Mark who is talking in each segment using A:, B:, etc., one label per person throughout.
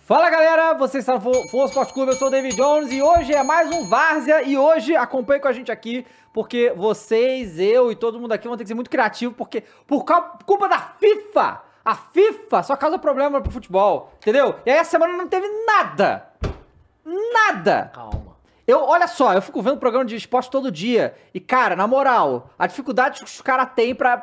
A: Fala galera, você está no Flow Sport Clube, eu sou o David Jones e hoje é mais um Várzea e hoje acompanhe com a gente aqui porque vocês, eu e todo mundo aqui vão ter que ser muito criativo porque por cau- culpa da FIFA, a FIFA só causa problema pro futebol, entendeu? E aí essa semana não teve nada, nada.
B: Calma.
A: Eu, olha só, eu fico vendo programa de esporte todo dia e cara, na moral, a dificuldade que os caras têm pra...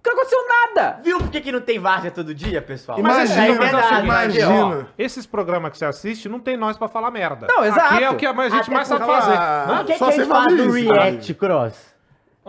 A: Porque não aconteceu nada.
B: Viu por que, que não tem várzea todo dia, pessoal?
C: Imagina,
B: Mas é
C: mas
B: verdade,
C: imagina.
B: ó.
D: Esses programas que você assiste não tem nós pra falar merda.
A: Não, exato.
D: Aqui é o que a gente
B: Até
D: mais sabe
B: porque-
D: fazer. né?
B: Por que, é
C: Só
B: que a
C: você
B: gente fala
C: fala
B: do
C: isso,
B: React Cross?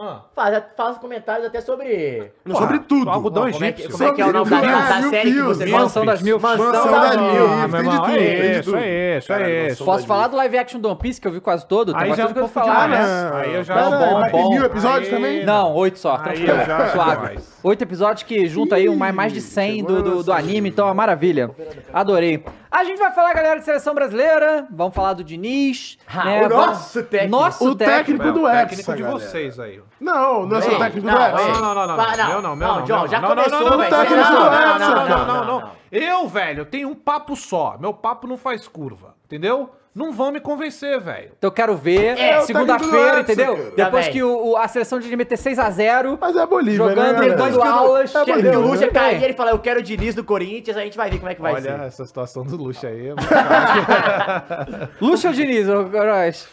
D: Ah,
B: Faz, faz comentários até sobre...
C: Sobre tudo.
D: Algodão
B: Como é que,
D: egípcio.
B: como é, que é o nome da,
C: Sobre
B: da
C: mil
B: série que
C: fios,
B: você
C: mil
B: gosta?
A: Mansão das Mil
B: Mansão
C: Mansão
B: da
C: da
B: Mil,
D: Ah,
C: Mil,
D: meu
C: tem de
D: irmão,
C: tudo,
D: é
C: tem de
D: isso,
C: tudo.
D: é isso,
C: Cara,
D: é
C: Mansão
D: isso.
C: da
A: Posso
C: Mil.
A: falar do live action do One Piece que eu vi quase todo? tem
D: Aí já é um
A: bastante
D: pouco
A: coisa pra falar,
D: demais.
A: né?
C: né?
D: Aí eu já...
C: Não,
D: Bom,
C: mas tem
D: bom.
C: mil episódios
D: Aí-
C: também?
A: Não, oito só. Tá
D: Aí
A: tranquilo,
D: eu já-
A: suave.
D: demais.
A: Oito episódios que junta aí um mais, mais de 100 do, do, do anime, então é uma maravilha. Adorei. A gente vai falar, galera, de seleção brasileira. Vamos falar do Diniz.
B: Ah,
A: né?
B: o
A: Vamos-
B: nosso técnico.
A: Nosso
C: O técnico
D: É,
C: do
D: o
C: Hexa,
D: técnico de
C: galera.
D: vocês aí.
C: Não, não é só
B: Ei,
C: o técnico do
B: não,
C: Hexa.
B: ei.
D: Não, não, não, não.
B: Pá, não.
D: Meu não, meu
B: Não,
D: não.
B: John,
D: meu
B: já
D: não. não,
B: começou,
D: não, não,
B: velho.
D: Não,
C: Técnico
D: não,
C: do
D: não,
C: Hexa,
D: não, não,
C: cara.
D: não, não,
B: Não,
D: não. Eu, velho, tenho um papo só. Meu papo não faz curva, entendeu? Não vão me convencer, velho. Tá
A: Então eu quero
B: É,
A: ver.
C: o técnico do
A: Segunda-feira,
C: Hexa,
A: entendeu?
C: cara.
A: Depois
B: Também.
A: que o, o- a seleção de Diniz meter 6x0.
C: Mas é a Bolívia, né?
A: Jogando e
C: galera?
A: dando aulas,
C: É a
A: que-
B: Se o
C: Bolívia,
B: Lúcia
C: né?
B: cair, ele fala, eu quero o Diniz do Corinthians, a gente vai ver como é que vai ser.
D: essa situação do luxo aí. mano.
A: Lucha ou Diniz, ô, Góis?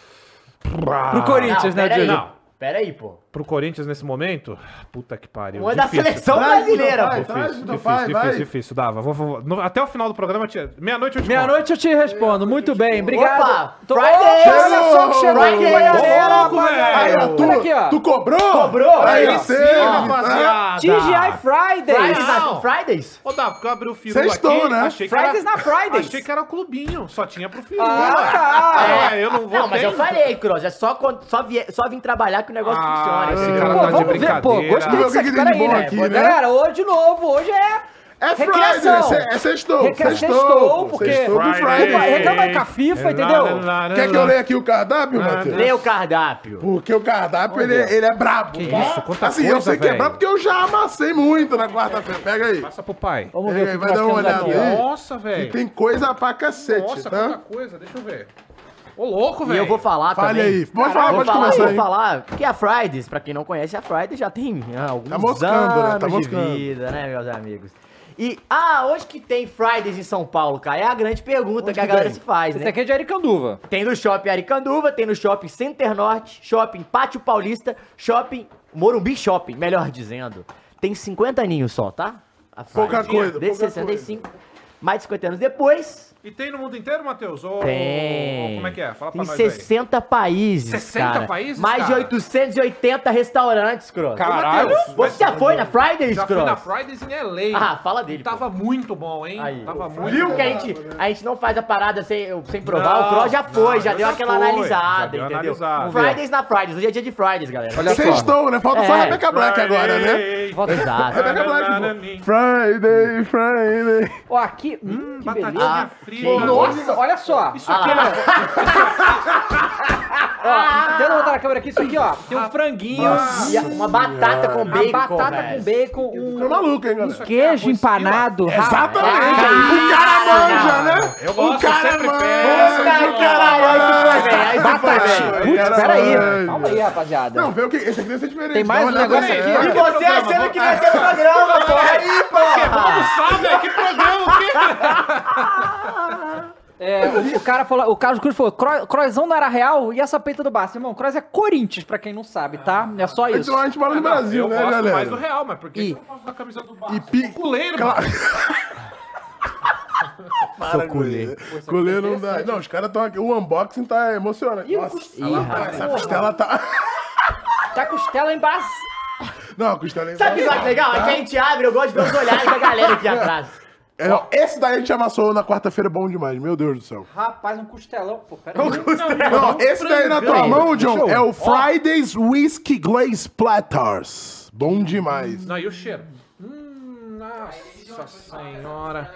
D: Ah,
A: Pro Corinthians, né,
B: peraí.
A: Diego?
D: Não.
B: Peraí, pô.
D: Pro Corinthians nesse momento? Puta que pariu.
B: Um é da
D: difícil.
B: seleção
C: Vai,
B: brasileira,
C: vai,
B: pô.
C: vai.
D: Difícil,
C: Então
D: difícil,
C: vai,
D: difícil,
C: vai.
D: difícil, dava. Vou- vou- no- até o final do programa, eu te- meia-noite eu te conto.
A: Meia-noite eu te respondo. Muito bem, obrigado.
B: Opa,
A: Tô-
B: Friday!
A: Opa, olha só que chegou aqui pra
B: Friday!
A: galera.
D: Ô, louco,
C: Aí,
D: velho.
A: rapaziada.
C: ó, tu,
A: Olha aqui, ó.
C: tu cobrou?
B: Cobrou?
C: Aí,
D: Aí
C: sim,
D: sim,
C: rapaziada.
D: rapaziada.
A: TGI Fridays.
B: Fridays, na-
D: Não.
B: Fridays?
D: Ô, Davi, que eu abri o firula
C: Vocês estão, né?
D: Achei que
A: Fridays
D: era,
A: na Fridays.
D: Achei que era clubinho, só tinha pro firula.
A: Ah, tá.
D: É, eu não vou
B: Não, mas
D: ter-
B: eu falei, Cross. É só, quando- só, vie- só vim trabalhar que o negócio
D: Ah,
B: funciona.
D: esse
B: entendeu?
D: cara
A: Pô,
D: tá de
A: vamos ver, pô,
D: brincadeira.
C: Vamos
A: gostei disso
C: ver o que
A: aqui,
C: que tem de
A: peraí,
C: bom
A: né?
C: aqui, né?
A: Galera, hoje de novo, hoje é...
C: É Friday,
A: Recreação.
C: né? Cê- É sextou,
A: Recre- sextou,
C: sextou. pô.
A: porque-
C: Sextou do
D: Friday.
A: Opa,
C: Friday.
A: reclama aí com a FIFA, entendeu?
D: Lá, lá, lá,
C: Quer que
D: lá.
C: eu leia aqui o cardápio, Matheus?
B: Lê o cardápio.
C: Porque o cardápio, ele, ele é brabo. Que
D: isso, quanta
C: Assim, eu
D: coisa,
C: sei que é
D: velho.
C: brabo porque eu já amassei muito na quarta-feira. Pega aí.
D: Passa pro pai.
A: Vamos
C: Pega
A: ver
C: aí,
A: o que
C: vai dar
A: nós
C: uma
A: temos
C: olhada
A: aqui, ó.
C: aí.
D: Nossa,
C: E
D: velho.
C: tem coisa pra cacete,
D: Nossa, quanta
C: tá?
D: coisa, deixa eu ver. Ô, louco,
B: E
D: velho.
B: eu vou falar
C: Fale
B: também.
C: aí. Pode
B: Eu
C: falar,
B: vou
C: pode
B: falar, eu
C: começar
B: vou
C: aí.
B: falar, porque a Fridays, pra quem não conhece, a Fridays já tem ah, alguns
C: Tá moscando, né?
B: anos
C: Tá moscando.
B: de vida, né, meus amigos? E, ah, onde que tem Fridays em São Paulo, cara? É a grande pergunta que a
C: que
B: galera
C: tem?
B: se faz,
A: Esse
B: né?
A: aqui é de Aricanduva.
B: Tem no Shopping Aricanduva, tem no Shopping Center Norte, Shopping Pátio Paulista, Shopping Morumbi Shopping, melhor dizendo. Tem 50 aninhos só, tá? A
C: Pouca
B: Fridays,
C: coisa,
B: Desde
C: pouca
B: 65, mais de 50 anos depois,
D: E tem no mundo inteiro, Matheus? Ô,
B: tem.
D: Como é que é? Fala pra
B: Tem
D: nós aí.
B: 60 países.
D: 60
B: cara.
D: países,
B: Mais de
D: cara?
B: 880 restaurantes, Cross.
A: Caralho.
D: Matheus,
B: Você já foi na Fridays,
D: Já fui
B: Cross?
D: na Fridays em LA.
B: Ah, fala dele,
D: Tava muito bom, hein?
B: Aí.
D: Tava muito
B: Viu
D: bom.
B: que a gente, a gente não faz a parada sem, sem provar?
D: Não,
B: o Cross já foi,
D: não,
B: já
D: eu
B: deu
D: já
B: aquela
D: fui,
B: analisada,
D: já deu
B: entendeu?
D: analisada.
B: Fridays na Fridays, hoje é dia de Fridays, galera.
A: Olha só.
C: Sextou, né? Falta só a
B: É.
C: Rebecca Black agora, né?
B: Exato.
C: Rebecca Black, pô. Friday, Friday.
A: Ó, aqui... Hum, que
D: Batatinha
A: beleza.
B: Ah,
D: fria.
B: que
A: Nossa, olha só. Ah.
D: Isso aqui é...
A: Ó, tentando botar na câmera aqui, isso aqui, ó. Tem um franguinho,
B: E uma batata com
A: uma
B: bacon,
A: batata
B: velho.
A: com bacon,
C: Ficou
A: um
C: maluco, hein, galera?
A: queijo empanado.
C: Exatamente.
B: Ah,
C: o cara manja, né?
D: Eu gosto,
C: o cara
D: sempre
C: manja.
D: peço,
B: eu
C: o cara
B: gosto. Aí tu foi bem, aí
C: manja.
B: tu foi
C: Batatinha. O
B: bem.
A: Putz,
C: cara
A: peraí.
C: manja.
A: Calma aí, rapaziada.
C: Não, vê o que. Esse aqui deve ser diferente.
A: Tem
C: dá
A: mais
C: uma
A: um
C: olhada
A: negócio
C: aí,
A: aqui,
C: ó.
B: E
D: Que
B: você
D: programa,
B: achando
D: vamos-
B: que vai ter um programa, porra? Aí, porra!
D: Vamos, sabe?
C: Né,
D: é Que programa, o quê?
A: É, o, o cara falou, o Carlos Cruz falou, "Cro- Crozão não era real e essa peita do Barça. Irmão, Croz é Corinthians, pra quem não sabe, tá? É só isso.
C: Então a gente mora no Brasil,
D: Ah, eu
C: né,
D: gosto
C: galera?
D: mais do Real, mas por que
A: E-
D: que eu gosto da camisa do Barça?
C: E pi-
D: Culeiro,
C: Cla-
D: mano.
C: Seu culê.
D: é
C: Culê não dá. Não, os caras estão aqui. O unboxing tá emocionante.
A: o
C: Nossa,
A: costela,
C: ela-
A: rapaz,
C: essa
A: porra.
C: costela tá.
A: Tá costela em Barça.
C: Não, a costela é
B: Sabe o que eu acho legal? É que a gente abre, eu gosto de ver os olhares da galera aqui atrás.
C: É, não, Esse daí a gente amassou na quarta-feira bom demais, meu Deus do céu.
A: Rapaz, um costelão, pô, peraí.
C: É Não, esse daí na tua mão, John, é o Friday's Whiskey Glaze Platters. Bom demais.
D: Não, e o cheiro? Hum, nossa senhora.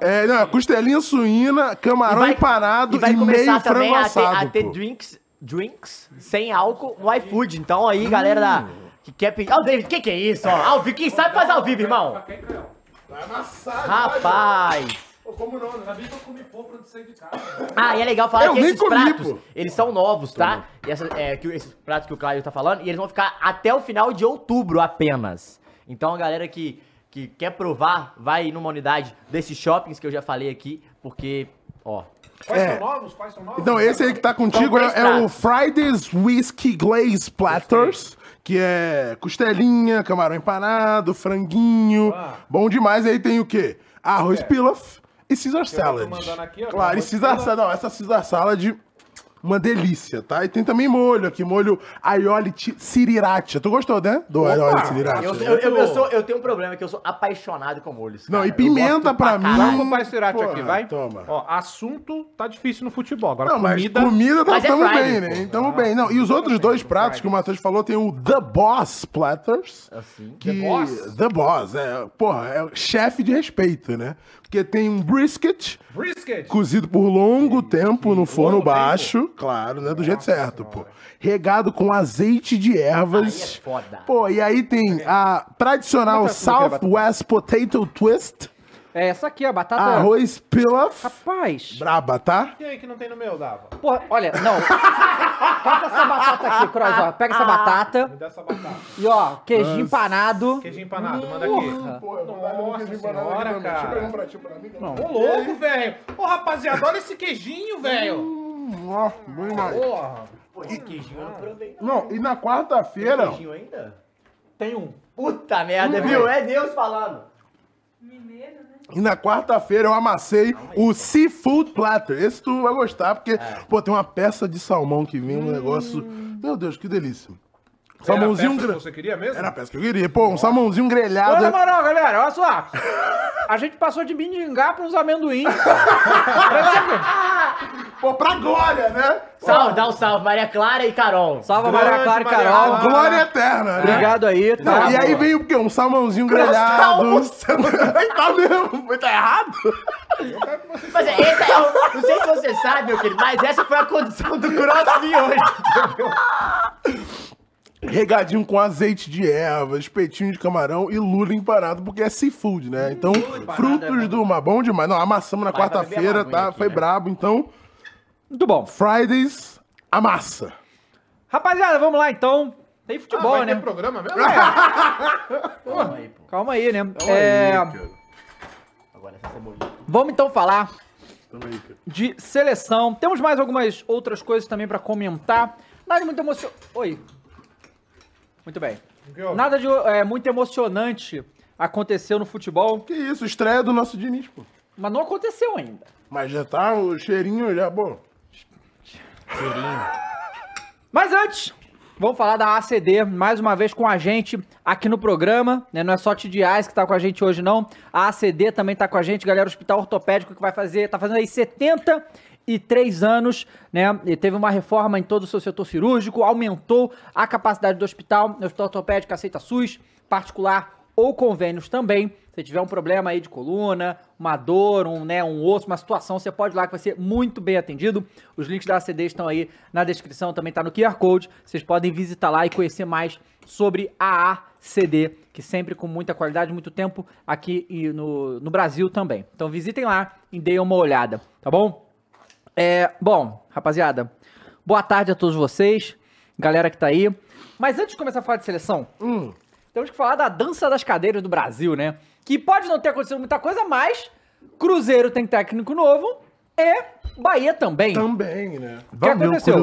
C: É, não, é costelinha suína, camarão
B: vai-
C: empanado
B: E
C: e,
B: vai
C: meio
B: começar
C: frango
B: também a ter, a
C: assado.
B: ter
C: pô.
B: drinks, drinks sem álcool no iFood. Então aí, galera da...
C: Hum.
B: Que quer pedir... Ó, o David, que que é isso? Ó, ao vivo. Quem sabe faz ao vivo, irmão?
C: Vai amassar, vai,
B: Rapaz.
C: Ô,
D: Eu como não, né? na vida eu comi pouco antes de sair de casa.
B: Ah, e é legal falar
C: Eu
B: que
C: nem
B: esses
C: comi,
B: pratos,
C: pô.
B: eles são novos, tá? E essa- é, que, esses pratos que o Claudio tá falando, e eles vão ficar até o final de outubro apenas. Então a galera que, que quer provar, vai numa unidade desses shoppings que eu já falei aqui, porque, ó,
D: Quais
C: É.
D: são novos? Quais são novos?
C: Então, esse aí que tá contigo é,
B: três
C: é o
B: pratos.
C: Friday's Whiskey Glaze Platters, que é costelinha, camarão empanado, franguinho.
D: Ah.
C: Bom demais. Aí tem o quê? Arroz
B: É.
C: pilaf e Caesar salad.
D: mandando aqui, ó,
C: claro, e
D: arroz
C: Caesar
D: pilaf.
C: salad. Não, essa Caesar salad... Uma delícia, tá? E tem também molho aqui, molho aioli chi- sriracha. Tu gostou, né? Do aioli sriracha.
B: eu, eu, eu, eu sou, eu tenho um problema que eu sou apaixonado com molhos.
C: Não,
B: cara.
C: e
B: Eu gosto
C: pimenta pra mim.
B: caralho.
D: Vamos pra esse Irati aqui,
C: Pô,
D: vai.
C: Toma.
D: Ó, assunto tá difícil no futebol. Agora
C: Não, mas
D: comida. é
C: comida, nós
B: Mas é
C: estamos
B: Friday,
C: bem,
B: pô.
C: né? Estamos bem. Não, e os outros dois pratos que o Matheus falou tem o The Boss Platters.
B: Assim.
C: Que...
D: The
C: The
D: Boss?
C: Boss? é, porra, é o chefe de respeito, né? Porque tem um brisket
D: Brisket.
C: cozido por longo tempo no forno
D: longo
C: baixo, claro, né? Do jeito certo, pô. Regado com azeite de ervas.
B: Aí é foda.
C: Pô, e aí tem a
D: é
C: tradicional Southwest Potato Twist,
A: É essa aqui, ó, batata.
C: arroz pilaf,
A: Rapaz.
C: braba, tá?
D: Quem aí que não tem no meu, Dava?
A: Porra, olha, não. Corta essa batata aqui, Croz, ó. Pega
C: Ah.
A: essa
D: Me
A: batata
D: dá essa batata.
A: e, ó, queijinho empanado.
D: Queijo empanado, manda aqui.
C: Pô, eu vou dar
D: Nossa
C: meu queijo empanado
D: senhora,
C: aqui pra mim.
D: cara.
C: Deixa eu pegar um pratinho pra mim. que eu não-
D: Ô, louco, velho. Ô, rapaziada, olha esse queijinho, velho.
C: Hum, ó, bom demais.
D: Porra.
B: Pô, esse queijinho
C: um
B: eu não provei. não.
C: Não, e na
A: um
C: quarta-feira...
B: Queijinho ainda?
D: Tem um.
B: Puta
C: Hum.
B: merda, viu? É Deus falando.
C: E na quarta-feira eu amassei o Seafood Platter. Esse tu vai gostar, porque,
A: É.
C: pô, tem uma peça de salmão que vem, um
A: Hum.
C: negócio. Meu Deus, que delícia. Salmãozinho
D: Era a peça que
C: grelhado.
D: Você queria mesmo?
C: Era a peça que eu queria. Pô, um salmãozinho
A: Ô, na
C: grelhado.
A: moral, galera, olha só. A gente passou de mendigar para uns amendoim.
C: Pô, pra glória, né?
B: Salve, dá um salve, Maria Clara e Carol.
A: Salva
D: Grande
A: Maria Clara e
D: Maria
A: Carol.
C: A glória eterna, né?
A: Obrigado aí, tá?
C: Não, e aí vem o quê? Um salmãozinho grelhado. tá mesmo, tá errado?
B: Mas é, esse é o- Não sei se você sabe, meu querido, mas essa foi a condição do Crosby hoje.
C: Regadinho com azeite de erva, espetinho de camarão e lula empanado, porque é seafood, né? Então,
B: é
C: frutos do mar. Bom demais. Não, amassamos na
B: Vai, vai beber
C: quarta-feira,
B: vergonha
C: tá?
B: aqui,
C: Foi
B: né?
C: brabo. Então,
A: Muito bom.
C: Fridays, amassa.
A: Rapaziada, vamos lá então. Tem
D: Ah,
A: futebol,
D: vai
A: né? é.
D: ter programa mesmo?
B: Calma aí, pô.
A: Calma aí, né? É,
B: Agora essa cebolinha.
A: Vamos então falar
C: Tamo aí, cara.
A: de seleção. Temos mais algumas outras coisas também pra comentar. Nada muito emocionante. Oi. Muito bem.
D: O que houve?
A: Nada de é, muito emocionante aconteceu no futebol,
C: Que isso, estreia do nosso Diniz, pô.
A: mas não aconteceu ainda.
C: Mas já tá o cheirinho já, bom.
A: Mas antes, vamos falar da ACD mais uma vez com a gente aqui no programa. né? Não é só Tidiais que tá com a gente hoje, não. A ACD também tá com a gente, galera. O Hospital Ortopédico que vai fazer, tá fazendo aí 73 anos, né? E teve uma reforma em todo o seu setor cirúrgico, aumentou a capacidade do hospital. O Hospital Ortopédico aceita SUS, particular ou convênios também. Se tiver um problema aí de coluna, uma dor, um, né, um osso, uma situação, você pode ir lá que vai ser muito bem atendido. Os links da ACD estão aí na descrição, também tá no QR Code. Vocês podem visitar lá e conhecer mais sobre a ACD, que sempre com muita qualidade, muito tempo aqui e no, no Brasil também. Então visitem lá e deem uma olhada, tá bom? É, bom, rapaziada, boa tarde a todos vocês, galera que tá aí. Mas antes de começar a falar de seleção, temos que falar da dança das cadeiras do Brasil, né? Que pode não ter acontecido muita coisa, mas Cruzeiro tem técnico novo e Bahia também.
C: Também, né?
A: O que aconteceu?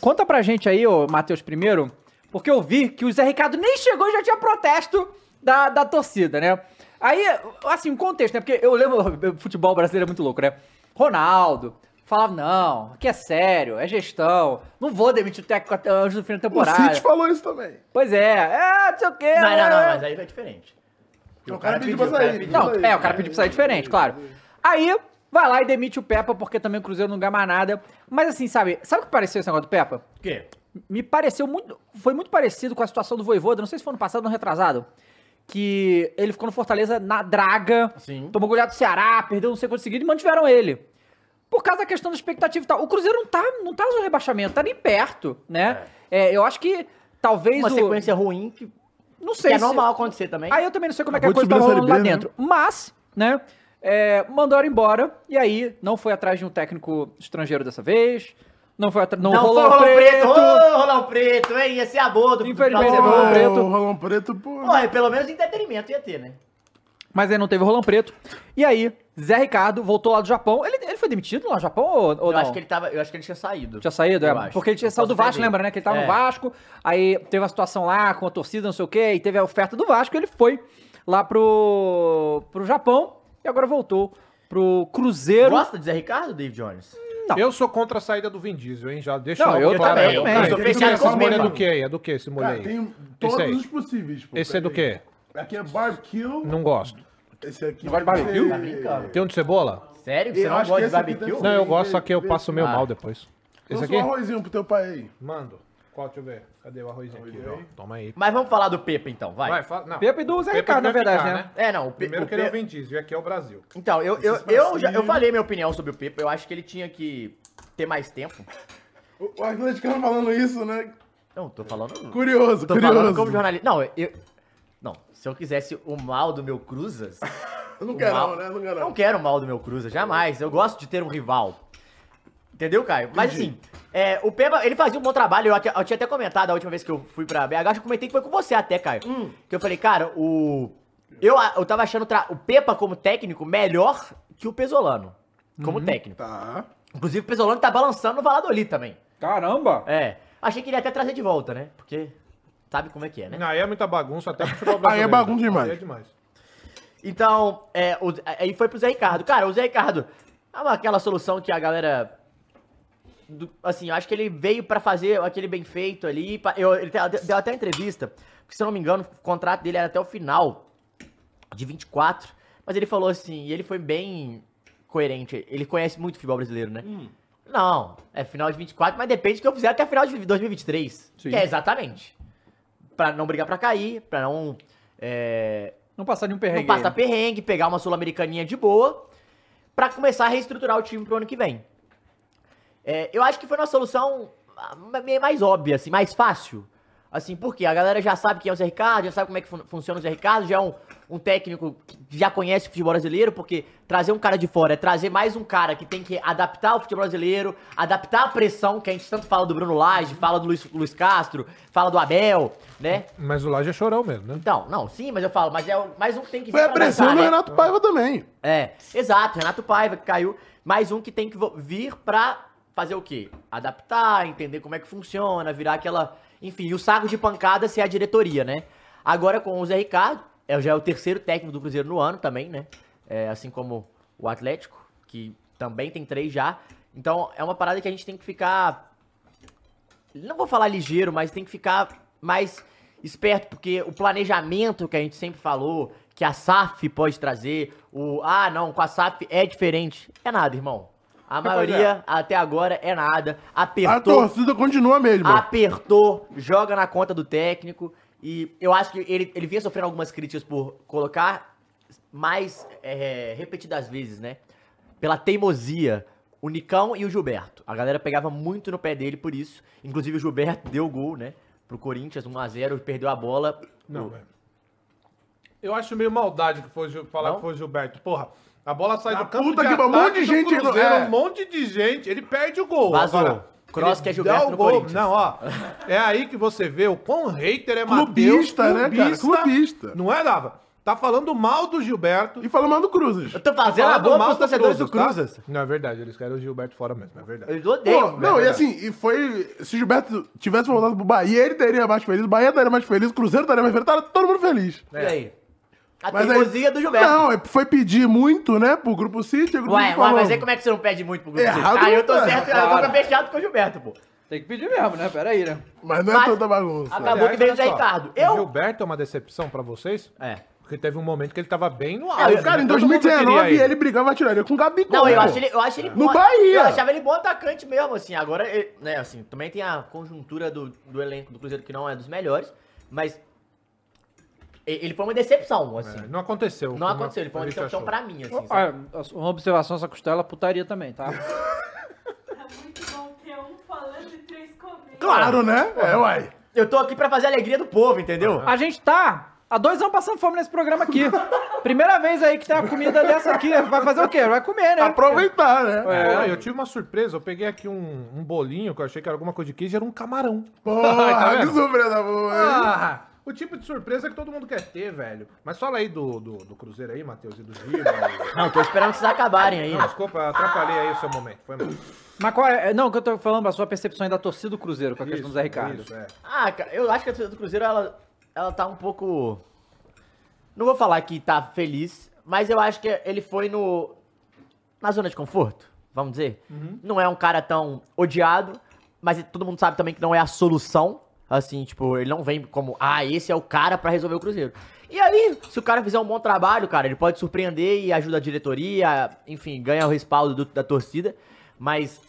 A: Conta pra gente aí, ô Matheus, primeiro, porque eu vi que o Zé Ricardo nem chegou e já tinha protesto da, da torcida, né? Aí, assim, o contexto, né? Porque eu lembro, o futebol brasileiro é muito louco, né? Ronaldo falava, não, aqui é sério, é gestão, não vou demitir o técnico até antes do fim da
C: O
A: temporada.
C: City falou isso também.
A: Pois é, é, não sei o quê.
B: Não, não, não,
A: é.
B: mas aí é diferente. Porque
C: O cara pediu pra
B: o cara
C: sair.
B: pediu.
A: Não, é, o cara pediu pra sair diferente, claro. Aí, vai lá e demite o Peppa, porque também o Cruzeiro não ganha mais nada. Mas assim, sabe, sabe o que pareceu esse negócio do Peppa?
B: O quê?
A: Me pareceu muito. Foi muito parecido com a situação do Voivoda, não sei se foi no passado ou no retrasado. Que ele ficou no Fortaleza na draga,
B: Sim.
A: tomou goleado do Ceará, perdeu não sei quanto seguido e mantiveram ele. Por causa da questão da expectativa e tal. O Cruzeiro não tá, não tá no rebaixamento, tá nem perto, né? É, eu acho que talvez
B: Uma
A: o.
B: sequência ruim que,
A: não
B: que
A: sei
B: é
A: se-
B: normal acontecer também.
A: Aí eu também não sei como é que a
C: Acabou
A: coisa
C: de
A: tá
C: subir na
A: rolando lá
C: Série B, né?
A: dentro. Mas, né, é, mandaram embora, e aí não foi atrás de um técnico estrangeiro dessa vez, não foi atrás, não,
B: Não,
A: rolou
B: foi o Rolão Preto!
A: preto,
B: Ô, Rolão Preto, hein? Ia ser a boa do
A: Infelizmente,
B: final de
A: Rolão
B: semana.
A: Preto.
C: O Rolão Preto, pô.
B: Olha, é, pelo menos entretenimento ia ter, né?
A: mas aí não teve Rolão Preto, e aí Zé Ricardo voltou lá do Japão, ele, ele foi demitido lá no Japão ou, ou
B: Eu
A: não?
B: acho que ele tava. Eu acho que ele tinha saído.
A: Tinha saído, é,
B: Eu acho.
A: porque ele tinha
B: Eu
A: saído do
B: posso
A: Vasco,
B: ter
A: lembra, né? Que ele tava
B: É.
A: no Vasco, aí teve uma situação lá com a torcida, não sei o quê, e teve a oferta do Vasco, ele foi lá pro, pro Japão, e agora voltou pro Cruzeiro.
B: Gosta de Zé Ricardo, David Jones?
A: Não.
D: Eu sou contra a saída do Vin Diesel, hein? Já deixa
A: Não,
D: logo
A: eu também, eu também.
D: sou fechado
B: Eu também
D: com
B: sou
D: esse molho. É
B: mesmo.
D: do que aí? É do que esse molho
C: Cara,
D: aí?
C: tem
D: Esse aí.
C: todos os possíveis, pô.
D: Esse é do quê?
C: Aqui é barbecue.
D: Não gosto.
C: Esse aqui.
A: gosta de barbecue?
B: Tá brincando.
D: Tem um de cebola?
B: Sério? Você
C: Eu
B: não
C: acho
B: gosta
C: que
B: de
C: esse aqui
B: barbecue?
C: deve
D: Não, eu
C: Vê,
D: gosto,
C: vê,
D: só que eu
C: vê.
D: passo meio
B: Ah.
D: mal depois. Esse
C: Lança
D: aqui?
C: um arrozinho pro teu pai aí.
D: Mando. Qual? Deixa eu ver. Cadê o arrozinho aqui? ó? Toma aí.
B: Mas vamos falar do Pepa então, vai.
D: Vai, fala. Não.
A: Pepe do Zé
D: Pepe
A: Ricardo, na
D: deve
A: verdade,
D: ficar,
A: né?
B: É, não. O Pe-
D: Primeiro
B: o
D: que ele é o
B: Pe-
D: Vin Diesel e aqui é o Brasil.
B: Então, eu, eu,
C: Esses
B: eu, já, eu
D: assim,
C: passinhos.
B: falei minha opinião sobre o Pepa. Eu acho que ele tinha que ter mais tempo.
C: O, o atleticano falando isso, né?
B: Não, tô falando.
C: Curioso,
B: Tô
C: curioso.
B: falando como jornalista. Não, eu. Não, se eu quisesse o mal do meu Cruzas.
C: Eu não
B: o
C: quero,
B: mal-
C: não, né? Não quero,
B: Não
C: não.
B: quero o mal do meu Cruzas, jamais. Eu gosto de ter um rival. Entendeu, Caio? Mas assim, é, o Peba, ele fazia um bom trabalho. Eu, até- eu tinha até comentado a última vez que eu fui pra BH, acho que eu comentei que foi com você até, Caio.
C: Hum.
B: Que eu falei, cara, o. Eu, eu tava achando o tra- o Pepa como técnico melhor que o Pesolano. Como
D: Uhum.
B: técnico.
C: Tá.
B: Inclusive, o Pesolano tá balançando no Valladolid também.
A: Caramba!
B: É. Achei que ele ia até trazer de volta, né? Porque sabe como é que é, né?
D: Aí é muita bagunça até pro futebol
C: Aí é
D: brasileiro.
C: bagunça demais.
D: Aí é demais.
B: Então, é, o- aí foi pro Zé Ricardo. Cara, o Zé Ricardo, é uma- aquela solução que a galera. do- assim, eu acho que ele veio pra fazer aquele bem feito ali. pra- eu- ele te- deu até entrevista, porque se eu não me engano, o contrato dele era até o final de 24. Mas ele falou assim, e ele foi bem coerente. Ele conhece muito o futebol brasileiro, né?
A: Hum.
B: Não, é final de 24, mas depende do que eu fizer até a final de 2023.
A: Sim.
B: Que é exatamente. Pra não brigar pra cair, pra não. é,
A: Não passar nenhum
B: não
A: perrengue.
B: passar
A: aí, né?
B: perrengue, pegar uma sul-americaninha de boa, pra começar a reestruturar o time pro ano que vem. É, eu acho que foi uma solução ah, meio mais óbvia, assim, mais fácil. Assim, porque a galera já sabe quem é o Zé Ricardo, já sabe como é que fun- funciona o Zé Ricardo, já é um, um técnico que já conhece o futebol brasileiro, porque trazer um cara de fora é trazer mais um cara que tem que adaptar o futebol brasileiro, adaptar a pressão, que a gente tanto fala do Bruno Lage, fala do Luiz, Luiz Castro, fala do Abel, né?
D: Mas o Laje é chorão mesmo, né?
B: Então, não, sim, mas eu falo, mas é o- mais um que tem que
C: Foi
B: vir
C: a
B: pra
C: pressão
B: adaptar,
C: do
B: né?
C: Renato Paiva também.
B: É, exato, Renato Paiva que caiu. Mais um que tem que vo- vir pra fazer o quê? Adaptar, entender como é que funciona, virar aquela. Enfim, e o saco de pancada ser a diretoria, né? Agora com o Zé Ricardo, é, já é o terceiro técnico do Cruzeiro no ano também, né? É, assim como o Atlético, que também tem três já. Então é uma parada que a gente tem que ficar não vou falar ligeiro, mas tem que ficar mais esperto, porque o planejamento que a gente sempre falou, que a SAF pode trazer, o ah, não, com a SAF é diferente. É nada, irmão. A maioria até agora é nada.
C: É, A
B: Apertou,
C: torcida continua a mesma.
B: apertou, joga na conta do técnico. E eu acho que ele, ele vinha sofrendo algumas críticas por colocar mais é, repetidas vezes, né? Pela teimosia. O Nicão e o Gilberto. A galera pegava muito no pé dele por isso. Inclusive o Gilberto deu gol, né? Pro Corinthians, 1x0, perdeu a bola.
D: Não, velho. Eu acho meio maldade que foi, Gil- falar
B: Não?
D: que foi o Gilberto. Porra, a bola sai
C: Na
D: do campo
C: puta que
D: de
C: pariu, um monte de
D: ataque do
C: gente-
D: Cruzeiro,
C: é.
D: um monte de gente. Ele perde o gol.
B: Vazou.
D: Agora,
B: Cross
D: ele
B: que é
D: dá
B: Gilberto
D: o
B: no
D: gol.
B: Corinthians.
D: Não, ó. É aí que você vê o quão hater é
C: Clubista,
D: Mateus,
C: né, cara? Clubista.
D: Não é, Dava? Tá falando mal do Gilberto.
C: E fala mal do Cruzes.
B: Eu tô fazendo a
D: Falando
B: boa
D: mal
B: pros torcedores do
D: tá?
B: Cruzas.
D: Não, é verdade. Eles querem o Gilberto fora mesmo, é verdade.
B: Eles odeiam.
C: Pô,
B: velho.
C: não, e assim, e foi. Se o Gilberto tivesse voltado pro Bahia, ele teria mais feliz, o Bahia estaria mais feliz, o Cruzeiro estaria mais feliz, tava todo mundo feliz.
D: é.
B: E aí? A
C: Mas aí-
B: teimosia do Gilberto.
C: Não, é- foi pedir muito, né, pro Grupo City. o Grupo
B: Ué,
C: City
B: ué,
C: falou,
B: mas aí como é que você não pede muito pro grupo?
C: Errado
B: Ah, eu tô
C: não tá.
B: certo, eu tô
A: Claro.
B: fechado com o Gilberto, pô.
A: Tem que pedir mesmo, né? Pera aí, né?
C: mas não é
B: mas-
C: tanta bagunça. né?
B: Acabou. que veio o
D: olha
B: Zé
D: só,
B: Ricardo.
D: o
B: Eu-
D: Gilberto é uma decepção pra vocês?
B: É.
D: Porque teve um momento que ele tava bem no
B: eu-
D: auge.
C: Cara, em
D: né? Todo mundo queria
C: 2019 É, ele brigava a tiraria com o Gabigol.
B: Não, eu
C: pô.
B: acho ele, eu acho ele
C: é. No
B: bom.
C: Bahia.
B: Eu achava ele bom atacante mesmo, assim. Agora, ele- né, assim, também tem a conjuntura do, do elenco do Cruzeiro que não é dos melhores, mas e- ele foi uma decepção, assim.
D: É, Não aconteceu.
B: Não
D: como
B: aconteceu, ele foi uma
D: a gente
B: decepção
D: achou.
B: pra mim, assim. sabe?
A: Olha, Ah, uma observação, essa costela é putaria também, tá?
E: Tá muito bom ter um falando e três comendo.
C: Claro, né? É, uai.
B: Eu tô aqui pra fazer a alegria do povo, entendeu?
A: A gente tá Há dois anos passando fome nesse programa aqui. Primeira vez aí que tem uma comida dessa aqui. Vai fazer o quê? Vai comer, né?
C: Aproveitar, né?
D: É, eu tive uma surpresa. Eu peguei aqui um, um bolinho que eu achei que era alguma coisa de queijo e era um camarão. Tá
C: Porra,
D: vendo?
C: que surpresa boa, hein?
D: Ah, o tipo de surpresa que todo mundo quer ter, velho. Mas fala aí do, do, do Cruzeiro aí, Matheus, e do Giba.
B: Não, tô esperando vocês acabarem aí. né?
D: Não, desculpa, atrapalhei aí o seu momento. Foi mal.
A: Mas qual é. Não, o que eu tô falando, a sua percepção aí da torcida do Cruzeiro com a questão do Zé Ricardo.
D: Isso, é.
B: Ah, cara, eu acho que a torcida do Cruzeiro, ela, ela tá um pouco. Não vou falar que tá feliz, mas eu acho que ele foi no. na zona de conforto, vamos dizer.
D: Uhum.
B: Não é um cara tão odiado, mas todo mundo sabe também que não é a solução. Assim, tipo, ele não vem como, ah, esse é o cara pra resolver o Cruzeiro. E aí, se o cara fizer um bom trabalho, cara, ele pode surpreender e ajuda a diretoria, enfim, ganha o respaldo do- da torcida. Mas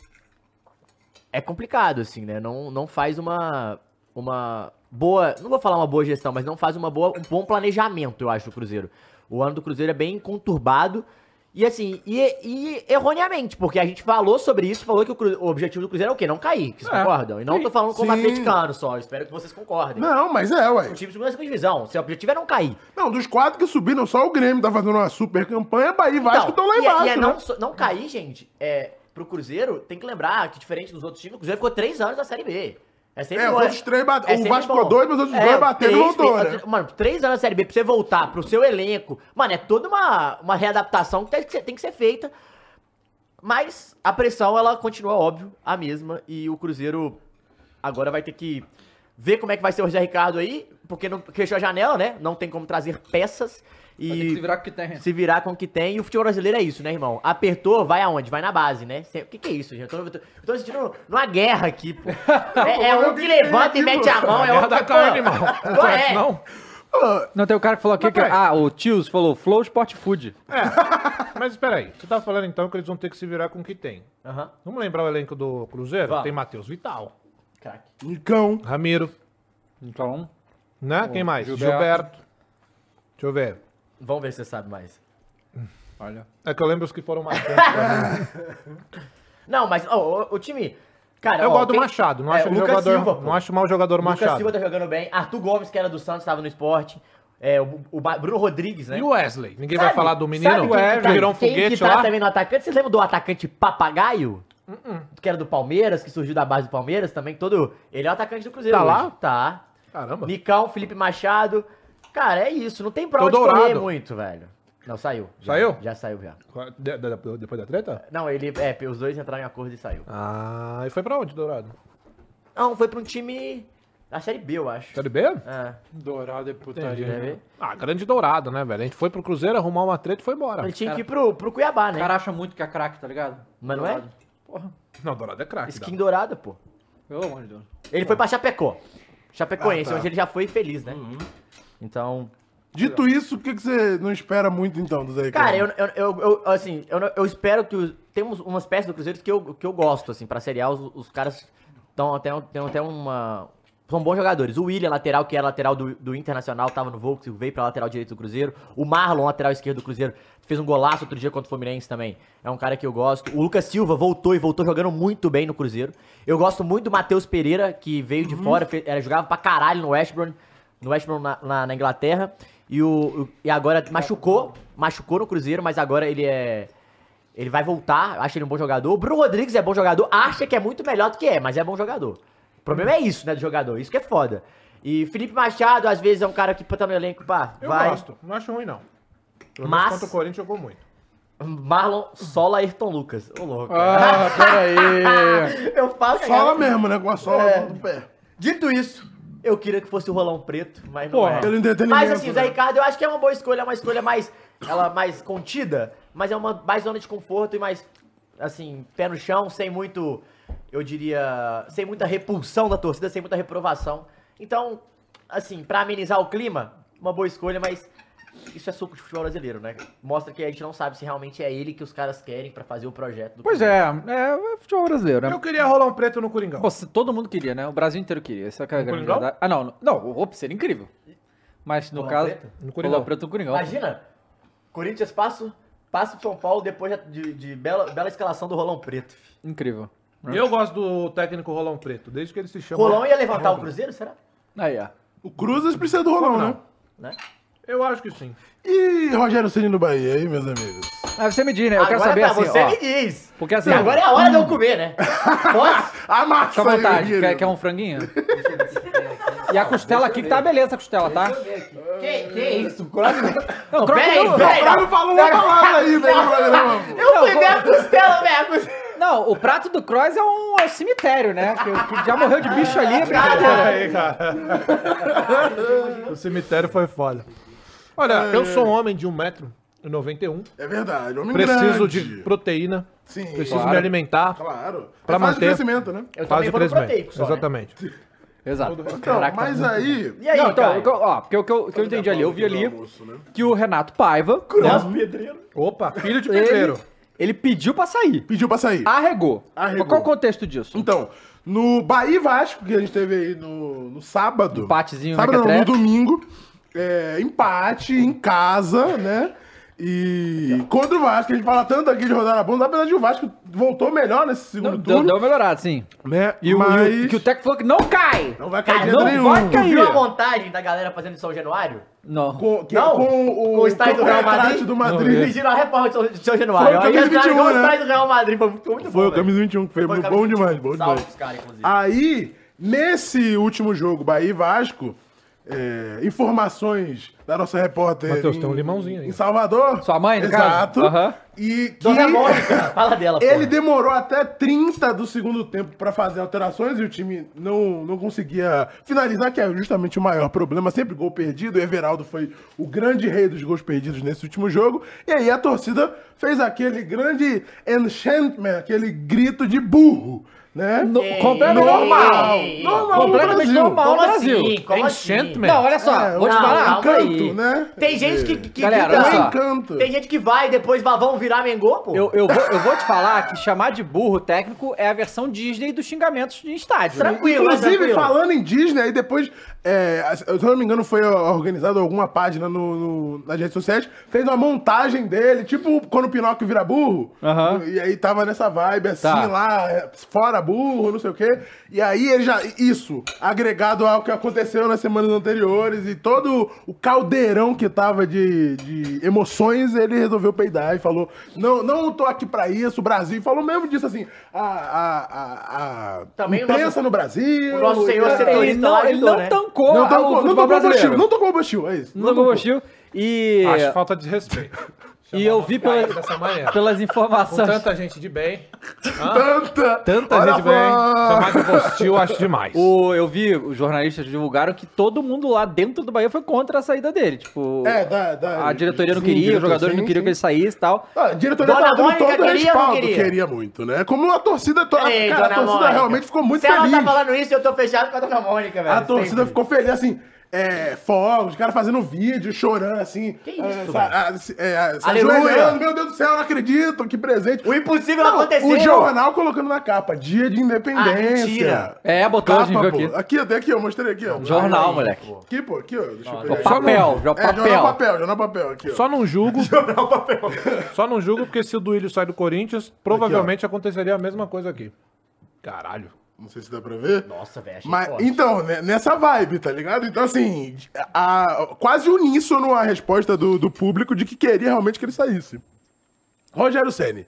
B: é complicado, assim, né? Não, não faz uma, uma boa. Não vou falar uma boa gestão, mas não faz uma boa, um bom planejamento, eu acho, do Cruzeiro. O ano do Cruzeiro é bem conturbado. E assim, e, e erroneamente, porque a gente falou sobre isso, falou que o, Cru- o objetivo do Cruzeiro é o quê? Não cair. Vocês
D: É.
B: concordam? E não tô falando como
C: Sim.
B: atleticano só, eu espero que vocês concordem.
C: Não, mas é, ué.
B: O time de segunda e segunda divisão, seu objetivo é não cair.
C: Não, dos quatro que subiram, só o Grêmio tá fazendo uma super campanha, Bahia e Vasco estão lá
B: e é-
C: embaixo.
B: E é
C: né?
B: não, só- não cair, gente, é, pro Cruzeiro, tem que lembrar que, diferente dos outros times, o Cruzeiro ficou três anos na Série B. É, sempre
C: É, os
B: bom.
C: outros três bate- o
B: sempre
C: Vasco ficou
B: bom. É,
C: dois, mas os outros dois bateram e
B: três
C: voltou,
B: vezes-
C: né?
B: Mano, três anos na Série B pra você voltar pro seu elenco. Mano, é toda uma, uma readaptação que tem que ser, tem que ser feita. Mas a pressão, ela continua, óbvio, a mesma. E o Cruzeiro agora vai ter que ver como é que vai ser o José Ricardo aí, porque não fechou a janela, né? Não tem como trazer peças. E
A: Tem que se virar com o que tem. né?
B: se virar com o que tem. E o futebol brasileiro é isso, né, irmão? Apertou, vai aonde? Vai na base, né? Cê- O que, que é isso, gente? Eu tô, eu tô- eu tô sentindo numa guerra aqui, pô. É, é um que levanta e mete a mão, é
D: Guerra
B: outro
D: da
B: que-
D: carne,
B: pô,
D: irmão.
B: qual
D: Não
B: é?
D: acha, não?
A: Não, tem o cara que falou aqui que.
D: peraí.
A: Ah, o Tios falou Flow Sport Food.
D: Mas espera aí. Você tá falando então que eles vão ter que se virar com o que tem.
B: Aham.
D: Vamos lembrar o elenco do Cruzeiro?
B: Vamos.
D: Tem Matheus Vital,
B: Craque.
C: Nicão.
D: Ramiro,
A: Então.
D: né? Quem mais?
A: Gilberto.
D: Gilberto. Deixa eu ver.
B: Vamos ver se você sabe mais.
A: Olha.
D: É que eu lembro os que foram marcantes.
B: Não, mas ó, o, o time. Cara,
D: eu
B: ó,
D: gosto do
B: quem-
D: Machado. Não
B: é,
D: acho,
B: o
D: um
B: Lucas
D: jogador,
B: Silva, pô.
D: não acho mal o jogador
B: Lucas
D: Machado.
B: Silva tá jogando bem. Arthur Gomes, que era do Santos, tava no esporte. É, o, o Ba- Bruno Rodrigues, né?
D: E o Wesley? Ninguém vai
B: Sabe-
D: falar do menino?
B: sabe quem que tá-
D: que virou um
B: quem
D: foguete
B: que tá
D: lá?
B: também no atacante? Vocês lembram do atacante Papagaio? Que era do Palmeiras, que surgiu da base do Palmeiras também, todo... Ele é o atacante do Cruzeiro
D: Tá lá?
B: hoje. Tá.
D: Caramba.
B: Nicão, Felipe Machado. Cara, é isso. Não tem pra
D: Tô
B: onde correr
D: dourado.
B: muito, velho. Não, saiu. Já-
D: Saiu?
B: Já saiu, já.
D: De- de- de- depois da treta?
B: Não, ele... É, os dois entraram em acordo e saiu.
D: Ah, e foi pra onde, Dourado?
B: Não, foi pra um time da Série B, eu acho.
D: Série B?
B: É,
A: Dourado
B: Série
A: é putaria.
B: B.
D: Ah, grande Dourado, né, velho? A gente foi pro Cruzeiro arrumar uma treta e foi embora.
B: Ele tinha que ir pro, pro Cuiabá,
A: O
B: né?
A: cara acha muito que é craque, tá ligado?
B: Mas não é?
D: Não, Dourado é craque.
B: Skin dourada, pô.
A: Pelo amor de Deus.
B: Ele foi pra Chapecó.
D: Ah, tá.
B: Chapecoense, onde ele já foi feliz, né?
D: Uhum.
B: Então.
C: Dito isso, o que, que você não espera muito então do Zé Ricardo?
B: Cara, eu, eu, eu, eu- assim, eu, não- eu espero que. os- temos umas peças do Cruzeiro que eu, que eu gosto, assim, pra serial. Os, os caras estão até, tão até uma. São bons jogadores. O William, lateral, que era lateral do, do Internacional, tava no Volks, veio pra lateral direito do Cruzeiro. O Marlon, lateral esquerdo do Cruzeiro, fez um golaço outro dia contra o Fluminense também. É um cara que eu gosto. O Lucas Silva voltou e voltou jogando muito bem no Cruzeiro. Eu gosto muito do Matheus Pereira, que veio
D: Uhum.
B: de fora, fe- era, jogava pra caralho no West Brom no West Brom na, na- na Inglaterra. E, o, o- e agora machucou, machucou no Cruzeiro, mas agora ele é. Ele vai voltar, acha ele um bom jogador. O Bruno Rodrigues é bom jogador, acha que é muito melhor do que é, mas é bom jogador. O problema é isso, né, do jogador, isso que é foda. E Felipe Machado, às vezes, é um cara que tá no elenco, pá,
D: Eu
B: vai.
D: gosto. Não acho ruim, não. Pelo menos
B: Mas-
D: contra o Corinthians jogou muito.
B: Marlon Sola Ayrton Lucas. Ô, louco.
A: Ah, peraí.
B: eu falo que a
C: Sola
B: galera-
C: mesmo, né? Com a sola
B: É.
C: do pé.
B: Dito isso, eu queria que fosse o Rolão Preto, mas não
A: Porra,
B: é.
C: pelo entretenimento,
B: Mas assim, o Zé
C: né?
B: Ricardo, eu acho que é uma boa escolha, é uma escolha mais, ela mais contida, mas é uma mais zona de conforto e mais, assim, pé no chão, sem muito, eu diria, sem muita repulsão da torcida, sem muita reprovação. Então, assim, pra amenizar o clima, uma boa escolha, mas isso é suco de futebol brasileiro, né? Mostra que a gente não sabe se realmente é ele que os caras querem pra fazer o projeto. Do
A: Pois é, é, é futebol brasileiro, né?
D: Eu queria rolar um preto no Coringão.
A: Pô, se todo mundo queria, né? O Brasil inteiro queria. Essa que é a grande
D: Coringão?
A: verdade. Ah, não. Não, opa, seria incrível. Mas é, no
B: Rolão
A: caso.
B: um Preto?
D: No Coringão.
A: Rolão Preto no Coringão.
B: Imagina, Corinthians passa, passa pro São Paulo depois de, de bela, bela escalação do Rolão Preto.
A: Incrível.
D: Eu gosto do técnico Rolão Preto, desde que ele se chama.
B: Rolão ia levantar o Cruzeiro, será?
A: Aí, ó.
C: O Cruzes precisa do Rolão,
D: Não.
C: né?
B: né?
D: Eu acho que sim.
C: E Rogério Ceni no Bahia, aí, meus amigos?
A: Mas você me diz, né? Eu quero
B: Agora
A: saber
B: pra
A: assim,
B: você
A: ó.
B: me diz.
A: Porque assim,
B: E agora é a hora de eu comer, né? Posso?
C: A massa,
A: fica à vontade.
C: meu
A: Quer,
C: querido.
A: quer um franguinho? E a costela aqui que tá uma beleza, a costela, tá?
B: que, que isso? Croque...
A: Não,
B: Não,
A: croque
B: peraí,
A: não.
B: peraí.
C: Cara, não falou uma palavra ainda aí no programa, pô.
B: Eu fui ver a costela, velho.
A: Não, o prato do Cross é um, é um cemitério, né? Que, que já morreu de bicho
B: Ah,
A: ali, é brincadeira.
D: Aí, cara. o cemitério foi foda. Olha, eu sou um homem de 1,91m.
C: É verdade, homem
D: Preciso
C: grande.
D: de proteína.
C: Sim,
D: Preciso
A: Claro.
D: me alimentar.
C: Claro.
D: Pra
C: É fase de
D: manter.
C: crescimento, né?
D: Fase
B: Eu também
D: de
B: vou no
D: crescimento.
B: proteico só, né?
D: Exatamente.
A: Exato.
C: Então, mas aí...
B: E aí,
A: não, então,
B: cara?
A: o que eu- ó, porque o que eu, o que eu
B: é
A: entendi ali, eu vi ali
C: né?
A: que o Renato Paiva, né,
B: Nossa, pedreiro.
D: Opa, filho de pedreiro.
A: ele, ele pediu pra sair.
C: Pediu pra sair.
A: Arregou.
C: Arregou.
A: Mas Qual o contexto disso?
C: Então, no Bahia e Vasco, que a gente teve aí no, no sábado.
A: Empatezinho, né,
C: sábado, não, no
A: mequetrefe.
C: domingo. é, empate em casa, né? E contra o Vasco, a gente fala tanto aqui de rodar a bunda, apesar de o Vasco voltou melhor nesse segundo
A: Não, deu,
C: turno.
A: deu uma melhorada, sim.
C: né?
A: E o-
C: mas
A: e o, que o Tec falou que não cai.
C: não vai cair
B: Cara,
C: de
B: não
C: jeito nenhum.
B: vai cair. Viu a
C: Confia.
B: montagem da galera fazendo em São Januário?
A: Não.
C: Com, que-
B: Não,
C: com o,
B: com o estádio do Real
C: retrato
B: Madrid.
C: do
B: Eles
C: Madrid.
B: Pediram a reforma de São- de São Januário.
C: o
B: Aí
C: camisa
B: entraram
C: 21,
B: igual
C: né?
B: os pais do Real Madrid. Foi muito, muito
C: Foi o
B: bom, velho.
C: camisa 21 que foi,
B: Foi o
C: bom
B: camisa
C: demais, bom
B: um. Salve
C: demais.
B: os caras, inclusive.
C: Aí, nesse último jogo, Bahia e Vasco, é, informações da nossa repórter.
D: Matheus,
C: em-
D: tem um limãozinho aí.
C: Em Salvador.
A: Sua mãe, no caso?
C: Exato.
A: Aham.
C: E
B: Dona
C: que
B: Mônica, fala dela,
C: ele
B: porra.
C: demorou até 30 do segundo tempo pra fazer alterações e o time não, não conseguia finalizar, que é justamente o maior problema. Sempre gol perdido. O Everaldo foi o grande rei dos gols perdidos nesse último jogo. E aí a torcida fez aquele grande enchantment, aquele grito de burro, né?
A: No-
B: Ei,
A: completamente
B: É. ei,
A: normal.
B: ei, ei.
C: Normal no
A: completamente
C: Brasil.
A: normal no
B: Como
A: Brasil.
B: assim? Como assim?
D: Enchantment.
A: Não, olha só,
C: É,
A: vou te
B: não,
A: falar.
B: calma aí.
C: Encanto, né?
B: Tem gente que, que
A: Galera,
B: grita- assim.
A: olha
C: É um
A: só.
C: encanto.
B: Tem gente que vai e depois vai, vão virar Mengô, pô.
A: Eu, eu vou, eu vou te falar que chamar de burro técnico é a versão Disney dos xingamentos de estádio. né?
B: Tranquilo,
C: Inclusive,
B: tranquilo.
C: falando em Disney, aí depois, é, se eu não me engano, foi organizada alguma página no, no- nas redes sociais, fez uma montagem dele, tipo quando o Pinóquio vira burro.
A: Aham.
C: E aí tava nessa vibe, assim,
A: Tá.
C: lá, é, fora burro, não sei o quê. E aí ele já. Isso, agregado ao que aconteceu nas semanas anteriores e todo o caldeirão que tava de, de emoções, ele resolveu peidar e falou: Não, não tô aqui pra isso, Brasil. E falou mesmo disso assim. A, a, a, a
B: Também o
C: imprensa
B: nosso-
C: no Brasil.
B: o nosso senhor
C: É,
B: setor-
A: Ele
B: setorista
A: não,
B: lá
A: ele
B: ajudou,
A: não
B: né?
A: tancou
C: Não
A: a-
C: tocou,
A: o
C: não
A: futebol
C: tocou
A: brasileiro.
C: combustível, não tocou combustível, é isso.
A: Não
C: tocou.
A: combustível. E,
D: Acho falta de respeito.
A: e eu vi
D: Chamar
A: pelas,
D: o cara dessa maneira.
A: pelas
D: Com
A: informações.
D: tanta gente de bem.
C: Tanta,
D: Tanta
C: Olha
D: gente bem.
C: só.
D: Chamar de hostil, acho demais.
A: O, eu vi, os jornalistas divulgaram que todo mundo lá dentro do Bahia foi contra a saída dele. Tipo,
C: É, dá, dá.
A: a diretoria não
C: Sim,
A: queria, os
C: diretor,
A: jogadores
C: sim,
A: não queriam
C: sim.
A: que ele saísse e tal.
C: Ah, a diretoria
B: Dona
C: tá dando
B: Mônica
C: todo o
B: queria ou não
C: respaldo.
B: queria?
C: muito, né? Como a torcida. To...
B: Ei,
C: cara, a
B: dona
C: torcida
B: Mônica.
C: realmente ficou muito
B: Se
C: feliz.
B: ela tá falando isso, eu tô fechado com a dona Mônica, velho.
C: a torcida
B: Sempre.
C: ficou feliz, assim. É, fogos, os caras fazendo vídeo, chorando, assim. Que
B: isso,
C: ah,
B: Aleluia.
C: Aleluia! Meu Deus do céu, não acredito, que presente.
B: O impossível
C: Não,
B: aconteceu.
C: O jornal colocando na capa, dia de independência.
B: Ah, mentira.
A: É, botou a gente viu
C: pô.
A: aqui.
C: Aqui, até aqui, eu mostrei aqui, ó.
A: Jornal, moleque.
C: Aqui, pô, aqui, ó. Deixa eu
A: Ó,
C: pegar.
A: Papel, já
C: É, jornal
A: papel.
C: papel, jornal papel, aqui, ó.
D: Só não julgo. Só não julgo porque se o Duílio sai do Corinthians, provavelmente aconteceria a mesma coisa aqui. Caralho.
C: Não sei se dá pra ver.
B: Nossa, velho, achei
C: Mas,
B: forte.
C: então, né, nessa vibe, tá ligado? Então, assim, a, quase uníssono a resposta do, do público de que queria realmente que ele saísse. Rogério Ceni.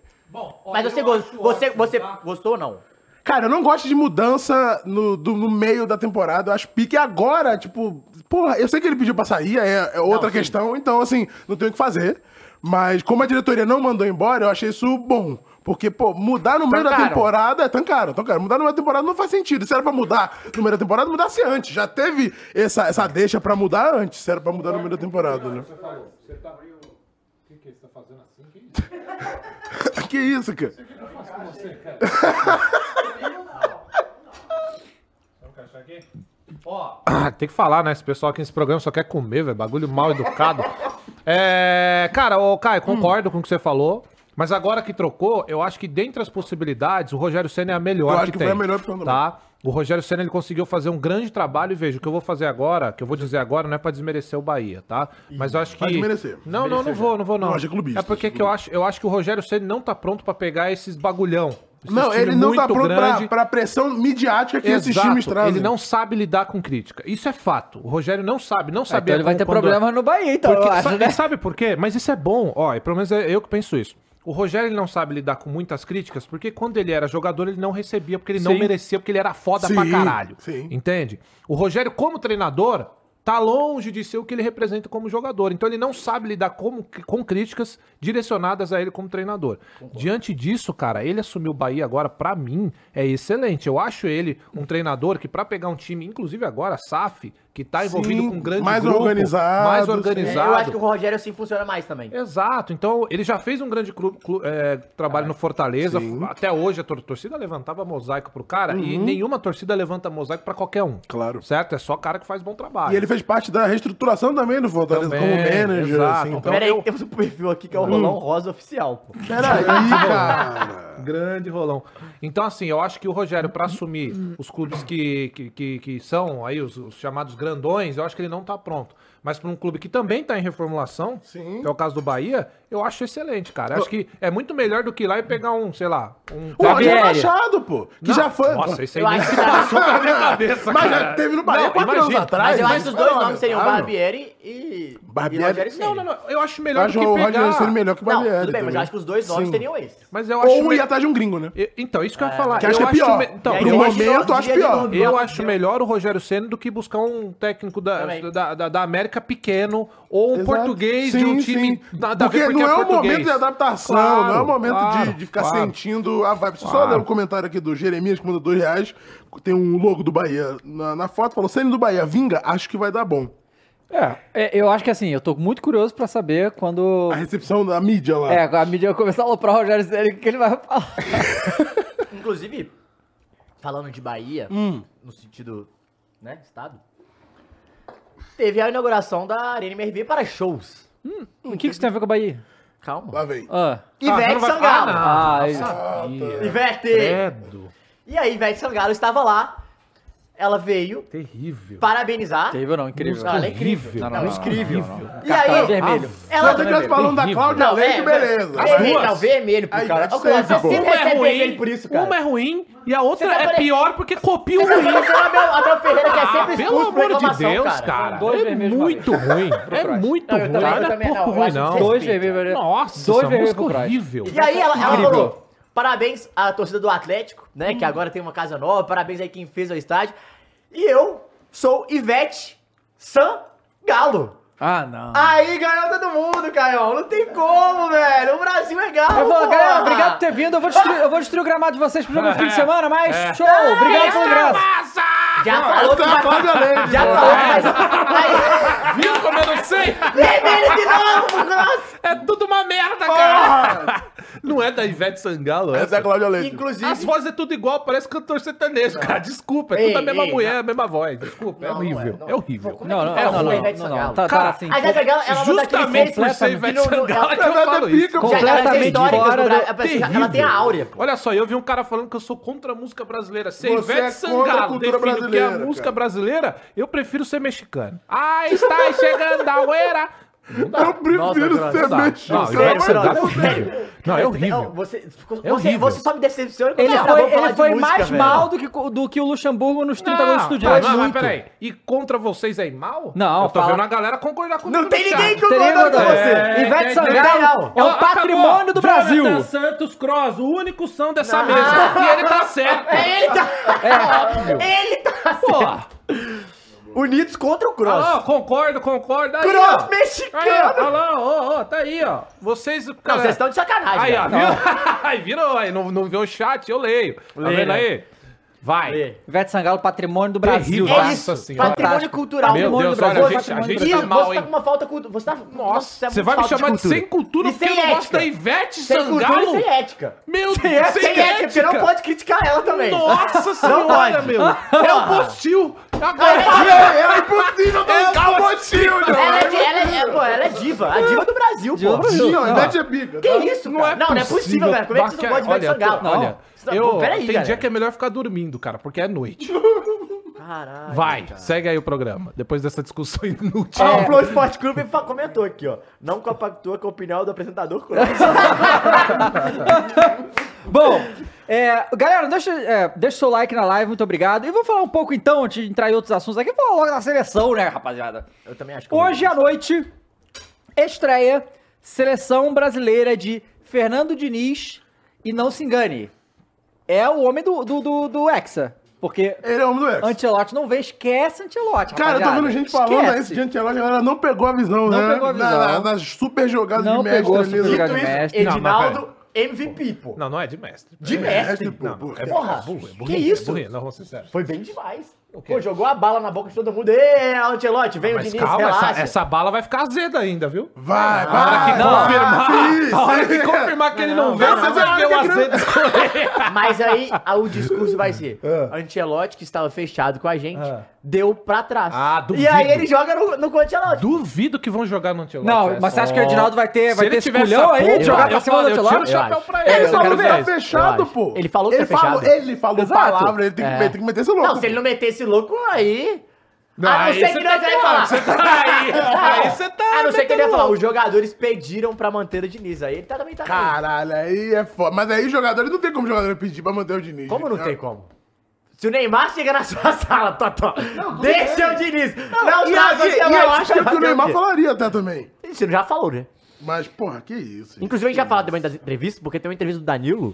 B: Mas você, go- você, você gostou ou não?
C: Cara, eu não gosto de mudança no, do- no meio da temporada. Eu acho pique agora, tipo, porra, eu sei que ele pediu pra sair, é, é outra
B: Não, sim.
C: questão, então, assim, não tem o que fazer. Mas como a diretoria não mandou embora, eu achei isso bom. Porque, pô, mudar no meio da
B: Tancaram.
C: temporada é tancaram, tancaram. Mudar no meio da temporada não faz sentido. Se era pra mudar no meio da temporada, mudasse antes. Já teve essa, essa deixa pra mudar antes, se era pra mudar no meio da temporada, né?
D: Você tá meio. O que, que você tá fazendo assim?
C: Que isso, cara?
D: Ah, tem que falar, né? Esse pessoal aqui nesse programa só quer comer, velho. Bagulho mal educado. É, cara, ô
C: Hum.
D: Caio, concordo com o que você falou. Mas agora que trocou, eu acho que dentre as possibilidades, o Rogério Senna é a melhor
C: Eu acho
D: que,
C: que
D: tem.
C: foi a melhor opção também.
D: tá? O Rogério Senna ele conseguiu fazer um grande trabalho e veja, o que eu vou fazer agora, que eu vou dizer agora, não é pra desmerecer o Bahia, tá? Mas eu acho que.
C: vai desmerecer.
D: Não, não, não vou, não vou, não.
C: Não, achei clubista,
D: é porque
C: achei
D: que eu acho, eu acho que o Rogério Senna não tá pronto pra pegar esses bagulhão. Esse
C: Não,
D: time
C: ele não tá
D: muito
C: pronto pra,
D: grande.
C: pra pressão midiática que esses
D: Exato.
C: times trazem.
D: Ele não sabe lidar com crítica. Isso é fato. O Rogério não sabe, não sabia
A: então ele vai
D: como-
A: ter
D: quando-
A: problema no Bahia, então,
D: Porque,
A: eu acho,
D: sa-
A: né?
D: Sabe por quê? Mas isso é bom, ó, e pelo menos é eu que penso isso. O Rogério ele não sabe lidar com muitas críticas, porque quando ele era jogador, ele não recebia, porque ele não
A: Sim.
D: merecia, porque ele era foda
C: Sim,
D: pra caralho.
C: sim.
D: Entende? O Rogério, como treinador, tá longe de ser o que ele representa como jogador. Então ele não sabe lidar como, com críticas direcionadas a ele como treinador. Diante disso, cara, ele assumiu o Bahia agora, pra mim, é excelente. Eu acho ele um treinador que, pra pegar um time, inclusive agora, SAF, que tá envolvido
C: Sim,
D: com um grande
C: mais
D: grupo,
C: organizado,
D: mais
C: sim.
D: organizado.
B: Eu acho que o Rogério assim funciona mais também.
D: Exato, então ele já fez um grande clu- clu- é,
C: Ah,
D: trabalho no Fortaleza. Até hoje a tor- torcida levantava mosaico pro cara e nenhuma torcida levanta mosaico pra qualquer um.
C: Uhum. Claro.
D: Certo? É só cara que faz bom trabalho.
C: E ele fez parte da reestruturação também do Fortaleza,
D: Também,
C: como manager,
D: exato.
C: assim. Então...
D: Então-
B: Pera aí,
D: eu- Hum.
B: temos um perfil aqui que é o Rolão Rosa Oficial, pô.
C: Peraí, cara.
D: Grande rolão. Então, assim, eu acho que o Rogério, pra assumir os clubes que, que, que, que são aí os, os chamados grandões, eu acho que ele não tá pronto. Mas pra um clube que também tá em reformulação,
C: Sim.
D: que é o caso do Bahia, eu acho excelente, cara. Eu acho que é muito melhor do que ir lá e pegar um, sei lá, um.
C: O Roger
B: Gabriel.
C: Machado, pô, que
D: Não,
C: já foi.
D: Nossa, isso aí
B: Eu
D: nem
B: acho que
D: se
B: dá.
D: passou pela minha cabeça,
C: Mas
D: cara.
C: já teve no Bahia
D: Não,
C: quatro
D: imagina.
C: anos atrás.
B: Mas eu acho que os dois
C: olha,
B: nomes seriam
C: claro.
B: Barbieri e,
C: Barbieri-
B: e Rogério Ceni.
D: Não, não, não. Eu acho melhor
C: Eu acho
D: do
C: o
D: que
C: Roger
D: pegar...
C: Ceni melhor que o
B: Não,
C: Barbieri.
B: tudo bem, mas eu
C: também.
B: acho que os dois nomes
C: Sim.
B: teriam esse.
D: Mas eu acho...
C: Ou
D: me-
C: ir atrás de um gringo, né?
D: Eu- Então, isso que eu ia falar.
C: Que acho que é pior.
D: me- Então,
B: E aí,
C: Pro
D: eu acho-
C: momento,
B: eu
C: acho
B: acho
C: pior.
B: que-
D: Eu acho melhor o Rogério Senna do que buscar um técnico da,
B: Também.
D: da, da, da América pequeno ou um
C: Exato.
D: português de um
C: Sim,
D: time
C: sim.
D: nada a
C: porque
D: ver
C: não é, o
D: português.
C: momento de adaptação,
D: Claro,
C: não é o momento
D: claro,
C: de, de ficar
D: claro.
C: sentindo a vibe. Só
D: Claro.
C: ler um comentário aqui do Jeremias, que mandou dois reais, tem um logo do Bahia na, na foto, falou, sendo do Bahia, vinga, acho que vai dar bom.
A: É, é, eu acho que assim, eu tô muito curioso pra saber quando.
C: A recepção da mídia lá.
A: É, a mídia começar a aloprar o Rogério Ceni, o que ele vai falar?
B: Inclusive, falando de Bahia,
A: Hum.
B: no sentido, né, estado, teve a inauguração da Arena MRV para shows.
A: O que, que isso tem a ver com o Bahia?
B: Calma.
C: Lá vem.
A: Ah,
D: Ah,
B: Ivete
D: não vai-
B: Sangalo.
A: ah,
D: Ah,
A: isso-
D: não. Sabia.
B: Ivete!
D: Credo.
B: E aí, Ivete Sangalo estava lá, ela veio
D: Terrível.
B: parabenizar.
A: Terrível não, incrível.
B: Não, ela é incrível.
D: Horrível.
B: Não, incrível. E
A: Cartão
B: aí,
A: vermelho.
B: ela... tá
C: Não, tem que falando da
D: horrível.
C: Cláudia Leite, beleza.
D: As
B: Vermelho,
D: duas.
B: não, vermelho pro
C: Aí,
B: cara.
C: Ivete
B: Ô, Cláudio,
C: Sangalo.
B: tá você
D: Uma
B: sempre
D: é
B: recebe vermelho
D: ruim,
B: por isso, cara.
D: uma é ruim e a outra
B: Você tá
D: é
B: pare-
D: pior porque copia o
B: Você
D: ruim.
B: tá parecendo o Abel, Abel Ferreira, que é sempre
D: Ah, pelo
B: expulso por
D: amor de
B: reclamação,
D: Deus,
B: cara.
D: cara.
A: Dois
D: é
A: vermelhos
D: muito ruim. É
A: trás.
D: muito
B: Não, eu
D: ruim.
B: também- eu
D: Não é
B: também
D: pouco
B: não, eu
D: ruim,
B: acho que
D: não.
B: vocês-
A: Dois vermelhos.
D: Nossa,
A: dois
D: essa
A: vermelhos
D: música é
A: por trás.
D: horrível.
B: E aí ela, ela
A: Incrível.
B: falou: parabéns à torcida do Atlético, né?
D: Uhum.
B: Que agora tem uma casa nova, parabéns aí quem fez o estádio. E eu sou Ivete Sangalo.
A: Ah, não.
B: Aí ganhou todo mundo, Caio. Não tem como, velho. O Brasil é galo.
A: Eu vou,
B: porra.
A: galera, obrigado por ter vindo. Eu vou destruir, eu vou destruir o gramado de vocês pro jogo no fim de semana, mas
D: É.
A: show! Obrigado pelo ingresso.
B: Já falou que
C: Essa é a
B: vai...
C: Cláudia Leite.
B: Já
C: pô.
B: falou
D: É,
B: que vai...
D: Viu como eu não sei?
B: Aí, vermelho de novo, nossa.
D: É tudo uma merda, cara! Não é da Ivete Sangalo,
C: Essa é a
D: essa?
C: Cláudia Leite.
B: Inclusive...
D: As vozes é tudo igual, parece cantor sertanejo, cara. Desculpa, é
B: Ei,
D: tudo a mesma
B: ei,
D: mulher, a mesma voz. Desculpa, é
B: Não, não é,
D: horrível.
B: não
D: é horrível.
B: Como é
A: Não,
B: que fala
A: não, não,
B: com a
A: não,
B: Ivete
A: não,
B: Sangalo?
A: não. Tá, tá
D: Cara,
A: assim.
B: A Ivete Sangalo, ela manda aquele
D: Justamente por ser
A: completamente-
D: Ivete Sangalo é que eu
C: Ela é
D: falo isso.
C: pica, pô.
B: Já, ela tem
A: completamente
B: história
A: fora
B: do Brasil.
A: da-
B: A pessoa- Ela tem a áurea, pô.
D: Olha só, eu vi um cara falando que eu sou contra a música brasileira. Se a
C: Você
D: Ivete
C: é contra a
D: Sangalo
C: cultura
D: define o que é a
C: brasileira,
D: música
C: cara.
D: brasileira, eu prefiro ser mexicano. Ah, está chegando a era. Não dá.
C: Eu prefiro
B: Nossa,
C: ser
D: não dá.
C: mexicano.
D: Não, Ivete
C: Sério,
D: Sangalo é
C: mano.
D: horrível. Não, é horrível.
B: Você, você,
D: É horrível.
B: você só me decepciona quando
A: Ele
B: você
A: foi,
B: acabou de falar
A: ele
B: de
A: foi
B: música,
A: mais
B: velho.
A: mal do que, do que o Luxemburgo nos 30 gols
D: mas-
A: estudiantes.
D: mas,
A: Muito.
D: peraí. E contra vocês é mal?
A: Não,
D: Eu tô
A: fala-
D: vendo a galera concordar com
B: Não tem ninguém
D: que
A: Teria
B: concordando com
A: mudado.
B: você.
A: É, Ivete
D: é,
A: Sangalo é
D: Ó,
A: o
D: acabou.
A: patrimônio do Brasil.
D: Jonathan Santos Cross, o único são dessa mesa. E ele tá certo. É
B: É ele tá. Ele tá.
D: Pô,
B: Unidos contra o Cross.
D: ó, Ah, concordo, concordo. Aí,
B: Cross
D: ó. Aí, ó,
B: mexicano.
D: olha lá, ó, ó, tá aí, ó. Vocês.
B: Não, vocês estão de
D: Aí,
B: sacanagem.
D: ó,
B: velho.
D: viu? aí virou, aí não, não vê o chat, eu leio. Tá
B: Lê,
D: vendo
B: né?
D: aí? Vai.
A: Ivete Sangalo, patrimônio do Brasil.
D: Terrível.
A: tá?
B: É isso.
D: Nossa senhora.
B: Patrimônio
A: Fantástico.
D: Meu
B: cultural. patrimônio
D: Deus,
B: do Brasil.
D: olha, a gente- a gente
B: Ih,
D: tá mal,
B: Você tá
D: hein?
B: com uma falta cultural. Você tá. Nossa, é
D: Você
B: muito
D: vai me
B: falta
D: chamar de, sem cultura
B: E
D: porque
B: sem
D: eu não gosto
B: ética.
D: da Ivete
B: Sem cultura e
D: Sangalo?
B: sem ética.
D: Meu
B: Sem ética, sem ética, um porque não pode criticar ela também.
D: Nossa
B: Não
D: senhora,
B: pode.
D: meu! É o postil! Agora
C: É, é impossível dar
D: Calma,
C: um motivo,
B: Ela é, ela, é, é, pô, ela é diva. A diva do Brasil,
A: Diva do
B: pô.
A: Brasil.
C: Não, Ivete é bica.
B: Que
C: tá?
B: isso, cara? Não, não é possível, velho. Como é que você não gosta de Ivete
D: olha,
B: Sangalo?
D: tô- Olha,
B: Não.
D: eu,
B: Pô, peraí,
D: tem
B: galera.
D: dia que é melhor ficar dormindo, cara, porque é noite.
B: Caralho.
D: Vai, segue aí o programa, depois dessa discussão inútil.
B: Ó, o Flow Sport Clube fa- comentou aqui, ó. Não compactua com a opinião do apresentador Cross.
A: Bom, é, galera, deixa, é, deixa o seu like na live, muito obrigado. E vou falar um pouco então, antes de entrar em outros assuntos aqui, vou falar logo da seleção, né, rapaziada?
B: Eu também acho que. eu
A: Hoje à noite, estreia seleção brasileira de Fernando Diniz. E não se engane, é o homem do, do, do, do Hexa. Porque
C: Ele é o homem do ex.
A: Antelote não vê, esquece Antelote.
C: Cara, eu tô vendo gente falando aí, esse de Antelote, a galera não pegou a visão,
A: Não
C: né?
A: pegou a
C: Na-
A: visão.
C: na- nas super jogadas
A: Não
C: de
B: é
C: mestre
A: pegou a
C: ali,
A: super
C: né?
A: jogada.
B: Dito isso,
D: Mestre. Não,
B: Edinaldo, MVP, pô.
D: Não, não é de mestre.
B: De mestre.
C: pô, pô,
D: É burro, é
B: Porra,
D: burro, é burro,
B: que isso?
D: É burrinho, não, vamos ser sérios.
B: Foi bem demais.
D: quê? Ah,
B: Pô, jogou a bala na boca de todo mundo. Ê, Antelote, vem o
D: Mas
B: Diniz,
D: calma,
B: relaxa.
D: essa, essa bala vai ficar azeda ainda, viu?
C: Vai,
D: A hora
C: vai.
D: que
C: vai.
D: confirmar,
C: Sim,
D: a hora
C: sim.
D: que confirmar que ele não, veio,
C: não,
D: você
C: não,
D: vai
C: não,
D: ver o
C: não, não.
D: azedo escorrer.
B: Mas aí a- o discurso vai ser:
D: Ah.
B: Antelote, que estava fechado com a gente, deu pra trás.
D: Ah,
B: E
D: duvido.
B: aí ele joga no, no com o Antelote.
D: Duvido que vão jogar no Antelote.
A: Não,
D: essa.
A: mas você acha que o Edinaldo vai ter,
D: Se
A: vai
D: ele
A: ter esse
D: tiver
A: culhão
D: essa
A: aí
D: porra,
A: de jogar
D: eu
A: pra cima do
D: falo, eu tiro
A: Antelote?
D: o chapéu
B: acho.
D: pra
B: Eu
D: ele.
C: Ele falou
B: quero
C: que
B: ver
C: tá
B: isso. Eu
C: fechado,
B: acho.
C: pô.
B: Ele falou que
C: ele
B: tá fechado.
C: Falou, ele falou
B: Exato.
C: palavra, ele tem que,
B: É.
C: meter- tem que meter esse louco.
B: Não, se ele não meter esse louco aí.
D: Não,
B: a não
D: aí
B: ser
D: você
B: que nós
D: tá
B: vai falar.
D: Você tá aí, aí você tá
B: a não ser que ele
D: metendo
B: ia falar,
D: louco.
B: os jogadores pediram pra manter o Diniz. Aí ele tá, também tá. meio-
C: Caralho, aí é foda. Mas aí os jogadores não tem como jogador pedir pra manter o Diniz.
B: Como
C: né?
B: não tem como? Se o Neymar chega na sua sala, Totó, deixa o Diniz. Não,
C: E,
B: traz o
C: aí, e
B: Ancelotti,
C: eu acho que é o que
B: vai
C: o
B: fazer
C: Neymar
B: quê?
C: falaria até também.
B: Você já falou, né?
C: Mas, porra, que isso. gente.
B: Inclusive, a gente já falou também das entrevistas, porque tem uma entrevista do Danilo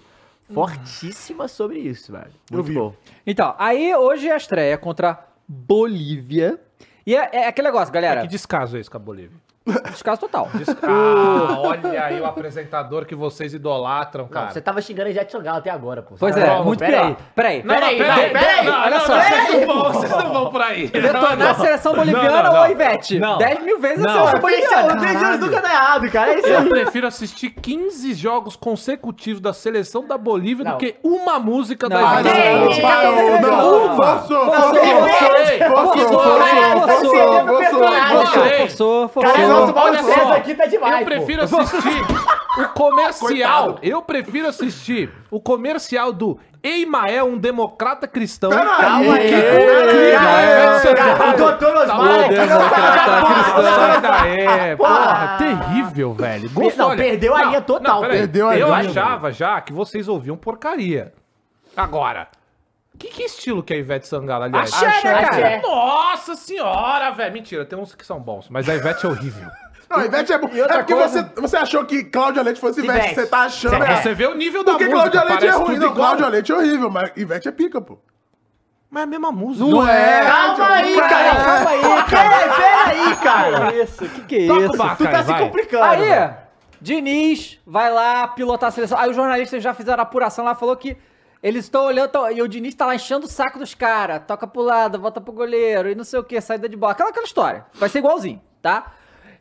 B: fortíssima sobre isso, velho.
C: Eu
B: Muito
C: vi.
B: bom.
A: Então, aí hoje é a estreia contra Bolívia. E é, é aquele negócio, galera.
D: Que descaso é esse com a Bolívia?
A: Descaso total.
D: Ah, olha aí o apresentador que vocês idolatram,
B: Não,
D: cara.
B: você tava xingando a Jet Gal até agora, pô.
A: tá- Pois é,
B: Calma,
A: muito
B: pera
A: pior.
B: aí.
A: Peraí.
D: Não, não,
B: Peraí,
D: pera aí,
B: não, peraí,
D: não,
A: olha
D: não,
A: só.
D: Vocês não vão, vocês não vão por aí.
A: Detonar a seleção boliviana
D: Não, não,
A: ou
D: não.
A: Ivete?
D: Não.
A: 10 mil vezes
D: Não.
A: a seleção
B: Por isso, o
A: boliviana.
B: David Jones nunca tá errado, cara. É isso aí.
D: Eu prefiro assistir 15 jogos consecutivos da seleção da Bolívia
B: Não.
D: do que uma música
A: Não,
D: da
C: Ah, não,
D: Argentina.
C: não,
B: Sim,
C: não, não, não,
A: não.
C: Forçou, forçou,
D: Forçou,
C: forçou,
A: forçou,
C: forçou, forçou,
A: forçou,
B: forçou.
C: forçou.
D: Ei,
A: Forçou, forçou,
B: Cara,
A: forçou.
B: nosso Paulo
D: Olha só,
B: César aqui tá demais,
D: Eu prefiro assistir o comercial. Eu prefiro assistir o comercial do Eimael, um democrata cristão.
C: Calma aí.
D: Que
C: Calma
D: com
C: aí.
D: clima
B: O
D: é esse,
B: doutor Osmar.
D: cara? Democrata cristão. Daí,
B: Porra.
D: Porra, terrível, velho.
B: não,
D: olha-
B: perdeu a linha total,
D: peraí.
C: perdeu a
D: Eu
C: linha,
D: achava já que vocês ouviam porcaria. Agora, que, que estilo que é a Ivete Sangalo, aliás?
A: Axé, né,
B: cara? Axé.
D: Nossa senhora, velho. Mentira, tem uns que são bons, mas a Ivete é horrível.
C: Não, Ivete é bom. É porque você, você achou que Cláudia Leite fosse Ivete,
B: Ivete.
C: você tá achando.
B: É.
D: Você vê o nível da
C: Porque
D: música,
C: Cláudia Leite é
D: parece
C: ruim,
D: tudo
C: não.
D: igual.
C: Cláudia Leite é horrível, mas Ivete é pica, pô.
D: Mas é a mesma música.
C: Não é.
B: Calma aí,
C: Não é.
B: cara. Calma aí, cara. Peraí, cara.
A: Que isso? Que que é
D: Toca o
A: isso?
D: barco,
B: Tu tá
D: cara,
B: se
D: vai.
B: complicando.
A: Aí,
B: velho.
A: Diniz vai lá pilotar a seleção. Aí os jornalistas já fizeram a apuração lá, falou que eles estão olhando, tão- e o Diniz tá lá enchendo o saco dos caras. Toca pro lado, volta pro goleiro, e não sei o que, saída de bola. Aquela, aquela história. Vai ser igualzinho, tá?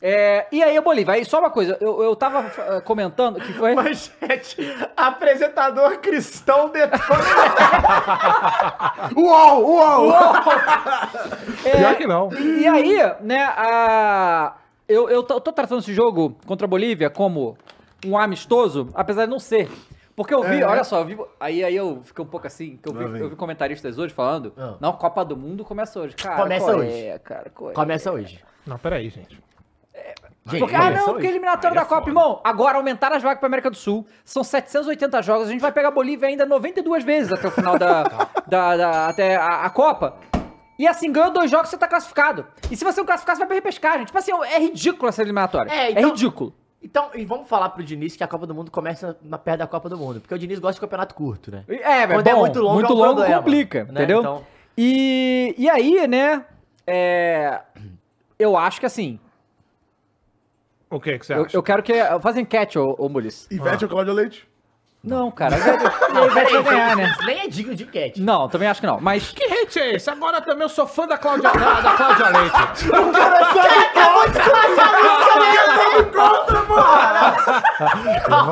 A: É, e aí, Bolívia, aí só uma coisa, eu, eu tava eh, comentando que foi.
B: Manchete, apresentador cristão detona.
C: Uou, uou, uou.
D: Pior que não.
A: É, E aí, né, a... eu, eu tô, tô tratando esse jogo contra a Bolívia como um amistoso, apesar de não ser. Porque eu vi,
C: É.
A: olha só, eu vi, aí, aí eu fiquei um pouco assim, que eu
C: Lá vem.
A: vi, eu vi comentaristas hoje falando,
B: Ah.
A: não, Copa do Mundo começa hoje. Cara,
B: Começa
A: qual
B: hoje.
A: É, cara, qual é?
B: Começa hoje.
D: Não, peraí, gente.
B: Gente,
A: Porque, ah, não, porque
B: porque ele
A: eliminatório
D: Aí é
A: da Copa,
D: foda.
A: irmão. Agora aumentaram as vagas pra América do Sul. São 780 jogos. A gente vai pegar a Bolívia ainda 92 vezes até o final da. da, da- até a, a Copa. E assim, ganhou dois jogos, você tá classificado. E se você não classificar, você vai pra repescagem. Tipo assim, é ridículo essa eliminatória.
B: É,
A: É,
B: então-
A: ridículo.
B: Então, e vamos falar pro Diniz que a Copa do Mundo começa na perto da Copa do Mundo. Porque o Diniz gosta de campeonato curto, né?
A: É, mas
B: Quando é
A: bom,
B: muito longo,
A: muito
B: é um
A: longo
B: problema,
A: complica,
B: né?
A: entendeu?
B: Então-
A: E, e aí, né? É, eu acho que assim.
D: O que, que você
A: Eu,
D: acha? Ah.
A: eu quero que. Faz enquete, ô, ô Mulis.
C: Ivete ou Cláudia Leite?
A: Não, cara. Não,
B: Peraí,
A: vai ganhar, né?
B: nem é digno de enquete.
A: Não, também acho que não. Mas.
D: Que hate é esse? Agora também eu sou fã da Cláudia, da da Cláudia Leite. Vai, não,
A: É,
D: vai.
A: qual-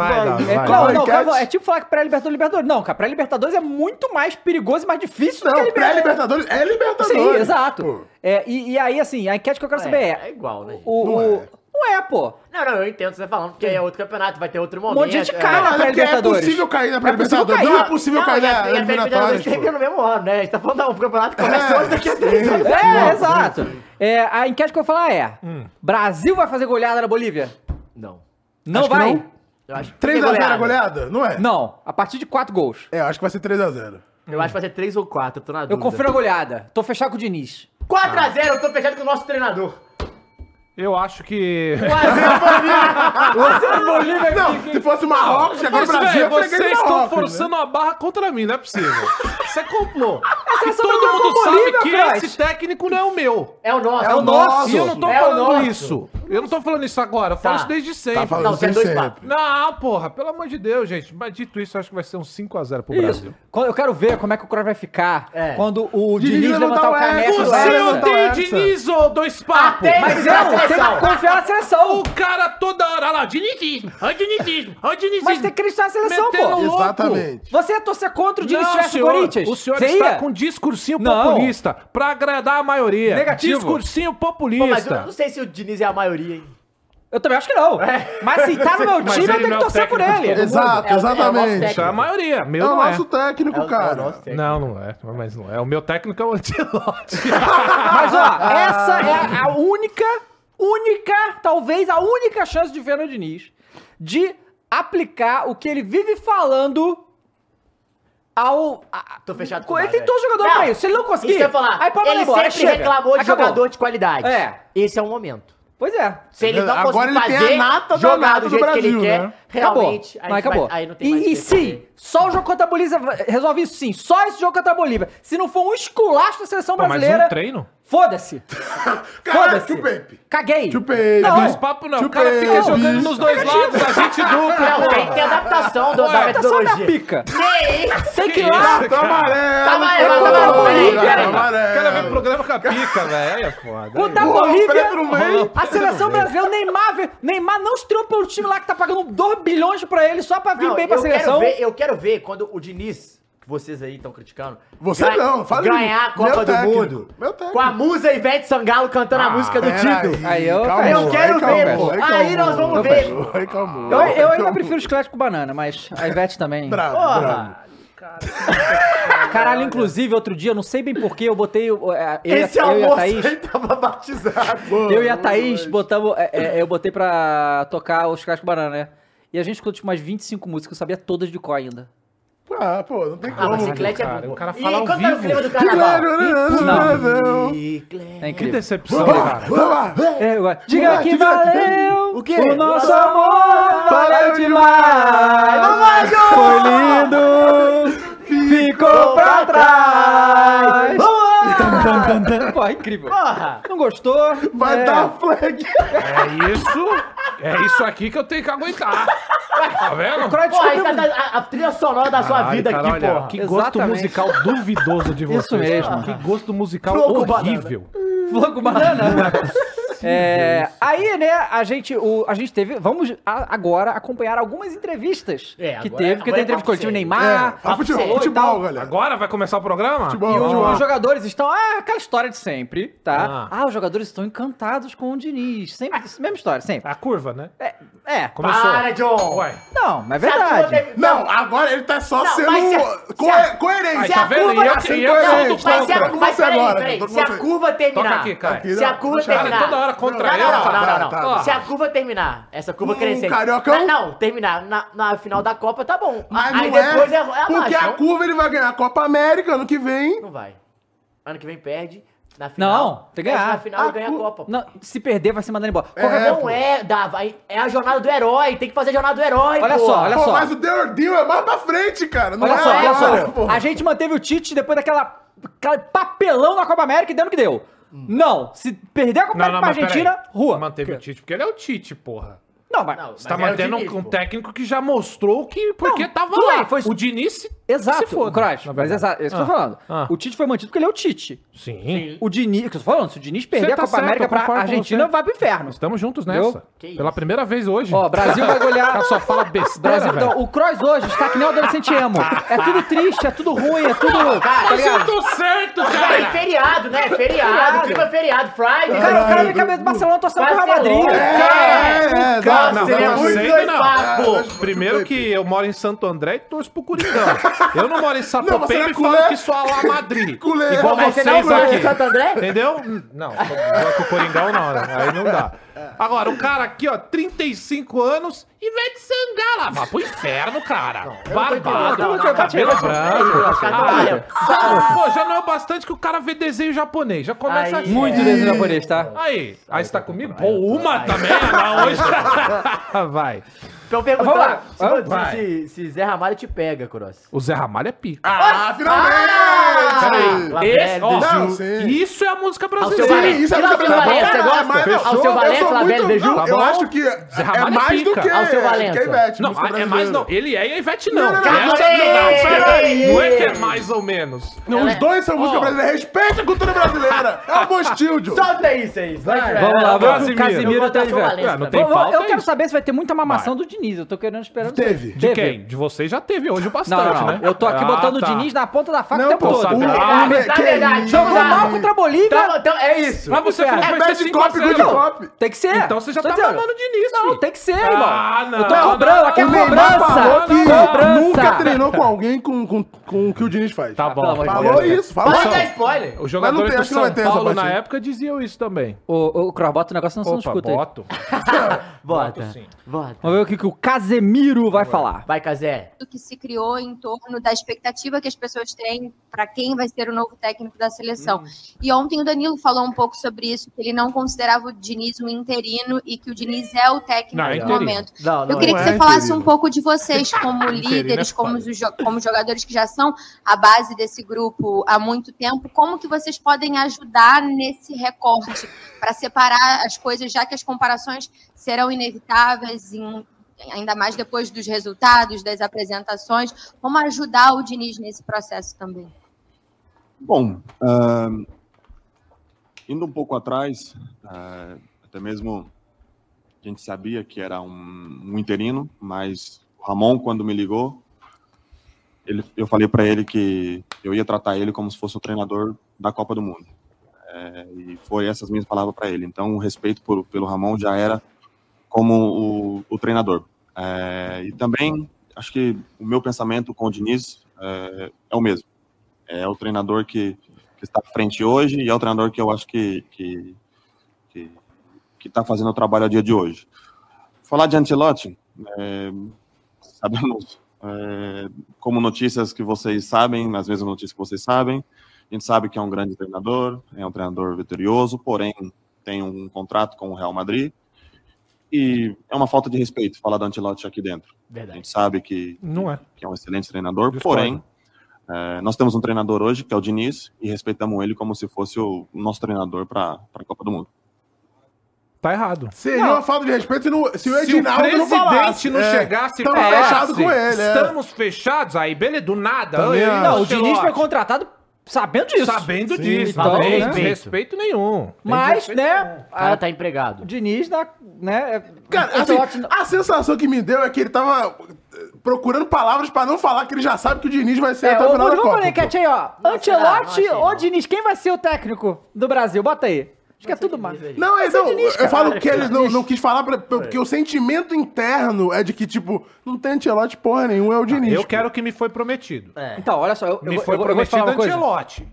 C: vai.
A: não,
C: Enquete?
A: qual- é tipo falar que pré-libertadores Libertadores. Não, cara, pré-libertadores é muito mais perigoso e mais difícil do que a
C: Não,
A: Libertadores.
C: pré-Libertadores é Libertadores.
A: Sim, exato.
C: pô.
A: É, e, e aí, assim, a enquete que eu quero
B: É,
A: saber
B: é
A: é.
B: igual, né?
A: O,
C: Não
A: o-
C: é.
A: não é, pô.
B: Não, não, eu entendo o que você tá falando, porque é outro campeonato, vai ter outro momento.
A: Um monte de gente
B: é.
A: cai,
C: Olha, porque é
A: Libertadores.
C: possível cair na
A: É possível
C: pré-Libertadores. Não
A: cair.
C: é possível cair
B: e a-
C: na
B: e a Libertadores
C: eliminatória.
B: sempre no mesmo ano, né? A gente tá falando, não, o campeonato começa
C: É,
B: hoje daqui a três
C: sim.
B: anos.
A: É, exato. É, a
C: Hum.
A: enquete que eu vou falar é: Brasil vai fazer goleada na Bolívia?
B: Não.
A: Não
C: Acho que
A: vai?
C: não.
B: Eu acho que
C: 3x0 a goleada? Não é?
A: Não, a partir de quatro gols.
C: É, eu acho que vai ser 3x0.
B: Eu acho que vai ser 3 ou 4, eu tô na
A: Eu
B: dúvida.
A: confiro a goleada. Tô fechado com o Diniz.
B: 4x0, eu tô fechado com o nosso treinador.
D: Eu acho que.
C: Não, se fosse Marrocos, chegou no
D: Mas,
C: Brasil,
D: velho,
C: eu falei que
D: vocês estão
C: Marrocos, né?
D: forçando a barra contra mim, não é possível. Isso é complô. E
A: seleção
D: todo
A: não
D: mundo
A: jogou
D: sabe
A: Bolívia,
D: que
A: Cross.
D: esse técnico não é o meu.
B: É o nosso.
C: É o nosso.
D: E eu não tô
B: É o
D: falando
B: nosso.
D: isso. Eu não tô falando isso agora, eu falo
B: Tá.
D: isso desde
C: Tá
D: sempre.
C: falando
B: Não, você é dois
C: sempre.
B: papos.
D: Não, porra, pelo amor de Deus, gente. Mas dito isso, eu acho que vai ser um 5x0 pro Brasil.
A: Quando- Eu quero ver como é que o Kroos vai ficar
B: É.
A: quando o Diniz,
C: Diniz
A: levantar
C: levantar
A: o
C: o
A: caneco
C: ego,
A: do
C: Você
D: Você
A: Hexa.
C: Essa,
D: odeia
C: essa.
D: Diniz ou dois papos?
B: Até
A: Mas
B: Essa
A: não, tem
B: seleção.
A: que confiar na seleção.
D: O cara toda hora lá, dinizismo, ó dinizismo, ó dinizismo.
A: Mas tem que acreditar na seleção,
D: Metendo
A: pô.
D: louco.
C: Exatamente.
A: Você ia torcer contra o Diniz
D: Não,
A: se tivesse
D: senhor,
A: Corinthians?
D: O senhor
A: Você
D: está
A: ia?
D: com um discursinho
A: Não.
D: populista pra agradar a maioria.
A: Negativo.
D: Discursinho
B: Pô, mas eu
D: populista.
B: não sei se o Diniz é a maioria, hein?
A: Eu também acho que não. Mas se tá no meu
D: Mas
A: time, eu
D: ele não
A: tenho que
D: é o
A: torcer por
D: técnico de
A: ele.
C: Exato,
B: É o- é o nosso
C: exatamente.
B: técnico.
D: Isso é a maioria.
C: É
D: Meu
C: o
D: não
C: nosso
B: É o-
C: técnico,
B: É o
C: cara.
B: nosso técnico.
D: Não, não é. Mas não é. O meu técnico é o Antilote.
A: Mas ó, essa é a- a única, única, talvez a única chance de Fernando Diniz de aplicar o que ele vive falando ao. a-
B: Tô fechado
A: Ele tem todo jogador
B: Não,
A: pra isso. Se ele não conseguir,
B: Isso que eu ia falar.
A: aí pode
B: ele
A: mandar embora,
B: sempre
A: chega.
B: reclamou de
A: Acabou.
B: jogador de qualidade.
A: É.
B: Esse é o momento.
A: Pois é.
B: Se ele não
C: Agora
B: conseguir
C: ele tem a
B: fazer,
C: nata da
B: jogar
C: nata
B: do
C: do
B: jeito que ele
C: Brasil,
B: quer,
C: né?
A: Acabou.
B: realmente,
A: Mas
B: gente vai-
A: acabou.
B: aí não tem mais
A: e e
B: jeito pra
A: sim,
B: ele.
A: só o jogo contra a Bolívia resolve isso sim. Só esse jogo contra a Bolívia. Se não for um esculacho da seleção
D: Pô, mas
A: brasileira,
D: um treino?
A: foda-se.
C: Caralho,
A: Foda-se.
C: tio Pepe.
A: Caguei.
C: Chupei.
A: Não.
D: Dois papos não. O
C: Chupa
D: cara fica
C: ele,
D: jogando
C: bicho.
D: nos dois lados, a gente
B: Não,
D: dupla.
B: tem que ter adaptação do, da
A: Tá só na
B: metodologia.
A: pica.
B: Que isso?
A: Tem que ir lá.
C: Tá amarelo.
B: Tá amarelo, tá
A: amarelo, Bolívia.
C: Tá
D: O cara vem pro
C: amarelo.
D: programa com a pica, velho. Aí é foda.
A: O da
D: Aí-
A: Bolívia.
C: Pedro Melo.
A: A seleção brasileira, o Neymar, veio- Neymar não estreou pelo time lá que tá pagando 2 bilhões pra ele só pra vir
B: Não,
A: bem pra
B: eu quero
A: seleção.
B: ver- eu quero ver quando o Diniz, que vocês aí estão criticando,
C: Você
B: vai
C: não, fala de mim.
B: ganhar a Copa
C: Meu
B: do
C: técnico,
B: Mundo.
C: meu técnico.
B: Com a musa Ivete Sangalo cantando a música do Tito.
A: Ah, aí. eu-
B: Eu quero ver, pô. Aí nós vamos ver.
C: Aí calmou.
A: Eu, eu ainda
C: Calmou.
A: prefiro o esqueleto com banana, mas a Ivete também.
C: Bravo,
B: Porra.
C: bravo.
A: Caralho, inclusive, outro dia, não sei bem porquê, eu botei. o- é, Eu,
B: Esse
A: eu e a
B: almoço
A: Thaís.
B: aí tava batizado.
A: Eu e a Thaís botamos. é, é, eu botei pra tocar os Cascos Banana, né? E a gente escutou tipo, umas 25 músicas, eu sabia todas de cor ainda.
C: Ah, pô, não tem
B: Ah, mas
C: como. né?
B: chiclete é
D: cara,
B: bom.
D: o cara
B: E
D: fala ao
B: quando tá o
D: vivo.
B: clima do carnaval?
C: Não.
A: É
B: Chiclete.
D: Que
A: incrível.
D: decepção, cara.
A: É, eu- Diga que
C: diga-
A: valeu!
B: O quê?
A: O nosso amor valeu
C: Valeu
A: demais! Foi lindo! Ficou pra trás! Tan, tan, tan. Pô, é incrível!
B: Porra!
A: Não gostou?
C: Vai
A: É.
C: dar flag.
D: É isso. É isso aqui que eu tenho que aguentar. Tá vendo?
A: Croy
B: Porra, aí
A: descobriu
B: tá da- a, a trilha sonora da sua
D: Caralho,
B: vida
D: cara,
B: aqui,
D: olha,
B: porra.
D: Que gosto
A: Exatamente.
D: musical duvidoso de vocês.
A: Isso mesmo.
D: cara. Que gosto musical
B: Troco
D: horrível.
A: Fogo banana. É, aí, né, a gente, o, a gente teve. Vamos a- agora acompanhar algumas entrevistas
B: É,
A: que
B: agora-
A: teve, porque
B: agora
A: tem
B: é
A: entrevista
B: papo
A: com o
B: sério.
A: time Neymar.
C: É,
A: tá?
B: sério
C: futebol,
A: e tal.
C: futebol, galera.
D: Agora vai começar o programa?
C: Futebol,
D: E o-
C: futebol.
A: Os jogadores estão. Ah, aquela história de sempre, tá? Ah,
D: Ah.
A: os jogadores estão encantados com o Diniz. Sempre, mesma história, sempre.
D: A curva, né?
A: É. é.
D: Começou.
B: Para, John!
D: Ué.
A: Não, mas é
B: Se a turma
A: verdade.
B: teve-
C: Não, agora ele tá só
B: Não,
C: sendo
B: mas se-
C: co-
B: se a-
C: coerente.
D: Aí,
B: se
D: tá
B: a
D: vendo?
B: curva
D: E eu,
B: tá
D: que- e
C: sendo
D: eu então,
C: coerente,
D: sou do
C: tá
B: Mas se
D: contra.
B: a,
C: com
B: mas
C: você
B: peraí,
C: agora,
B: peraí,
C: tô com
B: se a
C: você.
B: curva terminar.
D: Toca aqui, cara.
B: Se a curva
C: Cara,
B: terminar.
D: toda hora contra
B: não,
D: ela.
B: Não, não, não, não.
C: Tá, tá,
D: tá.
B: Se a curva terminar, essa curva
C: Um
B: crescente.
C: cariocão?
B: Não, não, terminar na, na final da Copa tá bom.
C: Mas
B: Aí
C: não é,
B: depois é, é
C: Porque
B: abaixo.
C: a curva ele vai ganhar a Copa América ano que vem.
B: Não vai. Ano que vem perde. Na final.
A: Não, tem que ganhar.
B: perde Na final
C: A
B: e ganha a
C: cu-
B: Copa.
A: Não, se perder, vai ser mandado embora.
C: É,
B: Não,
C: pô.
B: é, dá, vai, é a jornada do herói. Tem que fazer a jornada do herói,
A: Olha
B: pô.
A: só, olha
C: Pô,
A: só.
C: mas o The Ordeal é mais pra frente, cara. Não
A: Olha
C: é
A: só, olha
C: agora,
A: só.
C: pô.
A: A gente manteve o Tite depois daquela aquela papelão na Copa América e deu no que deu. Não, se perder a Copa
D: Não, não,
A: América Ah, pra
D: mas peraí.
A: Argentina, rua.
D: Manteve o Tite, porque ele é o Tite, porra.
A: Não, mas.
B: Não,
D: Você tá
B: mas é o
D: mantendo
B: Diniz,
D: um, um
B: pô.
D: técnico que já mostrou que porque
A: Não,
D: tava
A: tudo
D: lá.
A: bem, foi-
D: O Diniz se,
A: Exato,
D: se foda.
A: o Kroos,
D: na
A: Mas
D: verdade.
A: exato, é isso que eu tô
D: Ah,
A: falando.
D: ah.
A: O Tite foi mantido porque ele é o Tite.
D: Sim.
A: O Diniz, que eu tô falando, se o Diniz perder
D: Você
A: a
D: tá
A: Copa
D: certo,
A: América
D: eu
A: pra
D: concordo com
A: Argentina,
D: você.
A: vai pro inferno.
D: Estamos juntos
A: Entendeu?
D: nessa.
B: Que
D: Pela
B: isso.
D: primeira vez hoje.
A: Ó, Brasil vai golear.
D: Ela só fala besteira,
A: Brasil,
D: velho.
A: não, o Kroos hoje está que nem o adolescente emo. É tudo triste, é tudo ruim, é tudo. Tá
D: Mas eu
A: ligado?
D: tô certo,
B: Cara, é
D: cara!
B: feriado, né? É feriado. clima é feriado. Friday.
A: Cara, o cara vem cabeça do Barcelona torcendo pro Real Madrid.
C: É, é,
B: cara,
C: não,
B: seria
D: não,
B: muito
D: sei
B: dois
D: não.
B: papos.
D: Primeiro que eu moro em Santo André e torço pro Coringão. Eu não moro
C: Não,
D: em
C: mas será
D: Sapopemba e
C: culé?
D: falo que sou a La Madrid.
C: Culé.
D: Igual
C: Mas
B: você não
D: vocês
B: mora em
D: aqui.
B: Santo André?
D: Entendeu? Hum, Não, só com o Coringão não, né? Aí não dá. Agora, o cara aqui, ó, 35 anos e vem de Sangala. Vai pro inferno, cara. Barbado,
B: entendendo, não, não,
D: cabelo
B: não, não, não, não, não,
D: branco.
B: não,
D: Ah,
B: não, não.
D: já- Pô, já não é o bastante que o cara vê desenho japonês. Já começa
B: Aí-
D: aqui.
A: Muito desse japonês, tá?
D: Aí, aí você tá comigo? Pô, uma também? Ah, Não, hoje. Vai.
B: Então
A: Vamos lá,
B: perguntar se,
A: vamos,
B: você-
A: vai.
B: se, se Zé Ramalho te pega, Cross.
D: O Zé Ramalho é pica.
C: Ah,
A: Ah!
C: finalmente!
B: La
D: Esse-
B: Belle
D: ó,
B: de Ju.
C: Não, sim.
D: Isso é a música
B: seu
D: brasileira.
B: Valença.
C: Sim, isso é
B: E Alceu
C: muito bom.
B: Valença,
C: Caralho,
B: você gosta?
C: mas não,
B: Alceu
C: eu
B: Valença,
C: sou
B: La Belle
C: muito-
B: Beju?
C: não,
D: Tá
C: Eu
D: bom?
C: acho que é
D: Ramalho é
C: mais do
D: pica.
C: que...
B: Alceu Valença.
C: que a Ivete,
D: Não,
C: música
D: é mais
C: brasileira.
D: não. Ele é e a Ivete não.
C: Não, não, não,
D: Essa
B: não,
D: é a
B: não,
D: verdade.
B: não,
D: Não é que
B: não.
D: é mais ou menos. é
C: Não,
B: é-
C: os dois são música
D: Ó.
C: brasileira. Respeite a cultura brasileira. É o Bostildio.
B: Solta isso aí, vai.
A: Vamos lá, vamos pro
D: Casimiro.
B: é Eu
A: Casimiro
B: vou
A: até
B: botar
A: Ah, ele
B: São Valença
D: Ué, não
B: também.
D: tem- pauta,
A: Eu
D: é
A: quero
D: isso.
A: saber se vai ter muita mamação do Diniz. Eu tô querendo esperando.
C: Teve.
D: De quem? De vocês já teve hoje
A: Não,
D: bastante,
A: não, não.
D: né?
A: Eu tô aqui botando
D: Ah, tá.
A: o Diniz na ponta da faca o
C: Não,
A: tempo
C: pô,
A: todo.
D: sabe-
B: Ah,
C: me-
B: tá
C: que
B: verdade,
C: isso?
A: Jogou
B: tá.
A: mal contra a
B: Então,
A: Bolívia.
B: então, é isso.
D: Mas você falou que
C: É
D: vai ser
C: bad
D: 5 a
C: cop, good
D: 0.
C: cop.
A: Tem que ser.
D: Então você já
A: Tô
D: tá
A: dizendo.
D: mamando de nisso,
A: Não,
D: filho.
A: tem que ser,
D: Ah,
A: irmão.
D: não,
A: eu tô
D: não,
A: cobrando,
D: não,
A: aqui é
C: O Neymar
A: cobrança.
C: falou que
A: Cobrança.
C: nunca treinou com alguém com, com, com o que o Diniz faz.
D: Tá bom.
B: Pelo amor de
D: beleza.
C: Falou isso, falou
B: Pode
C: isso.
B: dar spoiler.
D: Os
C: Mas não
D: jogadores
C: tem,
D: do
C: acho que não
D: São
C: vai ter essa
D: Paulo na
C: batida.
D: época diziam isso também.
A: Ô, ô, Cross, bota o negócio, senão você não
D: Opa,
A: escuta aí.
D: boto.
B: Bota.
D: Ah, sim.
B: Bota.
A: Vamos ver o que, que o Casemiro vai falar.
B: Vai, Cazé.
F: que se criou em torno da expectativa que as pessoas têm para quem vai ser o novo técnico da seleção. E ontem o Danilo falou um pouco sobre isso, que ele não considerava o Diniz um interino e que o Diniz é o técnico
D: Não, é
F: do
D: interino.
F: momento.
B: Não,
F: Eu queria
C: é
F: que você falasse
C: interino.
F: um pouco de vocês como líderes,
D: é
F: como,
D: foda.
F: os jo- como jogadores que já são a base desse grupo há muito tempo, como que vocês podem ajudar nesse recorte para separar as coisas, já que as comparações serão inevitáveis em- ainda mais depois dos resultados, das apresentações, como ajudar o Diniz nesse processo também.
G: Bom, ah, indo um pouco atrás, ah, até mesmo a gente sabia que era um, um interino, mas o Ramon, quando me ligou, ele, eu falei para ele que eu ia tratar ele como se fosse o treinador da Copa do Mundo. Eh, e foi essas minhas palavras para ele. Então, o respeito por- pelo Ramon já era como o, o treinador. Eh, e também, acho que o meu pensamento com o Diniz eh, é o mesmo é o treinador que, que está à frente hoje e é o treinador que eu acho que que que- que está fazendo o trabalho a dia de hoje. Falar de Ancelotti, é, sabemos é, como notícias que vocês sabem, as mesmas notícias que vocês sabem, a gente sabe que é um grande treinador, é um treinador vitorioso, porém tem um contrato com o Real Madrid e é uma falta de respeito falar do Ancelotti aqui dentro. A
B: Verdade.
G: gente sabe que
D: Não é.
G: que é um excelente treinador,
D: Discordo.
G: porém, eh, nós temos um treinador hoje, que é o Diniz, e respeitamos ele como se fosse o nosso treinador para a Copa do Mundo.
D: Tá errado.
C: Seria uma falta de respeito se, não, se o
D: Se o
C: Edinaldo não falasse.
D: presidente não
C: É.
D: chegasse e
C: Tamo
D: falasse,
C: fechado com ele, é.
D: Estamos fechados? Aí, beleza, do nada.
C: Também
D: Ei,
C: acho.
A: Não, o
D: Ancelotti.
A: Diniz foi contratado sabendo disso.
D: Sabendo
C: Sim,
D: disso,
A: então,
D: não tem
A: né?
D: desrespeito nenhum. Tem
A: Mas,
D: desrespeito
A: né,
B: O cara
A: a-
B: tá empregado.
A: o Diniz, na, né... é-
C: Cara, assim,
A: Ancelotti não-
C: a sensação que me deu é que ele tava eh, procurando palavras pra não falar que ele já sabe que o Diniz vai ser
A: É,
C: até o
A: ô,
C: final da
A: Murilo,
C: Copa.
A: falei,
C: pô.
A: Cat, aí, ó.
B: será? Não
A: Ancelotti
B: achei,
A: ou
B: não.
A: Diniz, quem vai ser o técnico do Brasil? Bota aí. Acho que é tudo mais.
C: Não, é, não,
A: Diniz, É. cara.
C: eu falo que ele não, não quis falar pra- pra- porque o sentimento interno é de que, tipo, não tem Ancelotti porra nenhuma, é
A: Tá,
C: o Diniz.
D: Eu
C: pô.
D: quero o que me foi prometido.
A: Então, olha só, eu, eu,
D: Me
A: vou-
D: foi
A: eu vou- eu vou te falar
D: prometido
A: uma coisa.
D: Ancelotti.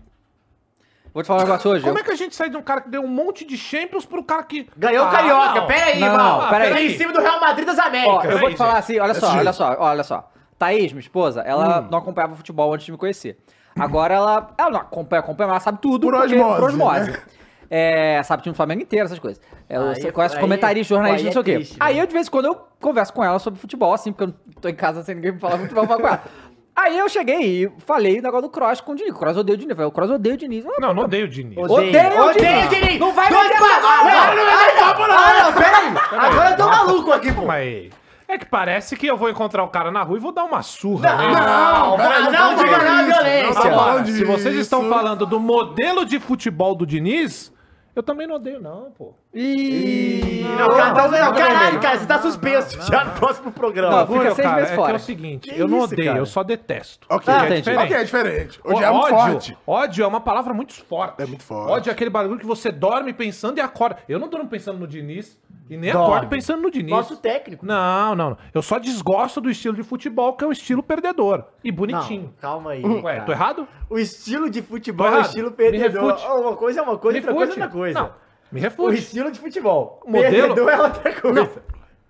A: Vou te falar um negócio hoje.
D: Como é que a gente sai de um cara que deu um monte de Champions pro cara que...
B: Ganhou o
D: Ah,
B: Carioca.
D: não.
B: Pera aí,
A: Não,
B: irmão.
A: pera aí.
B: Tá em cima do Real Madrid das
A: Ó,
B: Américas.
A: eu vou te falar assim, olha só,
C: Esse
A: olha só, olha só. Thaís, minha esposa,
C: Hum.
A: ela não acompanhava futebol antes de me conhecer. Agora ela. Ela não acompanha, acompanha, mas ela sabe tudo.
C: Por
A: porque-
C: osmose, né?
A: Por osmose. É, sabe o time do Flamengo inteiro, essas coisas. Ela
B: Aí- é
A: conhece
B: aí-
A: comentarista, jornalista,
B: pô,
A: não
B: aí
A: sei o quê.
B: é triste, né?
A: Aí eu, de vez em quando, eu converso com ela sobre futebol, assim, porque eu não tô em casa sem ninguém me falar futebol, eu falo com ela. Aí eu cheguei e falei o negócio do Cross com o Diniz. O Cross odeia o Diniz. Eu falei, O Cross odeia o Diniz. Eu
D: Não, não dei o Diniz.
A: Odeio,
B: Odeio
A: odeio.
B: o Diniz.
A: Não vai
B: Doido
A: meter
B: pra-
A: essa bola.
B: Ah,
D: é
B: não, não, não, não, não, não, pera aí. Agora eu tô maluco aqui, pô.
D: Mas é que parece que eu vou encontrar o cara na rua e vou dar uma surra nele.
C: Não,
B: Não,
C: velho,
B: não,
C: tá
B: diga não à
C: falando isso,
B: violência.
C: tá
D: Agora,
C: falando
D: se vocês
C: disso.
D: estão falando do modelo de futebol do Diniz, eu também não odeio, não, pô.
A: Ih,
B: Não, cara, tá- não, caralho, cara, você tá suspenso já no próximo programa.
A: Não, fica seis
D: cara,
A: meses
D: é
A: fora.
D: que é o seguinte,
B: Que
D: eu não
B: isso,
D: odeio,
B: cara?
D: eu só detesto.
C: Ok,
A: Ah,
C: é
A: entendi.
C: diferente. Ok, é diferente. Hoje é
D: Ó-
C: muito
D: ódio,
C: forte.
D: Ódio é uma palavra muito forte.
C: É muito forte.
D: Ódio é aquele barulho que você dorme pensando e acorda. Eu não durmo pensando no Diniz e nem
B: Dorme.
D: acordo pensando no Diniz.
B: Nosso técnico.
D: Não, não, não. Eu só desgosto do estilo de futebol, que é um estilo perdedor. E bonitinho.
B: Não, calma aí.
D: Ué,
B: cara.
D: tô errado?
B: O estilo de futebol
D: Tô
B: é o
D: errado.
B: estilo
D: Me
B: perdedor.
D: refute.
B: Uma coisa é uma coisa,
D: Me
B: outra coisa é
D: refute.
B: outra coisa.
D: Não, me
B: O
D: refute.
B: estilo de futebol.
D: O modelo-
B: Perdedor é outra coisa.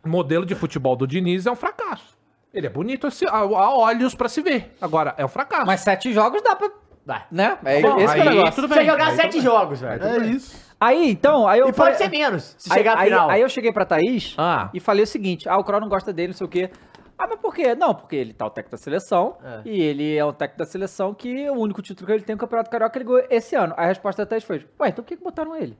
D: O modelo de futebol do Diniz é um fracasso. Ele é bonito assim, a, a olhos pra se ver. Agora, é um fracasso.
A: Mas sete jogos dá pra.
B: Vai.
A: Né? É
D: Bom,
A: esse que é o
D: aí-
A: negócio.
D: tudo
B: Você
D: bem.
B: jogar
D: Aí
B: sete jogos, velho.
C: É isso.
A: Aí, então, aí eu.
B: E
A: falei-
B: pode ser menos, se
A: aí,
B: chegar à
A: aí-
B: final.
A: aí eu cheguei pra Thaís
D: Ah.
A: e falei o seguinte: ah, o Kroos não gosta dele, não sei o quê. Ah, mas por quê? Não, porque ele tá o técnico da seleção
B: É.
A: e ele é o técnico da seleção que o único título que ele tem é o Campeonato Carioca que ele ganhou esse ano. A resposta da Thaís foi: ué, então por que que botaram ele?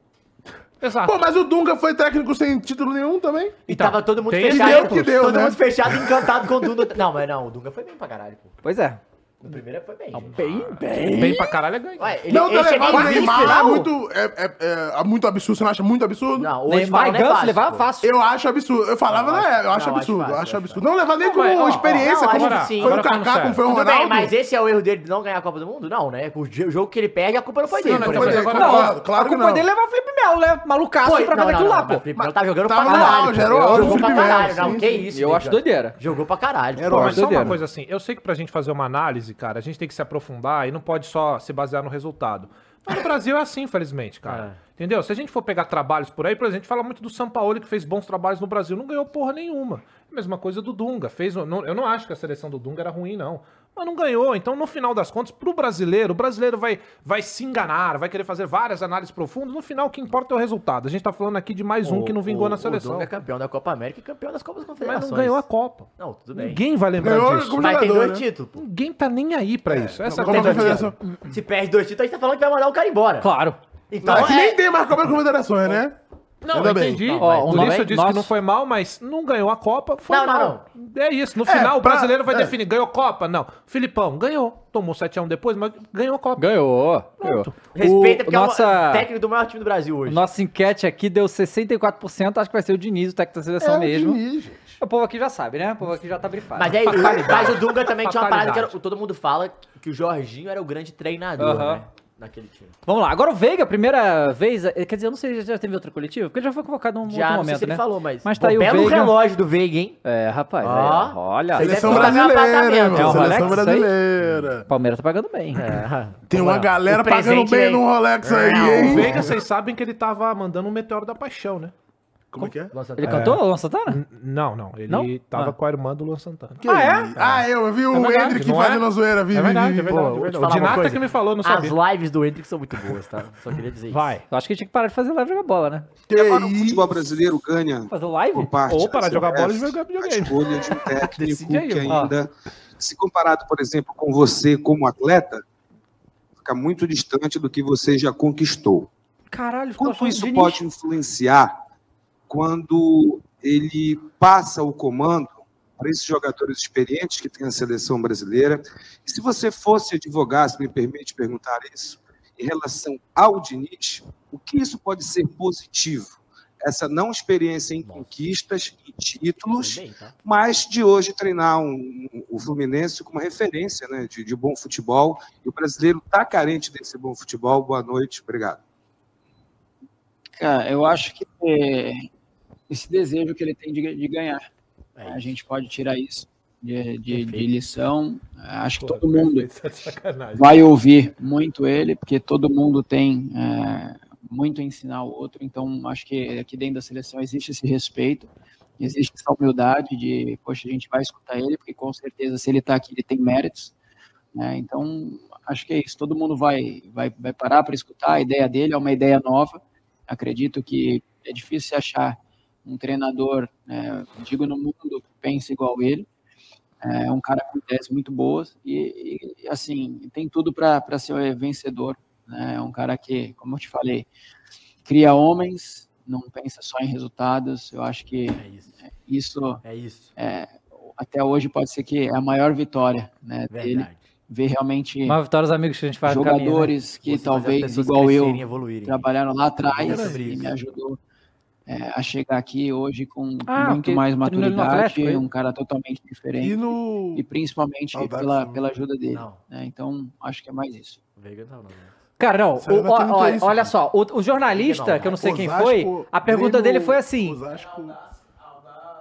D: Exato.
C: Pô, mas o Dunga foi técnico sem título nenhum também?
B: E
D: Então,
B: tava todo mundo
D: tem
B: fechado.
C: exemplo que deu,
B: todo
C: né?
B: mundo fechado, encantado com o Dunga. Não, mas não, o Dunga foi bem pra caralho, pô.
A: Pois é.
B: No primeiro foi bem. gente.
A: Bem, bem.
D: Bem pra caralho é ganho.
B: Ué, ele,
C: não,
B: ele
C: tá
B: chegou
C: levado
B: em
C: o Neymar é
B: final?
C: muito, é, é- é- é muito absurdo. Você não acha muito absurdo?
B: Não, hoje
A: Neymar e
B: fala, não é
A: Ganso
B: fácil,
A: levaram
B: pô.
A: fácil.
C: Eu acho absurdo. Eu falava,
B: Não,
C: né?
B: acho-
C: Eu acho
B: não,
C: absurdo,
B: acho
C: eu
B: fácil,
C: acho
B: acho
C: absurdo. Não levar nem
D: Não, mas, ó,
C: como
D: ó,
C: experiência,
B: não,
C: como
B: acho que sim.
C: foi
D: Agora tá
C: o
D: falando
C: Kaká, como
D: sério.
C: foi o
B: Tudo bem,
C: Ronaldo.
B: mas esse é o erro dele de não ganhar a Copa do Mundo? Não, né? O jo- jogo que ele perde, a culpa não foi
D: Sim,
B: dele.
D: não
B: por
D: foi
B: exemplo.
D: dele,
C: Agora,
D: Não,
C: é claro, claro
A: a
C: que
A: culpa
C: não.
A: dele é levar o Felipe Melo, né? Malucaço
B: Foi,
A: pra fazer aquilo lá, pô.
B: mas Felipe Melo tava jogando
C: Tava
B: pra
C: no
B: caralho.
C: auge,
B: pô.
C: era o auge,
B: Jogou pra
C: Felipe Melo,
B: caralho, não,
C: sim,
B: que
C: sim.
B: isso.
A: Eu
B: Felipe
A: acho
B: Melo.
A: doideira.
B: Jogou pra caralho.
C: Era
B: pô.
C: o
D: Mas só uma
A: Doideira.
D: coisa assim, eu sei que pra gente fazer uma análise, cara, a gente tem que se aprofundar e não pode só se basear no resultado. Mas no Brasil é assim, infelizmente, cara.
B: É.
D: Entendeu? Se a gente for pegar trabalhos por aí, por exemplo, a gente fala muito do Sampaoli que fez bons trabalhos no Brasil, não ganhou porra nenhuma. É Mesma coisa do Dunga. Fez, um- não- eu não acho que a seleção do Dunga era ruim, não. Mas não ganhou. Então, no final das contas, pro brasileiro, o brasileiro vai, vai se enganar, vai querer fazer várias análises profundas. No final, o que importa é o resultado. A gente tá falando aqui de mais um que não vingou
B: O-
D: na
B: o
D: seleção.
B: Dunga é campeão da Copa América e campeão das Copas
D: Mas
B: Confederações.
D: não ganhou a Copa.
B: Não, tudo bem.
D: Ninguém vai lembrar
C: Ganhou
D: disso.
C: como
B: Mas tem
C: jogador,
B: dois
C: né?
B: títulos, pô.
D: Ninguém tá nem aí pra isso. Essa
C: Copa
D: é a
B: Tem dois
D: verdade.
C: Confederação.
B: títulos. Se perde dois títulos, a gente tá falando que vai mandar o cara embora.
A: Claro.
B: Então,
C: Não, é que
B: é-
C: nem tem mais Copa das Confederações, né?
D: Não,
C: Ainda
D: eu
C: bem.
D: entendi.
B: Não,
A: mas
D: Por
A: tudo
D: isso
A: bem.
D: eu disse
A: Nossa.
D: que não foi mal, mas não ganhou a Copa, foi
B: Não, não,
D: mal. É isso. No final, o
C: pra-
D: brasileiro vai
C: é.
D: definir. Ganhou a Copa? Não. Filipão, ganhou. Tomou 7x1 depois, mas ganhou a Copa.
A: Ganhou. ganhou.
B: Respeita,
A: O-
B: porque
A: nossa,
B: é o técnico do maior time do Brasil hoje.
A: Nossa enquete aqui deu 64%. Acho que vai ser o Diniz, o técnico da
C: É,
A: seleção mesmo. O povo aqui já sabe, né? O povo aqui já tá brifado.
B: Mas, é, isso. mas o Dunga também tinha uma parada que era-
D: Fatalidade.
B: todo mundo fala que o Jorginho era o grande treinador,
A: Aham.
B: né? Naquele time.
A: Vamos lá. Agora o Veiga, primeira vez. eh, Quer dizer, eu não sei se já teve outra coletiva, porque ele já foi convocado num
B: Já não
A: outro
B: sei
A: momento,
B: se ele
A: né?
B: falou, mas.
A: Mas tá aí o
B: belo
A: Veiga.
B: relógio do Veiga, hein?
A: É, rapaz.
B: Ó.
A: aí, ó, olha.
B: Vocês
C: Seleção
B: Deve custar meu
C: brasileira,
B: apartamento.
C: meu irmão.
A: É um
C: Seleção
A: Rolex, isso aí?
C: brasileira.
A: O Palmeiras tá pagando bem.
C: Tem uma galera
B: É, O presente, É,
C: pagando bem
B: hein?
C: num Rolex aí,
D: O
C: hein?
D: Veiga, vocês sabem que ele tava mandando um meteoro da paixão, né?
C: Como que é?
A: Ele cantou, Luan Santana?
D: N- Não, não. Ele
A: Não?
D: tava
A: Ah.
D: com a irmã do Luan Santana.
A: Ah, é?
C: Ah, eu, eu vi o
D: verdade,
C: Hendrick
D: não é?
C: fazendo a zoeira, vi,
D: É
C: vi,
D: verdade,
C: vi,
D: é
C: vi.
D: verdade.
B: Pô,
D: é
B: vou te
D: verdade.
B: falar
D: O
B: uma
D: Dinata
B: coisa. Ah,
D: que me falou, não
B: As
D: sabia.
B: lives do Hendrick são muito boas, tá? Só queria dizer isso.
D: Vai.
A: Eu acho que a gente tinha que parar de fazer live da bola, né?
C: Que
G: Agora o
C: isso?
G: um futebol brasileiro ganha
A: Fazer live?
G: por parte
D: Ou parar de jogar bola e
G: CBF,
D: jogar
G: a
D: videogame.
G: escolha de um técnico
D: Decide aí,
G: que
D: ó.
G: ainda, se comparado, por exemplo, com você como atleta, fica muito distante do que você já conquistou.
A: Caralho, ficou
G: Quanto
A: achando
G: isso
A: Diniz.
G: pode influenciar quando ele passa o comando para esses jogadores experientes que tem a seleção brasileira? E se você fosse advogado, se me permite perguntar isso, em relação ao Diniz, o que isso pode ser positivo? Essa não experiência em conquistas e títulos,
B: Tudo bem, tá?
G: mas de hoje treinar um- um- o Fluminense como referência né, de, de bom futebol. E o brasileiro está carente desse bom futebol. Boa noite, obrigado.
H: Cara, eu acho que é, esse desejo que ele tem de, de ganhar,
B: É
H: a
B: isso.
H: gente pode tirar isso de, de- de
B: Perfeito.
H: lição. Acho que
D: Porra,
H: todo mundo
D: Isso é de sacanagem.
H: vai ouvir muito ele, porque todo mundo tem é, muito a ensinar o outro. Então, acho que aqui dentro da seleção existe esse respeito, existe essa humildade de, poxa, a gente vai escutar ele, porque com certeza se ele está aqui, ele tem méritos. né? Então, acho que é isso. Todo mundo vai, vai, vai parar para escutar a ideia dele, é uma ideia nova. Acredito que é difícil se achar um treinador, né, digo no mundo, que pensa igual ele. É um cara com ideias muito boas e, e, assim, tem tudo para ser vencedor. Né? É um cara que, como eu te falei, cria homens, não pensa só em resultados. Eu acho que
B: É isso.
H: isso,
B: É isso.
H: até hoje, pode ser que é a maior vitória né, dele.
B: Verdade.
H: Ver realmente
A: Uma vitória dos amigos que a gente faz no caminho, né?
H: jogadores que
B: Você fazer as
H: talvez,
B: pessoas
H: igual eu,
B: crescerem e evoluírem.
H: trabalharam lá
B: Era
H: atrás
B: sobre
H: e
B: isso.
H: me ajudou é, a chegar aqui hoje com
A: Ah,
H: muito
A: porque
H: mais
A: terminou ele no Atlético, é
H: maturidade,
A: ele?
H: um cara totalmente diferente
C: E
H: e,
C: no.
H: principalmente
C: Saudades
H: pela,
C: do-
H: pela ajuda dele.
B: Não,
H: né? Então, acho que é mais isso.
B: o Veiga não, não.
A: Cara, não,
C: Sério,
A: o-
C: mas tem
A: ó-
C: muito
A: ó-
C: isso,
A: olha
C: cara.
A: só, o, o jornalista,
B: Não,
A: que eu não sei quem
C: Osasco,
A: foi, a pergunta
C: Grêmio,
A: dele foi assim,
C: Osasco. É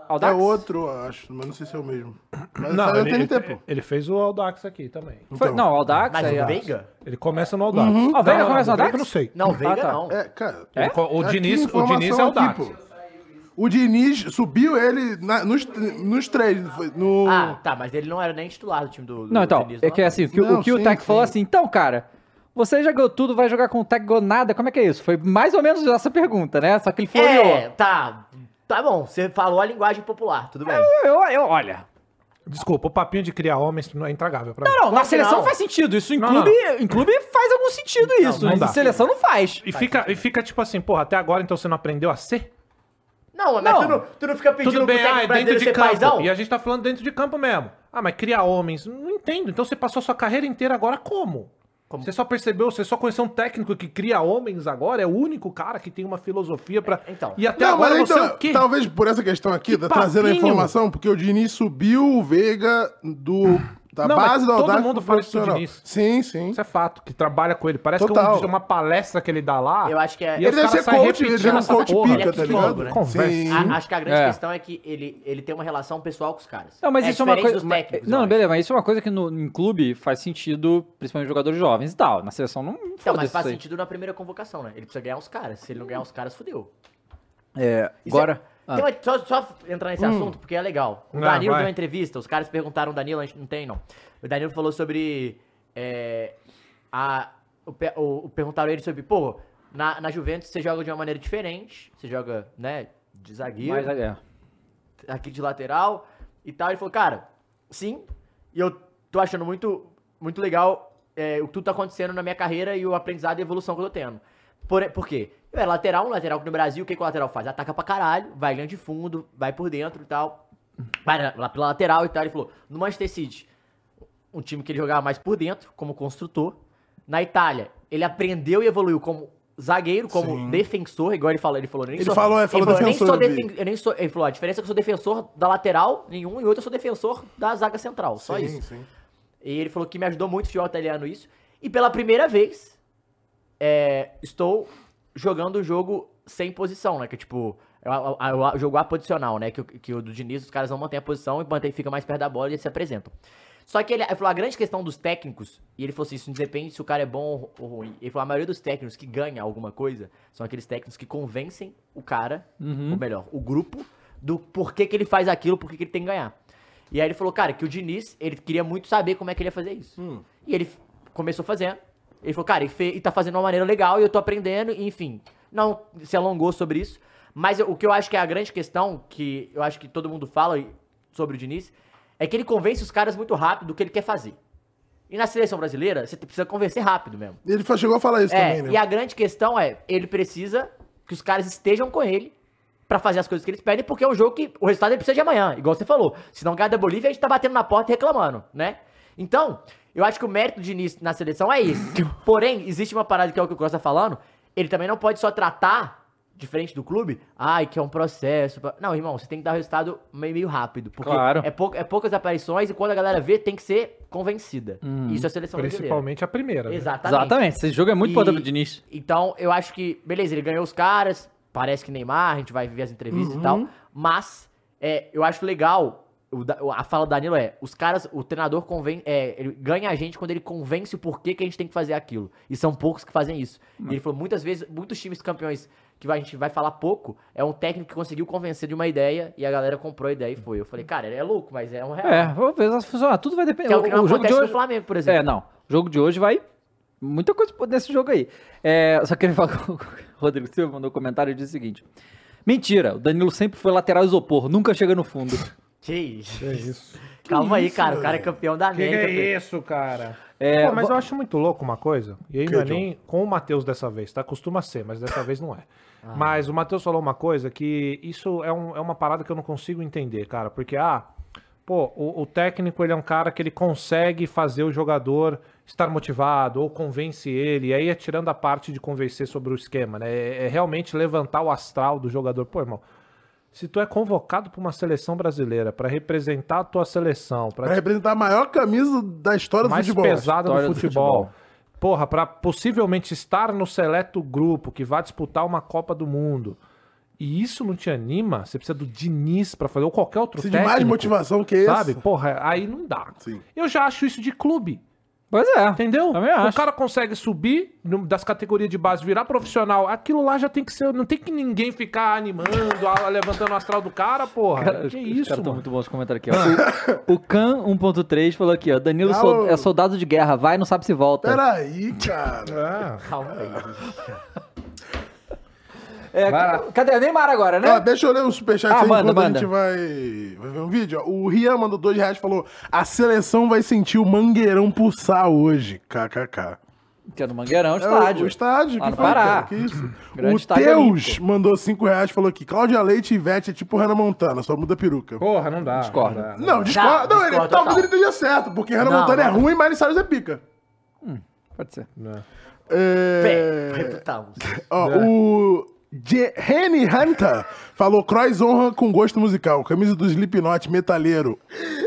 A: Audax?
C: outro, eu acho, mas não sei se é o mesmo. Mas
D: Não,
C: saiu
D: ele,
C: tem
D: ele,
C: tempo.
D: ele fez o Aldax aqui também.
A: Foi,
C: Então.
A: não, Audax,
B: Mas
A: aí,
B: o
A: ó.
B: Veiga?
D: Ele começa no Ah, Aldax.
A: Ah, o Veiga
D: Não, não,
A: começa no
D: o Veiga
A: Audax?
D: Eu Uhum. Tá, não sei.
B: Não, o Veiga
A: tá.
B: não.
C: É, cara.
D: Ele co- o,
C: aqui,
D: Diniz, o
C: informação
D: Diniz é o
C: aqui,
D: Aldax.
C: pô. O Diniz subiu ele na- nos, nos três. foi No...
B: Ah, tá, mas ele não era nem titular do time do, do
A: Não, então,
B: Diniz,
A: é que assim, o que o,
C: Não,
A: que o
C: sim,
A: Tec falou
C: sim.
A: assim, então, cara, você já ganhou tudo, vai jogar com o Tec ganhou nada, como é que é isso? Foi mais ou menos essa pergunta, né? Só que ele floreou.
B: É, tá. Tá bom, você falou a linguagem popular, tudo bem.
A: Eu, eu, olha.
D: Desculpa, o papinho de criar homens não é intragável pra mim.
A: Não, na
B: Claro que
A: seleção
B: não.
A: faz sentido. Isso em
D: Não,
A: clube, em clube faz algum sentido isso.
D: não
A: em
D: dá.
B: é
A: seleção não faz.
D: E fica, e fica tipo assim, porra, até agora então você não aprendeu a ser?
B: Não, mas
A: Não.
B: Tu, não, tu não fica pedindo
D: Tudo bem,
B: pro técnico
D: ah, é dentro
B: brasileiro
D: de
B: ser
D: campo.
B: paizão?
D: E a gente tá falando dentro de campo mesmo. Ah, mas criar homens, não entendo. Então você passou sua carreira inteira agora como?
B: Como?
D: Você só percebeu, você só conheceu um técnico que cria homens agora, é o único cara que tem uma filosofia pra.
B: É, então.
D: E até agora você é o quê?
C: talvez por essa questão aqui,
D: Que
C: da, trazendo a
D: papinho.
C: informação, porque o Diniz subiu o Veiga do, da
D: Não, mas
C: base da
D: todo
C: Audax
D: mundo
C: pro
D: fala isso do
C: profissional.
D: Diniz.
C: Sim, sim.
D: Isso é fato, que trabalha com ele. Parece
C: Total.
D: que é um- uma palestra que ele dá lá.
B: Eu acho que é-
D: e
C: Ele
D: os
C: deve
D: caras
C: ser
D: saem
C: coach, ele
D: repetindo
C: é um
D: essa
C: coach
D: porra.
B: Ele
C: pica,
B: é
C: tá
B: psicólogo,
C: ligado?
B: né?
D: Conversa.
C: Sim.
B: A- acho que a grande
A: É.
B: questão é que ele, ele tem uma relação pessoal com os caras.
A: Não, mas isso é uma
B: diferente
A: coisa.
B: dos
A: mas-
B: técnicos, eu
A: não,
B: acho.
A: beleza, mas isso é uma coisa que no, em clube faz sentido, principalmente jogadores jovens e tal. Na seleção não
B: Então,
A: foda-se
B: mas faz
A: isso aí.
B: sentido na primeira convocação, né? Ele precisa ganhar os caras. Se ele não ganhar os caras, fudeu.
A: É,
B: Isso
A: agora.
B: é- Então, é só, só entrar nesse assunto, porque é legal. O
D: Ah,
B: Danilo
D: vai.
B: deu uma entrevista, os caras perguntaram, Danilo, a gente não tem, não. O Danilo falou sobre. é, a, o, pe- o- o- perguntaram ele sobre, pô, na, na Juventus você joga de uma maneira diferente. Você joga, né, de zagueiro.
A: Mas, é.
B: aqui de lateral e tal. Ele falou, cara, sim, e eu tô achando muito, muito legal é, o que tudo tá acontecendo na minha carreira e o aprendizado e a evolução que eu tô tendo. Por, por quê? Eu era lateral, um lateral que no Brasil, o que, que o lateral faz? Ataca pra caralho, vai grande fundo, vai por dentro e tal. Vai na- lá pela lateral e tal. Ele falou, no Manchester City, um time que ele jogava mais por dentro, como construtor. Na Itália, ele aprendeu e evoluiu como zagueiro, como
C: Sim.
B: defensor, igual ele falou, ele falou, nem
C: Ele
B: sou-
C: falou, é, falou
B: eu nem
C: defensor,
B: sou
C: eu vi.
B: defen- eu nem sou, ele falou, a diferença é que eu sou defensor da lateral nenhum e outro eu sou defensor da zaga central, só
C: Sim,
B: isso.
C: sim.
B: E ele falou que me ajudou muito futebol italiano isso. E pela primeira vez, é, estou jogando o jogo sem posição, né? Que é tipo, é o- é o- é o jogo aposicional, né? Que, o- que o do Diniz, os caras não mantêm a posição e mantém, fica mais perto da bola e eles se apresentam. Só que ele, ele falou, a grande questão dos técnicos, e ele falou assim, isso depende se o cara é bom ou ruim. Ele falou, a maioria dos técnicos que ganha alguma coisa são aqueles técnicos que convencem o cara, ou melhor, o grupo, do porquê que ele faz aquilo, porquê que ele tem que ganhar. E aí ele falou, cara, que o Diniz, ele queria muito saber como é que ele ia fazer isso.
C: Hum.
B: E ele f- começou fazendo. Ele falou, cara, e, fe- e tá fazendo de uma maneira legal e eu tô aprendendo, e enfim. Não se alongou sobre isso. Mas eu- o que eu acho que é a grande questão, que eu acho que todo mundo fala e- sobre o Diniz, é que ele convence os caras muito rápido do que ele quer fazer. E na seleção brasileira, você precisa convencer rápido mesmo.
C: Ele fa- chegou a falar isso
B: É,
C: também, né?
B: e a grande questão é, ele precisa que os caras estejam com ele pra fazer as coisas que eles pedem, porque é um jogo que o resultado ele precisa de amanhã, igual você falou. Se não ganhar da Bolívia, a gente tá batendo na porta e reclamando, né? Então, eu acho que o mérito de Diniz na seleção é esse. Porém, existe uma parada que é o que o Costa tá falando, ele também não pode só tratar diferente do clube, ai, que é um processo. pra- Não, irmão, você tem que dar o resultado meio, meio rápido, porque
A: Claro.
B: é, pouca- é poucas aparições e quando a galera vê, tem que ser convencida. Isso é a seleção brasileira.
D: Hum, Principalmente a primeira. né?
B: Exatamente.
A: Exatamente, esse jogo é muito
B: E-
A: importante pro Diniz.
B: Então, eu acho que, beleza, ele ganhou os caras, parece que Neymar, a gente vai ver as entrevistas e tal, mas é, eu acho legal, o Da- a fala do Danilo é, os caras, o treinador conven, é, ele ganha a gente quando ele convence o porquê que a gente tem que fazer aquilo, e são poucos que fazem isso. E ele falou, muitas vezes, muitos times campeões que a gente vai falar pouco, é um técnico que conseguiu convencer de uma ideia, e a galera comprou a ideia e foi. Eu falei, cara, é louco, mas é um real.
A: É, vou ver se funciona. Tudo vai depender.
B: Que é o que não
A: o jogo de
B: acontece no
A: hoje.
B: Flamengo, por exemplo.
A: É, não. O jogo de hoje vai. Muita coisa nesse jogo aí. É, só queria falar com o Rodrigo Silva, mandou um comentário e disse o seguinte: Mentira, o Danilo sempre foi lateral isopor, nunca chega no fundo.
B: Que isso.
C: É isso.
B: Calma aí,
C: isso,
B: cara, o cara é
C: velho?
B: campeão da
D: Que que
B: América. filho.
D: é isso, cara?
A: É,
D: Pô, mas
A: vo-
D: eu acho muito louco uma coisa, e aí
C: Que,
D: não é
C: John?
D: nem com o Matheus dessa vez, tá? Costuma ser, mas dessa vez não é. Mas o Matheus falou uma coisa que isso é, um- é uma parada que eu não consigo entender, cara, porque, ah, Pô, o, o técnico ele é um cara que ele consegue fazer o jogador estar motivado ou convence ele. E aí é tirando a parte de convencer sobre o esquema, né? É, é realmente levantar o astral do jogador. Pô, irmão, se tu é convocado pra uma seleção brasileira, pra representar a tua seleção, pra
C: Vai representar É a maior camisa da história do
D: mais
C: futebol.
D: pesada do
B: História do
D: futebol.
B: futebol.
D: Porra, pra possivelmente estar no seleto grupo que vai disputar uma Copa do Mundo. E isso não te anima? Você precisa do Diniz pra fazer ou qualquer outro
C: Precisa de
D: técnico.
C: mais motivação que esse.
D: Sabe? Porra, aí não dá.
C: Sim.
D: Eu já acho isso de clube.
A: Pois é.
D: Entendeu?
A: Também acho.
D: O cara consegue subir no- das categorias de base, virar profissional. Aquilo lá já tem que ser. Não tem que ninguém ficar animando, a- levantando o astral do cara, porra. que isso,
A: Cara, tô
D: mano?
A: muito bom esse comentário aqui, ó. O, o Can 1.3 falou aqui, ó. Danilo
C: Ah,
A: sol-
C: o-
A: é soldado de guerra, vai, não sabe se volta.
C: Peraí, cara.
D: É.
B: Calma aí.
A: É, cadê? Neymar agora, né?
C: Ó, deixa eu ler o superchat
A: Ah,
C: aí
A: manda,
C: enquanto
A: manda.
C: a gente vai... vai ver um vídeo. ó. O Rian mandou dois reais e falou: a seleção vai sentir o mangueirão pulsar hoje. KKK.
A: Que é no
C: É,
A: Mangueirão,
C: o-
A: estádio.
C: O estádio,
A: Lá
C: que
A: no
C: foi,
A: Pará.
C: cara? Que isso?
A: Grande
C: o
A: estádio é
C: Teus
A: olímpico.
C: mandou cinco reais e falou aqui: Cláudia Leite e Ivete é tipo Hannah Montana, só muda a peruca.
D: Porra, não dá.
A: Discordo.
D: Não dá.
C: Não, discorda.
B: Não,
C: Não, ele, tá-
B: discordo
C: talvez
B: total.
C: ele esteja certo, porque Hannah
B: Não,
C: Montana é
B: não.
C: ruim e Miley Cyrus é pica.
A: Hum, Pode ser.
B: Pé, vai
C: É...
B: putar, moço.
C: Ó,
D: é.
C: o Je- Henry Hunter falou Croix honra com gosto musical, camisa do Slipknot, metaleiro.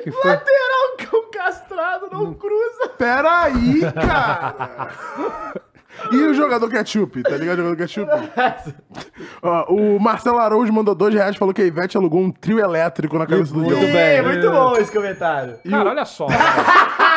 A: Que foi?
B: Lateral cão castrado não cruza.
C: Peraí, cara! E o jogador ketchup, tá ligado? O jogador ketchup. Ó, o Marcelo Araújo mandou dois reais e falou que a Ivete alugou um trio elétrico na cabeça do John.
B: Ih, muito bom esse comentário.
D: Cara, olha só. cara.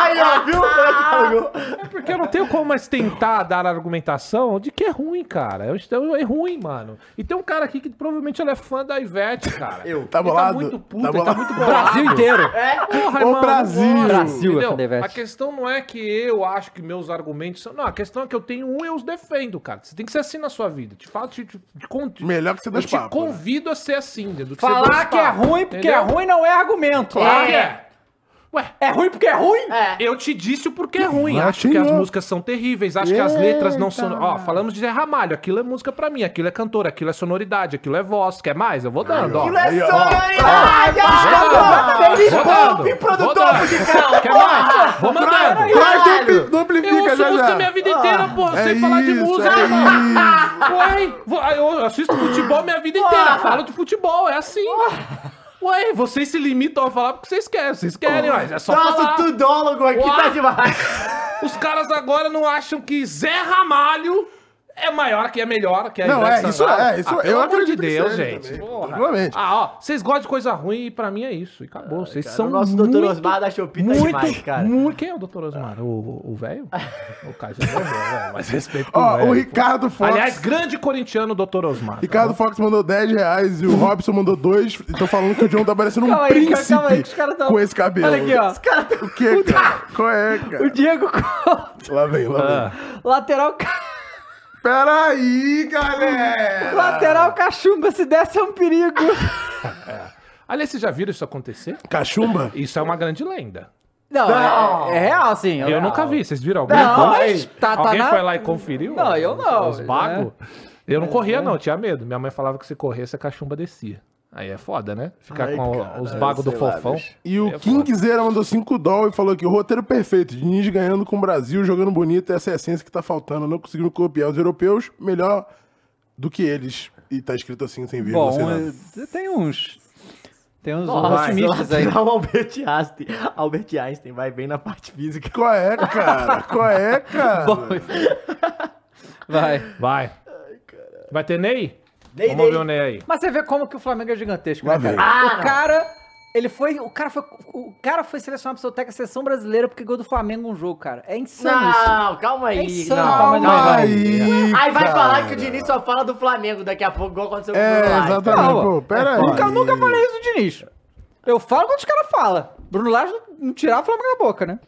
B: Aí, ó, viu? Olha que
D: É porque eu não tenho como mais tentar dar argumentação de que é ruim, cara. Eu, eu- é ruim, mano. E tem um cara aqui que provavelmente ele é fã da Ivete, cara.
B: Eu.
C: Tá
D: Ele
C: bolado?
D: tá muito puto,
C: Tá
D: ele tá
C: bolado?
D: muito bolado.
A: Brasil inteiro.
D: Porra,
C: Ô,
D: irmão, não
C: Brasil!
D: gosto,
A: Brasil,
D: entendeu?
A: Fernando Ivete.
D: A questão não é que eu acho que meus argumentos são. Não, a questão é que eu tenho um e eu os defendo, cara. Você tem que ser assim na sua vida. Te falo, te, te, te, con-
C: Melhor que você
D: eu
C: dois
D: te
C: papos. né?
D: convido a ser assim, dedo. que você
A: Falar
D: dois
A: que é
D: papos,
A: ruim porque é
D: entendeu?
A: ruim não é argumento.
D: Claro que
A: É.
D: é. Ué,
A: É ruim porque é ruim?
D: eu te disse o porquê é ruim.
C: Vai,
D: Acho que
C: tirou.
D: as músicas são terríveis, acho que as letras não são. Ó, falamos de Zé Ramalho, aquilo é música pra mim, aquilo é cantor, aquilo é sonoridade, aquilo é voz, quer mais? Eu vou dando, ó.
B: É
C: Aí, ó.
B: sonoridade!
D: Vou dando,
B: Exatamente!
D: vou
B: Produtor
D: dando.
B: musical!
D: Quer mais? Vou mandando.
C: Croix
B: Caralho!
C: dupli- duplifica
D: Eu ouço
C: já
D: música
C: já.
D: minha vida inteira, pô.
C: É
D: Sem falar de
C: isso,
D: música,
C: é
D: mano. Ué, vou- aí eu assisto futebol minha vida inteira. Falo de futebol, é assim. Ué, vocês se limitam a falar porque vocês querem. Vocês querem, mas é só
B: Nosso
D: falar.
B: tudólogo aqui
D: Uau.
B: tá demais!
D: Os caras agora não acham que Zé Ramalho é maior, que é melhor, que é
C: Não,
D: Ivete
C: é, isso
D: Sangalo.
C: é, isso
D: Ah,
C: é. Eu
D: pelo amor de
C: acredito que
D: Deus,
C: seja
D: gente.
C: também,
D: Porra.
C: tranquilamente.
D: Ah, ó, vocês gostam de coisa ruim e pra mim é isso. E acabou. Vocês
B: Cara,
D: são
B: o nosso
D: muito,
B: doutor Osmar da Shopee tá
D: muito,
B: demais, cara.
D: muito... Quem é o doutor Osmar? O- O o velho? O cara já morreu, velho. Mas respeito pro
C: Ó,
D: velho.
C: o Ricardo Fox.
D: Aliás, grande corintiano, doutor Osmar.
C: Ricardo Fox mandou 10 reais e o Robson mandou 2. Então falando que o John tá parecendo um
A: Calma aí,
C: príncipe
A: cara, calma aí, que os caras tão-
C: com esse cabelo.
A: Olha aqui, ó.
C: O que, cara? Qual é,
A: O
C: cara?
A: Diego
C: Lá vem, lá vem.
A: lateral,
C: Peraí, galera!
A: lateral cachumba, se desse é um perigo.
D: Aliás, vocês já viram isso acontecer?
C: Cachumba?
D: Isso é uma grande lenda.
A: Não,
B: Não.
A: É, é real, sim. é
D: Eu
A: real.
D: nunca vi. Vocês viram alguém?
A: Não,
D: Alguém-
A: mas tá, tá
D: Alguém
A: na...
D: foi lá e conferiu?
A: Não, eu não, né? é.
D: Os bagos? Eu não corria, não, eu tinha medo. Minha mãe falava que se corresse, a cachumba descia. Aí é foda, né? Ficar
B: Ai,
D: com
B: cara,
D: os bagos do
B: sei lá,
D: fofão.
B: bicho.
C: E o
D: É
C: Kim
D: foda.
C: Quiseira mandou 5 dólares e falou que o roteiro perfeito, Diniz ganhando com o Brasil, jogando bonito, essa é a essência que tá faltando. Não conseguiram copiar os europeus, melhor do que eles. E tá escrito assim, sem vírgula, sem
A: Bom,
C: nada.
A: eh, tem uns... Tem uns
B: Nossa,
A: otimistas aí.
B: lateral Albert Einstein. Albert Einstein vai bem na parte física.
C: Qual é, cara? Qual é, cara?
A: Vai.
D: Vai. Vai ter Ney?
B: Ney,
D: Vamos
B: Ney.
D: ver o Ney aí.
A: Mas você vê como que o Flamengo é gigantesco,
C: Lá
A: né, cara?
C: vem.
B: Ah,
A: o
B: não.
A: cara, ele foi, o cara foi, o cara foi selecionado pra Soteca Seleção Brasileira porque ganhou do Flamengo um jogo, cara. É insano isso.
B: Não, calma
A: É
B: aí.
A: insano.
B: Não,
A: Calma
B: calma aí.
C: aí,
B: Aí vai
C: cara.
B: falar que o Diniz então. só fala do Flamengo daqui a pouco, igual aconteceu com o Tá
C: É,
B: Bruno Lage.
C: exatamente.
A: Não,
C: Pô, pera aí.
A: Nunca, É nunca falei isso do Diniz. Eu falo quando os caras falam. Bruno Lage não- não tirar o Flamengo da boca, né?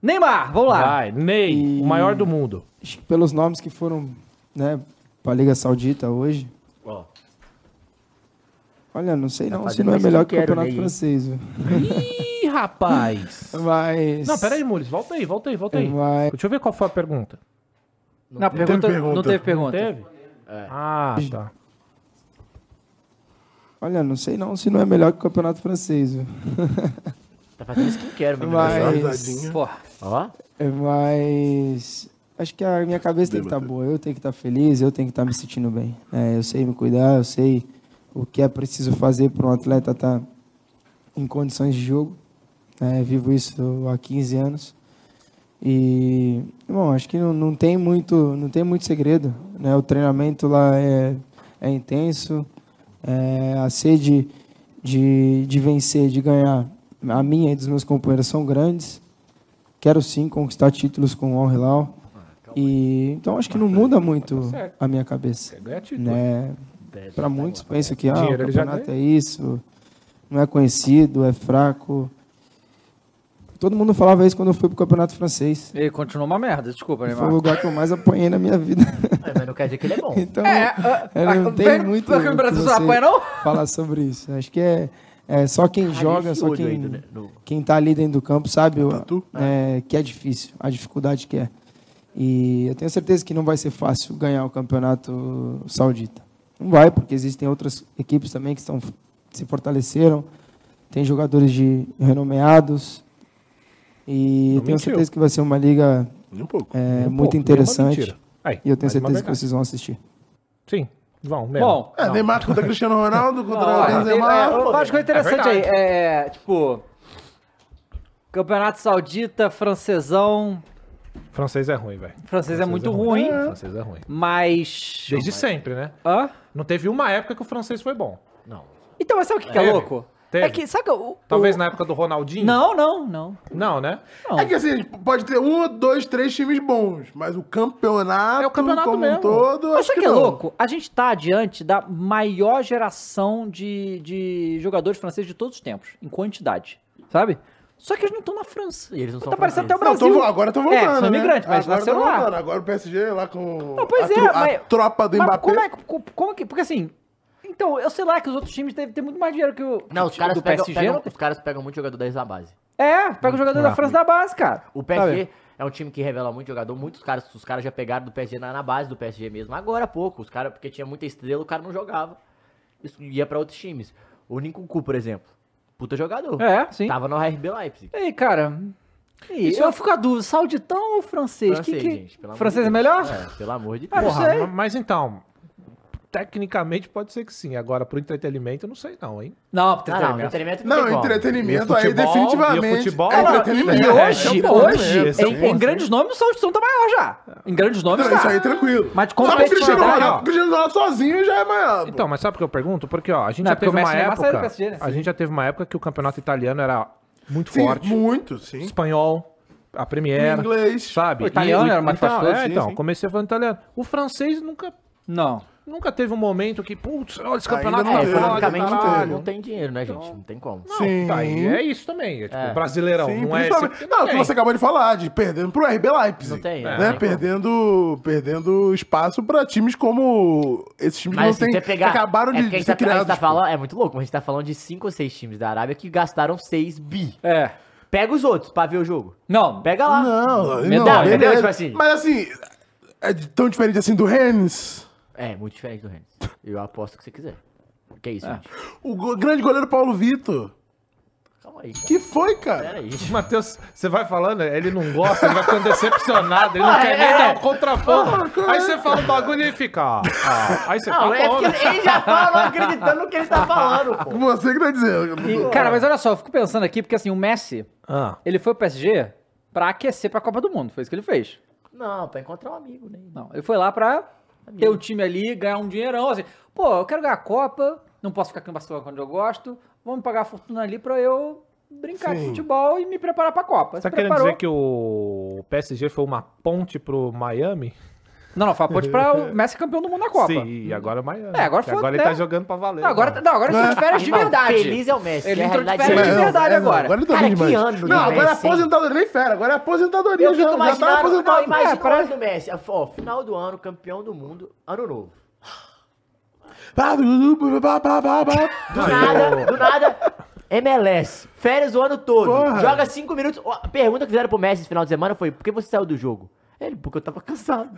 A: Neymar, vamos lá.
D: Vai, Ney, o maior do mundo.
I: Acho que pelos nomes que foram né, para a Liga Saudita hoje.
B: Ó. Tá
I: Olha, não sei não se
B: fazendo
I: não é
B: isso que eu
I: melhor que o
B: quero,
I: Campeonato
B: né, hein?
I: Francês. viu?
D: Ih, rapaz.
I: Mas.
D: Não, pera aí, Mules. Volta aí, volta aí, volta aí.
I: Vai.
D: Deixa eu ver qual foi a pergunta.
A: Não, pergunta,
B: É.
C: teve pergunta.
D: Ah, tá.
A: não teve pergunta.
D: Teve? Ah, tá.
I: Olha, não sei não se não é melhor que o campeonato francês. viu?
B: Tá fazendo isso que quero, menino.
I: Mas,
C: Risadinha.
A: Pô,
B: Ó,
I: é, mas acho que a minha cabeça tem que estar boa. Eu tenho que estar feliz, eu tenho que estar me sentindo bem. É, eu sei me cuidar, eu sei o que é preciso fazer para um atleta estar em condições de jogo. né? vivo isso há 15 anos. E, bom, acho que não, não tem muito, não tem muito segredo, né? O treinamento lá é, é intenso, é, a sede de, de vencer, de ganhar, a minha e dos meus companheiros são grandes. Quero sim conquistar títulos com o Al Hilal.
D: Ah,
I: E então acho que não muda muito a minha cabeça,
D: Tá Ganha título.
I: né? Para muitos penso que ah, o
D: Dinheiro ele já
I: campeonato é isso, não é conhecido, é fraco. Todo mundo falava isso quando eu fui pro campeonato francês.
A: ele continuou uma merda, desculpa,
I: Foi
A: Neymar.
I: o lugar que eu mais apanhei na minha vida.
B: é, mas não quer dizer que ele é bom.
I: Então,
A: ah,
I: eu
A: ah,
I: não
A: vem
I: tenho
A: no-
I: muito
A: aqui no
I: o
A: Brasil
I: que
A: você não apanha, não?
I: falar sobre isso. Acho que é, é só quem joga,
B: esse
I: só
B: olho
I: quem,
B: aí do- do-
I: quem tá ali dentro do campo sabe o- é, que é difícil, a dificuldade que é. E eu tenho certeza que não vai ser fácil ganhar o campeonato saudita. Não vai, porque existem outras equipes também que estão, se fortaleceram, tem jogadores de renomeados. E
D: Não
I: tenho
D: mentiu.
I: certeza que vai ser uma liga
C: Nem um pouco.
I: é,
D: Pô,
I: muito
D: nenhuma
I: interessante.
D: mentira. Aí,
I: E eu tenho
D: mais
I: certeza
D: uma
I: que
D: verdade.
I: vocês vão assistir.
D: Sim, vão mesmo.
A: Bom,
C: É, Neymar contra Cristiano Ronaldo, contra
A: Não, é, é,
C: Benzema.
A: eu acho que é interessante aí. É, tipo. Campeonato Saudita, francesão.
D: francês é ruim, velho.
A: Francês é muito ruim,
D: Francês é ruim.
A: mas.
D: Desde sempre, né?
A: Hã?
D: Não teve uma época que o francês foi bom.
B: Não.
A: Então, mas sabe o que, que é
D: Teve,
A: louco?
D: teve.
A: É que, sabe que o.
D: Talvez
A: o...
D: na época do Ronaldinho?
A: Não, não, não.
D: Não, né?
C: É que assim, pode ter um, dois, três times bons, mas o campeonato,
D: É o campeonato
C: como
D: mesmo.
C: um todo,
A: Mas
C: acho que,
A: sabe que é
C: não.
A: louco? A gente tá diante da maior geração de, de jogadores franceses de todos os tempos, em quantidade, sabe? Só que eles não estão na França.
B: E eles não são
A: tá parecendo até o
B: franceses.
C: Não,
A: Brasil.
C: tô, agora estão voltando,
A: É, são
C: né?
A: imigrantes, mas
C: agora
A: nasceram
C: tão
A: lá.
C: voltando. Agora o PSG lá com
A: Não, pois
C: a, tru-
A: é,
C: a
A: mas-
C: tropa do
A: Mas
C: Mbappé.
A: como é que- como, como que. Porque assim. Então, eu sei lá que os outros times devem ter muito mais dinheiro que o.
B: Não, os
A: do
B: caras, pegam,
A: PSG.
B: pegam-
A: não tem?
B: os caras pegam muito jogador da base.
A: É, pega o jogador da França da base, cara.
B: O
A: Sabe?
B: PSG é um time que revela muito jogador, muitos caras, os caras já pegaram do PSG na, na base do PSG mesmo. Agora há pouco, os caras, porque tinha muita estrela, o cara não jogava. Isso ia pra outros times. O Nkunku, por exemplo, puta jogador.
A: É, sim.
B: Tava no RB Leipzig.
A: E aí, cara. E
B: Isso
A: eu fico a dúvida, sauditão ou francês? Que- que-
B: pelo amor
A: francês
B: de
A: é melhor?
B: Deus. É, pelo amor de
A: Ah,
B: Deus.
A: não
D: Porra,
A: sei.
D: ma- mas então, tecnicamente pode ser que sim. Agora, pro entretenimento, eu não sei não, hein?
A: Não,
B: Ah, não, entretenimento não,
C: Não,
B: tem como.
C: entretenimento
D: E o
C: aí,
D: futebol,
C: definitivamente.
D: e o futebol. um
C: é
D: Não, não,
C: entretenimento.
A: E
C: Esse é
A: hoje,
C: o ponto, né?
A: hoje,
C: Esse é o
A: em, em
C: ponto.
A: grandes nomes, o Sauditão tá maior já. Em grandes nomes,
C: Não,
A: tá.
C: isso aí é tranquilo.
A: Mas tá? de
C: Só o Cristiano
A: competitividade,
C: Ronaldo,
D: ó.
C: o Cristiano Ronaldo sozinho já é maior. pô.
D: Então, mas sabe por que eu pergunto? Porque, ó, a gente
A: Não,
D: já
A: porque o
D: teve uma
A: Messi e o Neymar saíram
D: época...
A: do PSG, né?
D: A gente já teve uma época que o campeonato italiano era muito
C: sim,
D: forte.
C: muito, sim.
D: Espanhol, a Premier,
C: Inglês.
D: sabe?
A: O italiano
D: E
A: era mais
D: então,
A: fastoso,
D: é,
A: sim,
D: então,
A: sim.
D: comecei falando italiano. O francês nunca,
A: Não.
D: nunca teve um momento que, putz, olha,
C: Ainda
D: esse campeonato
C: não
D: tá
B: É,
C: teve,
D: foda,
B: economicamente não tem-
D: caralho. Então.
B: não tem dinheiro, né, gente? Não tem como.
D: Não,
C: Sim.
D: tá, e é isso também. É, tipo,
B: É.
D: brasileirão,
C: Sim,
D: não é...
C: principalmente-
D: esse-
C: Não, o que
D: tem.
C: você acabou de falar, de perdendo pro RB Leipzig.
B: Não tem, é,
C: né?
B: tem
C: perdendo, perdendo espaço pra times como esses times
B: Mas
C: que não
B: assim,
C: tem,
B: você pegar.
C: que acabaram
B: é
C: de
B: porque a gente
C: ser
B: tá, a gente
C: criados.
B: tá
C: pô.
B: falando, é muito louco, mas a gente tá falando de 5 ou 6 times da Arábia que gastaram 6 bi.
A: É.
B: Pega os outros pra ver o jogo.
A: Não.
B: Pega lá.
C: Não,
B: Medalha,
C: não,
B: entendeu?
C: beleza.
B: Tipo assim.
C: Mas assim, é de- tão diferente assim do Rennes.
B: É, muito diferente do Rennes. Eu aposto o que você quiser. Que é isso,
C: É.
B: gente.
C: O go- grande goleiro Paulo Vitor.
B: Calma aí, cara.
C: Que foi, cara?
B: Pera aí.
D: Matheus, você vai falando, ele não gosta, ele vai ficando Tá decepcionado,
A: Ah,
D: ele não
A: é.
D: quer nem dar um contraponto. Aí você fala um bagulho e ele fica. ah, ah. Aí você
B: Não,
D: tá
B: é
D: bom, né?
B: porque ele já fala acreditando no que ele tá falando, pô.
C: Você que tá dizendo.
A: E, cara, mas olha só, eu fico pensando aqui, porque assim, o Messi,
D: Ah,
A: ele foi pro PSG pra aquecer pra Copa do Mundo. Foi isso que ele fez.
B: Não, pra encontrar um amigo, né?
A: Não, ele foi lá pra ter um time ali, ganhar um dinheirão, assim. Pô, eu quero ganhar a Copa, não posso ficar aqui no Barcelona quando eu gosto, vamos pagar a fortuna ali pra eu brincar de
C: Sim.
A: futebol e me preparar pra Copa.
D: você tá
A: Se
D: querendo
A: preparou.
D: dizer que o PSG foi uma ponte pro Miami?
A: Não, não, foi a ponte pra o Messi campeão do mundo na Copa.
D: Sim, e agora é Miami.
A: É, agora
D: Que
A: foi,
D: Agora
A: né?
D: ele tá jogando pra valer.
A: Não, agora, não, agora ele tá de férias de
B: Irmão,
A: verdade.
B: Feliz é o Messi.
A: Ele
B: é a
A: entrou de
B: realidade
A: férias
B: dele.
A: de
D: É,
A: verdade agora.
C: Agora
D: tá
B: Cara,
C: também
B: que
C: demais.
B: ano do
C: Não, agora é
B: Messi, hein?
C: aposentadoria, nem fera. Agora é aposentadoria.
B: Eu
C: já,
B: fico
C: já tá
B: imaginando,
C: aposentado.
B: não, imagina
A: É,
B: o
A: parece-
B: ano do Messi. Ó, final do ano, campeão do mundo, ano novo.
C: Pá, du- du- pá, pá, pá, pá.
B: Do nada, do nada, MLS. Férias o ano todo.
C: Porra.
B: Joga cinco minutos. Ó, A pergunta que fizeram pro Messi esse final de semana foi, por que você saiu do jogo? Ele, porque eu tava cansado.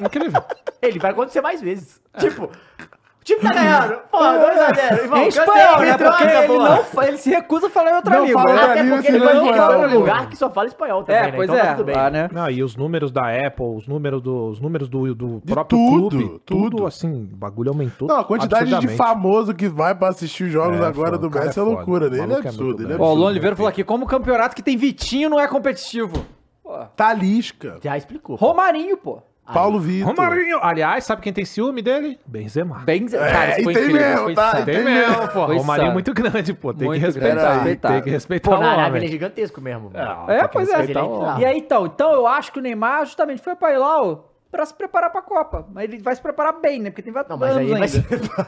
D: Incrível.
B: Ele vai acontecer mais vezes. Tipo, O time tá ganhando. Pô, 2x0. Irmão,
A: Em
B: cancela,
A: espanhol, É. né?
B: troca,
A: Porque ele,
B: porra.
A: não, fa- ele se recusa a falar em outra
C: Não
A: língua.
C: fala
A: né?
C: outra
B: Até
C: língua,
B: porque ele
C: senão
B: vai
C: ele vai
B: ficar
C: embora.
B: num lugar que só fala espanhol também,
A: É,
B: né?
A: pois
B: então
A: é.
B: tá tudo bem.
A: lá, né?
D: Não, e os números da Apple, os números do, os números do, do próprio
C: tudo,
D: clube,
C: tudo.
D: assim, o bagulho aumentou.
C: Não, a quantidade de
D: absurdamente.
C: famoso que vai pra assistir os jogos
D: É,
C: agora
D: foda,
C: do
D: o cara
C: Messi é,
D: é foda.
C: loucura,
D: O
C: né? Ele é
D: maluco é
C: absurdo,
D: muito
C: ele é
D: bom.
A: Ó, o
C: absurdo.
A: Lon Oliveira falou aqui, como campeonato que tem Vitinho não é competitivo. Pô,
C: Talisca,
B: Já explicou. pô.
A: Romarinho, pô.
C: Paulo Vitor.
D: Ah, é. Romarinho! Aliás, sabe quem tem ciúme dele? Benzema.
A: Bem,
D: É,
A: cara, isso
C: e
A: foi
C: tem
A: incrível.
C: mesmo,
A: isso foi
C: tá?
A: insano.
D: Tem mesmo, pô.
A: Foi
D: Romarinho é
A: insano.
D: muito grande, pô. Tem
A: Muito
D: que respeitar.
A: grande, tá,
D: Tem que
A: coitado.
D: respeitar
B: Pô,
D: o
B: na Arábia ele é
D: homem.
B: gigantesco mesmo.
D: Ah,
A: É,
D: tem que
A: pois é.
D: respeitar o
B: Ele é
D: homem.
A: E aí, então, então eu acho que o Neymar justamente foi pra Ilau pra se preparar pra Copa. Mas ele vai se preparar bem, né? Porque tem vários
B: Não,
A: anos
B: mas aí
A: ainda.
B: ele vai se
A: Vai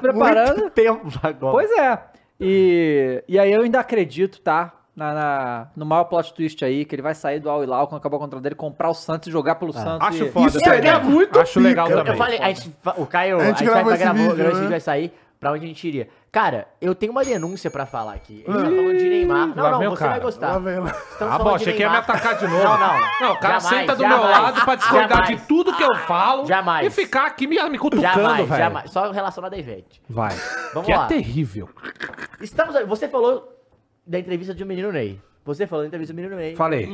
B: preparar
A: preparando.
B: muito tempo agora.
A: Pois é. E, e aí eu ainda acredito, tá? Na, na- no maior plot twist aí, que ele vai sair do Al Hilal quando acabar o contrato dele, comprar o Santos e jogar pelo Santos.
D: Acho
A: e- é
D: foda.
C: Ah. Isso
D: essa
C: seria
D: ideia.
C: muito
D: Acho legal
C: pica.
B: É. tá
D: também.
B: Eu,
D: É
B: eu falei, a gente, fa- o Caio,
C: A
B: a
C: gente
B: gente, vai
C: gravou
B: pra
C: esse
B: gravar,
C: vídeo,
B: vídeo,
C: né?
B: vai sair pra onde a gente iria. Cara, eu tenho uma denúncia pra falar aqui. A gente tá falando de Neymar. Não,
D: lá
B: não,
D: vem
B: você
D: o cara.
B: vai
C: Lá
B: gostar.
C: vem lá.
B: Estamos
D: Ah,
B: falando
D: bom,
B: de
D: achei que ia me
B: Neymar.
D: atacar de novo.
B: Não, não.
D: Não, o cara
B: Jamais,
D: senta do meu
B: jamais.
D: lado pra discordar
B: Jamais.
D: de tudo que eu falo
B: Jamais.
D: e ficar aqui me, me cutucando,
B: Jamais,
D: velho.
B: jamais. Só relacionado a Ivete.
D: Vai.
B: Vamos
D: que
B: lá.
D: é terrível.
B: Estamos, você falou da entrevista de um menino Ney. Você falou da entrevista do menino Ney.
D: Falei.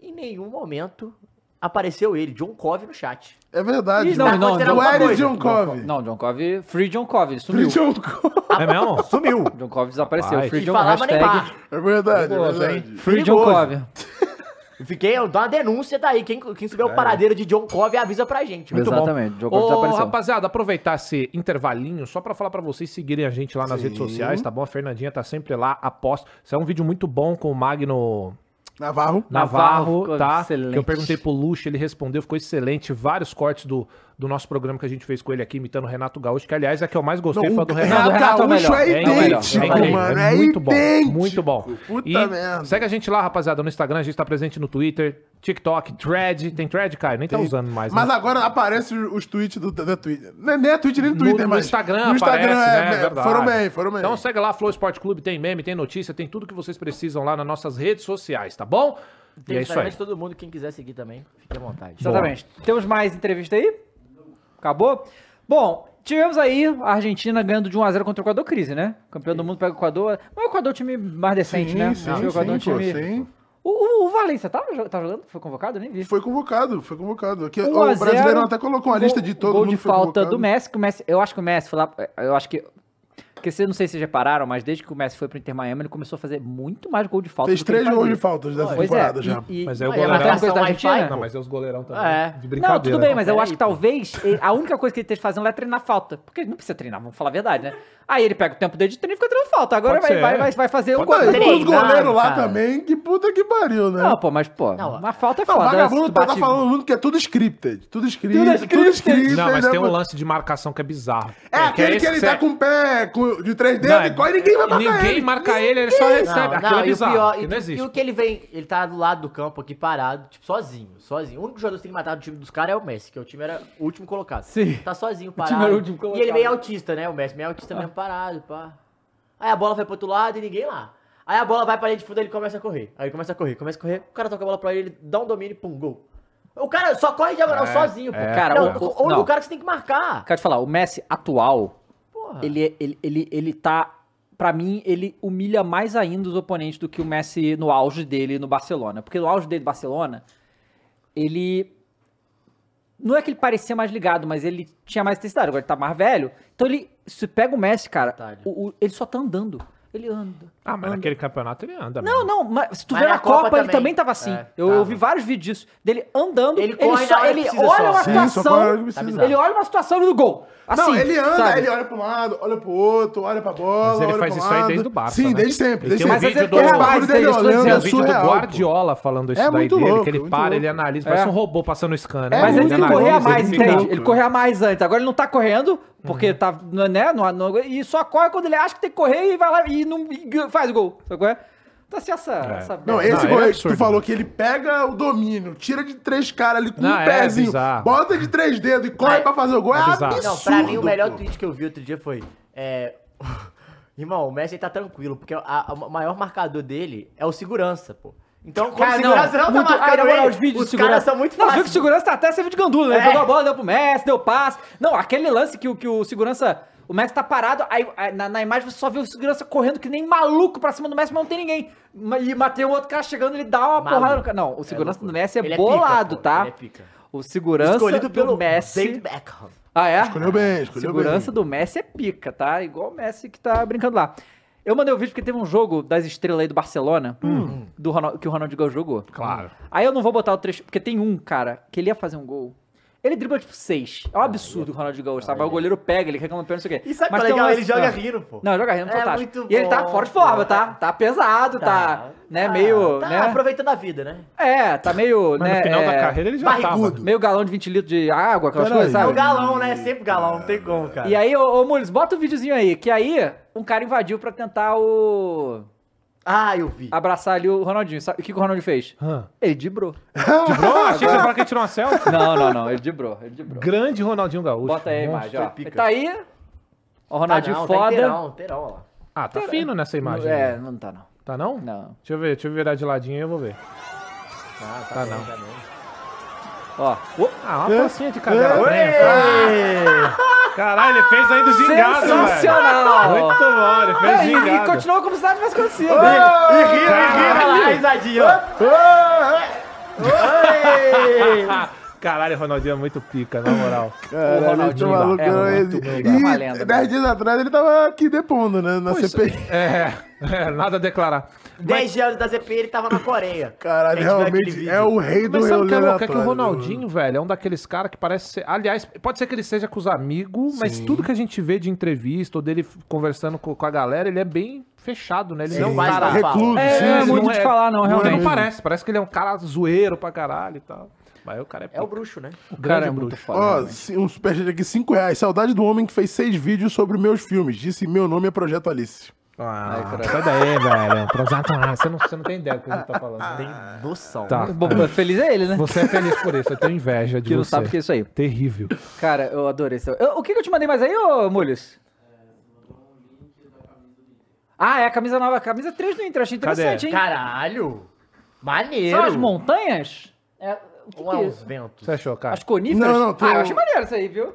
B: Em nenhum momento apareceu ele, John Cove, no chat.
C: É verdade.
A: Ih, não,
C: mano.
A: não, não,
C: o
A: alguma
C: Eric
B: Tá coisa.
C: John Cove.
A: Não, John Cove, Free John Cove, ele sumiu.
C: John Cove.
D: É mesmo?
B: Sumiu.
A: John Cove desapareceu.
D: Rapaz.
A: Free
B: E
A: John,
B: falava
A: hashtag
B: Neymar.
C: É verdade, é
D: Boa,
C: verdade.
A: Free John
B: Perigoso.
A: Cove.
B: Fiquei, eu dou uma denúncia daí. Quem, quem souber o paradeiro de John Cove avisa pra gente.
D: Muito bom.
A: É. Exatamente, John Cove
D: Ô,
A: desapareceu.
D: rapaziada, aproveitar esse intervalinho só pra falar pra vocês seguirem a gente lá nas redes sociais, tá bom? A Fernandinha tá sempre lá, aposto. Isso é um vídeo muito bom com o Magno
C: Navarro.
D: Navarro,
A: Navarro,
D: tá?
A: excelente.
D: Que eu perguntei pro Luxo, ele respondeu, ficou excelente. Vários cortes do, do nosso programa que a gente fez com ele aqui, imitando o Renato Gaúcho, que aliás é que eu mais gostei, foi a do Renato.
A: Renato é
C: Gaúcho
A: o melhor.
C: é
A: É o melhor,
C: idêntico,
A: é o melhor.
C: mano. É
D: muito
C: idêntico.
D: bom, muito bom.
C: Puta
D: e
C: merda.
D: segue a gente lá, rapaziada, no Instagram, a gente tá presente no Twitter, TikTok, Thread. Tem Thread, Caio? Nem tá usando mais,
C: Mas
D: né?
C: agora aparece os tweets do da Twitter. Não é nem a Twitch, nem no
D: No-
C: Twitter,
D: no,
C: mas.
D: Instagram,
C: no Instagram
D: aparece,
C: é,
D: né?
C: é,
D: Verdade.
C: Foram bem, foram bem.
D: Então segue lá, Flow Esporte Clube, tem meme, tem notícia, tem tudo que vocês precisam lá nas nossas redes sociais, tá bom? E
B: Tem
D: é isso aí.
B: de todo mundo, quem quiser seguir também, fique à vontade.
D: Boa.
A: Exatamente. Temos mais entrevista aí? Acabou? Bom, tivemos aí a Argentina ganhando de 1x0 contra o Equador, crise, né? Campeão do mundo pega o Equador. Mas o Equador é o time mais decente,
C: sim,
A: né?
C: sim,
A: o
C: sim,
A: Equador é um
C: pô,
A: time-
C: sim.
A: O, o, o Valência tá, tá jogando? Foi convocado? Eu nem vi.
C: Foi convocado, foi convocado. Aqui,
A: 1 a 0,
C: o brasileirão até colocou uma lista de
A: gol-
C: todo
A: gol
C: mundo
A: de
C: que foi
A: falta
C: convocado.
A: do Messi, que o Messi, eu acho que o Messi foi lá, eu acho que porque vocês não sei se vocês repararam, mas desde que o Messi foi pro Inter Miami, ele começou a fazer muito mais gol de falta.
C: Fez
A: do que ele
C: três gols
A: fazia.
C: de faltas dessa
A: Pois
C: temporada
A: é,
C: já.
A: e- e-
D: Mas aí o
A: Ah,
D: goleirão-
A: mas tem uma coisa da
B: Marcação
A: Argentina?
B: Wi-Fi,
D: Não, mas é os goleirão também.
B: É.
D: De
A: Não,
D: brincadeira.
A: tudo bem, mas eu
C: É,
B: Peraí,
A: acho que
B: pô.
A: talvez ele- a única coisa que ele esteja fazendo é treinar falta. Porque ele não precisa treinar, vamos falar a verdade, né? Aí ele pega o tempo dele de treino e fica treinando falta. Agora
D: Pode
A: vai,
D: ser.
A: vai, vai, vai fazer um
D: Pode
A: gol.
C: Não, e
B: Treinado,
C: os goleiros lá
B: cara.
C: também, que puta que pariu, né?
A: Não, pô, mas, pô,
B: Não,
A: uma falta é
C: Não,
A: foda. né? Se
C: vagabundo
A: tu
C: tá
A: bate-
C: falando muito que é tudo scripted. Tudo scripted.
A: Tudo
C: Tudo
A: é
C: scripted.
A: scripted.
D: Não, mas
C: né,
D: tem um
C: mano?
D: lance de marcação que é bizarro.
C: É, aquele
D: esse
C: que ele
D: cê-
C: tá com o pé com- de três
D: Não,
C: dedos e corre e ninguém vai marcar
D: Ninguém
C: ele.
D: marca ele, ele só recebe.
B: Não,
D: Aquilo
B: não,
D: é
B: e o
D: bizarro.
B: pior,
D: aquilo
B: e,
D: não
B: e o
D: existe.
B: que ele vem, ele tá do lado do campo aqui parado, tipo, sozinho, sozinho. O único jogador que tem matado o time dos caras é o Messi, que o time era o último colocado.
A: Sim.
B: Tá sozinho,
A: time
B: parado.
A: era o último
B: E ele
A: colocado.
B: meio autista, né? O Messi meio autista mesmo, parado, pá. Aí a bola vai pro outro lado e ninguém lá. Aí a bola vai pra linha de fundo, ele começa a correr. Aí ele começa a correr, começa a correr, o cara toca a bola pra ele, ele dá um domínio e pum, gol. O cara só corre diagonal sozinho, pô.
A: é. Cara,
B: Não,
A: o-
B: o, o-
A: não.
B: o cara que você tem que marcar.
A: Quero te falar, o Messi atual,
B: Porra.
A: ele, é- ele, ele, ele tá. Pra mim, ele humilha mais ainda os oponentes do que o Messi no auge dele no Barcelona. Porque no auge dele no Barcelona, ele. Não é que ele parecia mais ligado, mas ele tinha mais intensidade. Agora ele tá mais velho. Então ele. Se pega o Messi, cara,
B: Detalhe.
A: o- o- ele só tá andando. Ele anda.
D: Ah, mas
C: um
A: anda.
D: naquele campeonato ele anda. mano.
A: Não, não, mas se tu
B: Mas
A: vê
B: na
A: na Copa,
B: Copa
A: ele também
B: também.
A: tava assim.
B: É,
A: eu,
B: tava.
A: eu vi vários vídeos disso. Dele andando,
B: Ele
A: ele,
B: corre na
A: só,
B: hora que
A: ele
B: precisa
A: olha
B: só.
A: uma
B: Sim,
C: só
A: situação.
C: quando ele precisa.
B: Tá
A: ele olha uma situação do gol. Assim,
C: não, ele anda,
A: sabe?
C: ele olha pra um lado, olha pro outro, olha pra bola.
D: Mas ele
C: olha
D: faz
C: pro
D: isso aí
C: lado.
D: desde o Barça,
C: Sim,
D: né?
C: desde sempre.
D: Ele
C: Desde
D: tem um
A: Mas
C: sempre.
A: às
D: vídeo
A: vezes
D: do-
A: ele
D: Tem um
A: faz
C: vídeo
A: isso,
C: do-
A: dizendo,
D: Tem um
C: é
D: vídeo do
C: surreal,
D: Guardiola falando isso
C: É
D: daí
C: muito
D: dele,
C: louco,
D: que ele
C: muito
D: para,
C: louco.
D: ele analisa,
A: É.
D: parece um robô passando scan, né?
C: É
A: Mas
C: muito
A: ele
C: analisa,
A: corria
C: ele
A: mais,
C: fica
A: entende?
C: louco,
A: Ele
C: né?
A: corria mais antes. Agora ele não tá correndo, porque
D: Uhum.
A: tá, né? não- não- e só corre quando ele acha que tem que correr e vai lá e não e faz o gol. Sabe qual é? Então, assim, essa. essa
C: Não,
D: Não,
C: esse
D: ele é
C: goleiro que
D: absurdo.
C: tu falou que ele pega o domínio, tira de três caras ali com
D: Não,
C: um
D: é
C: pezinho,
D: bizarro.
C: bota de três dedos e corre pra fazer o gol. É,
D: É
B: um
D: bizarro.
C: absurdo.
D: Não,
B: Não, pra mim o melhor
C: pô.
B: tweet que eu vi outro dia foi. É. Irmão, o Messi tá tranquilo, porque a- a- o maior marcador dele é o segurança, pô. Então, quando
A: Cara, não,
B: segurança não,
A: muito,
B: tá marcando
A: cara, olha
B: ele,
A: os vídeos de
B: os caras
A: segurança.
B: são muito
A: Não, os
B: fáceis.
A: vídeos de segurança tá até servindo de gandula, né?
B: É.
A: Ele Pegou a bola, deu pro Messi, deu passe. Não, aquele lance que, o- que o segurança... O Messi tá parado, aí, aí na, na imagem você só vê o segurança correndo que nem maluco pra cima do Messi, mas não tem ninguém. Ma- E matei um outro cara chegando, ele dá uma
B: Maluco.
A: porrada no cara. Não, o segurança do
B: loucura.
A: Messi é
B: Ele é pica,
A: bolado,
B: pô,
A: tá?
B: ele é pica.
A: O segurança
B: Escolhido
A: do
B: pelo
A: Messi...
B: David Beckham.
A: Ah, é?
C: Escolheu bem, escolheu
A: Segurança
C: bem.
A: do Messi é pica, tá? Igual o Messi que tá brincando lá. Eu mandei o vídeo porque teve um jogo das estrelas aí do Barcelona,
B: Hum.
A: do Ronal- que o Ronaldinho Gaúcho jogou.
D: Claro.
A: Aí eu não vou botar o trecho, porque tem um, cara, que ele ia fazer um gol. Ele dribla tipo seis. É um absurdo o Ronaldinho Gaúcho, sabe? Aí o goleiro pega, ele reclama pênalti, não sei o quê.
B: E sabe
A: Mas
B: qual é
A: tem um
B: legal?
A: lance-
B: Ele joga
A: Ah.
B: rindo, pô.
A: Não, joga rindo,
B: É
A: fantástico.
B: muito
A: e ele tá
B: bom,
A: fora de forma,
B: pô.
A: tá? Tá pesado, tá, né, meio,
B: Tá
A: né?
B: aproveitando a vida, né?
A: É, tá meio,
D: Mas
A: né,
D: no final da
A: é,
D: carreira ele já
B: barrigudo.
A: meio galão de 20 litros de água, aquelas
C: Pera
A: coisas,
C: aí.
B: É
A: sabe?
B: o galão, né? Sempre galão, não tem como, cara.
A: E aí, ô, ô Mules, bota o videozinho aí, que aí um cara invadiu pra tentar o.
B: Ah, eu vi.
A: abraçar ali o Ronaldinho. Sabe o que, que o Ronaldinho fez?
D: tava.
A: Ele dibrou.
D: De bro, achei que você falou que tirou uma selfie.
A: Não, não, não, ele dibrou, ele dibrou.
D: Grande Ronaldinho Gaúcho.
A: Bota aí a
D: Monstro.
A: imagem, ó.
B: pica.
A: Tá aí. Ó, O Ronaldinho
B: ah, não, Tá
A: foda.
B: inteirão, inteirão, ó.
D: Ah, tá fino nessa imagem.
A: é, não tá não.
D: Tá não?
A: Não.
D: Deixa eu ver, deixa eu virar de ladinho aí, eu vou ver.
B: Ah, tá,
D: Tá
B: bem,
D: não.
B: tá bem.
A: Ó.
D: Ah, uma passinha de cadela dentro. Ah, Caralho, ele fez ainda zingado, velho.
A: Sensacional!
D: Muito bom, ele fez
A: É, e, e
D: zingado.
A: continua como se nada tivesse acontecido.
B: E rindo, e rindo,
D: Caralho.
B: olha lá, risadinha, ó.
D: Caralho, o Ronaldinho é muito pica, na moral.
C: Caralho,
A: Ronaldinho
D: Tá.
C: esse maluco
A: é
C: não
A: muito
C: existe.
A: bom, cara. É uma lenda,
C: E
A: velho.
C: 10 dias atrás ele tava aqui depondo, né? Na CPI.
D: É, é, nada a declarar.
B: 10 anos da ZP, ele tava na Coreia.
C: Caralho,
B: Quem tiver aquele
C: realmente
B: vídeo.
C: é o rei do
D: Mas sabe o que é louco? É que
C: aleatório,
D: o
C: né?
D: Ronaldinho, velho, é um daqueles caras que parece ser. Aliás, pode ser que ele seja com os amigos, mas tudo que a gente vê de entrevista ou dele f- conversando co- com, a galera, ele é bem fechado, né? Ele não é um
B: vai
D: cara.
B: lá.
C: Recluso,
A: É,
C: sim,
A: não é
C: sim.
A: muito de falar, não,
D: Ele
A: realmente.
D: não parece, parece que ele é um cara zoeiro pra caralho e tal. Mas o cara é,
B: É o bruxo, né?
D: grande
A: Cara, é muito
D: bruxo.
A: foda.
C: Ó,
A: realmente.
C: sim, um superchat aqui, 5 reais. Saudade do homem que fez seis vídeos sobre meus filmes. Disse meu nome é Projeto Alice.
A: Ai,
D: Ah,
A: caralho.
D: sai daí, velho. Prosato, ah, você não, você não tem ideia do que a gente tá falando.
B: Tem noção.
D: Tá.
A: Bom, feliz é ele, né?
D: Você é feliz por isso, eu tenho inveja de
A: que não
D: você.
A: sabe o que é isso aí.
D: Terrível.
A: Cara, eu adorei esse. Eu- o que, que eu te mandei mais aí, ô Mules?
C: É,
A: Ah, é a camisa nova, a camisa 3 do Inter, achei
D: Cadê?
A: interessante, hein?
B: Caralho. Maneiro.
A: São as montanhas? É, o que
B: Ou é
A: que é?
B: uns ventos.
D: Você achou, cara?
A: As coníferas?
C: Um Não, Ah. não, tem
A: ah, eu
C: um-
A: achei maneiro isso aí, viu?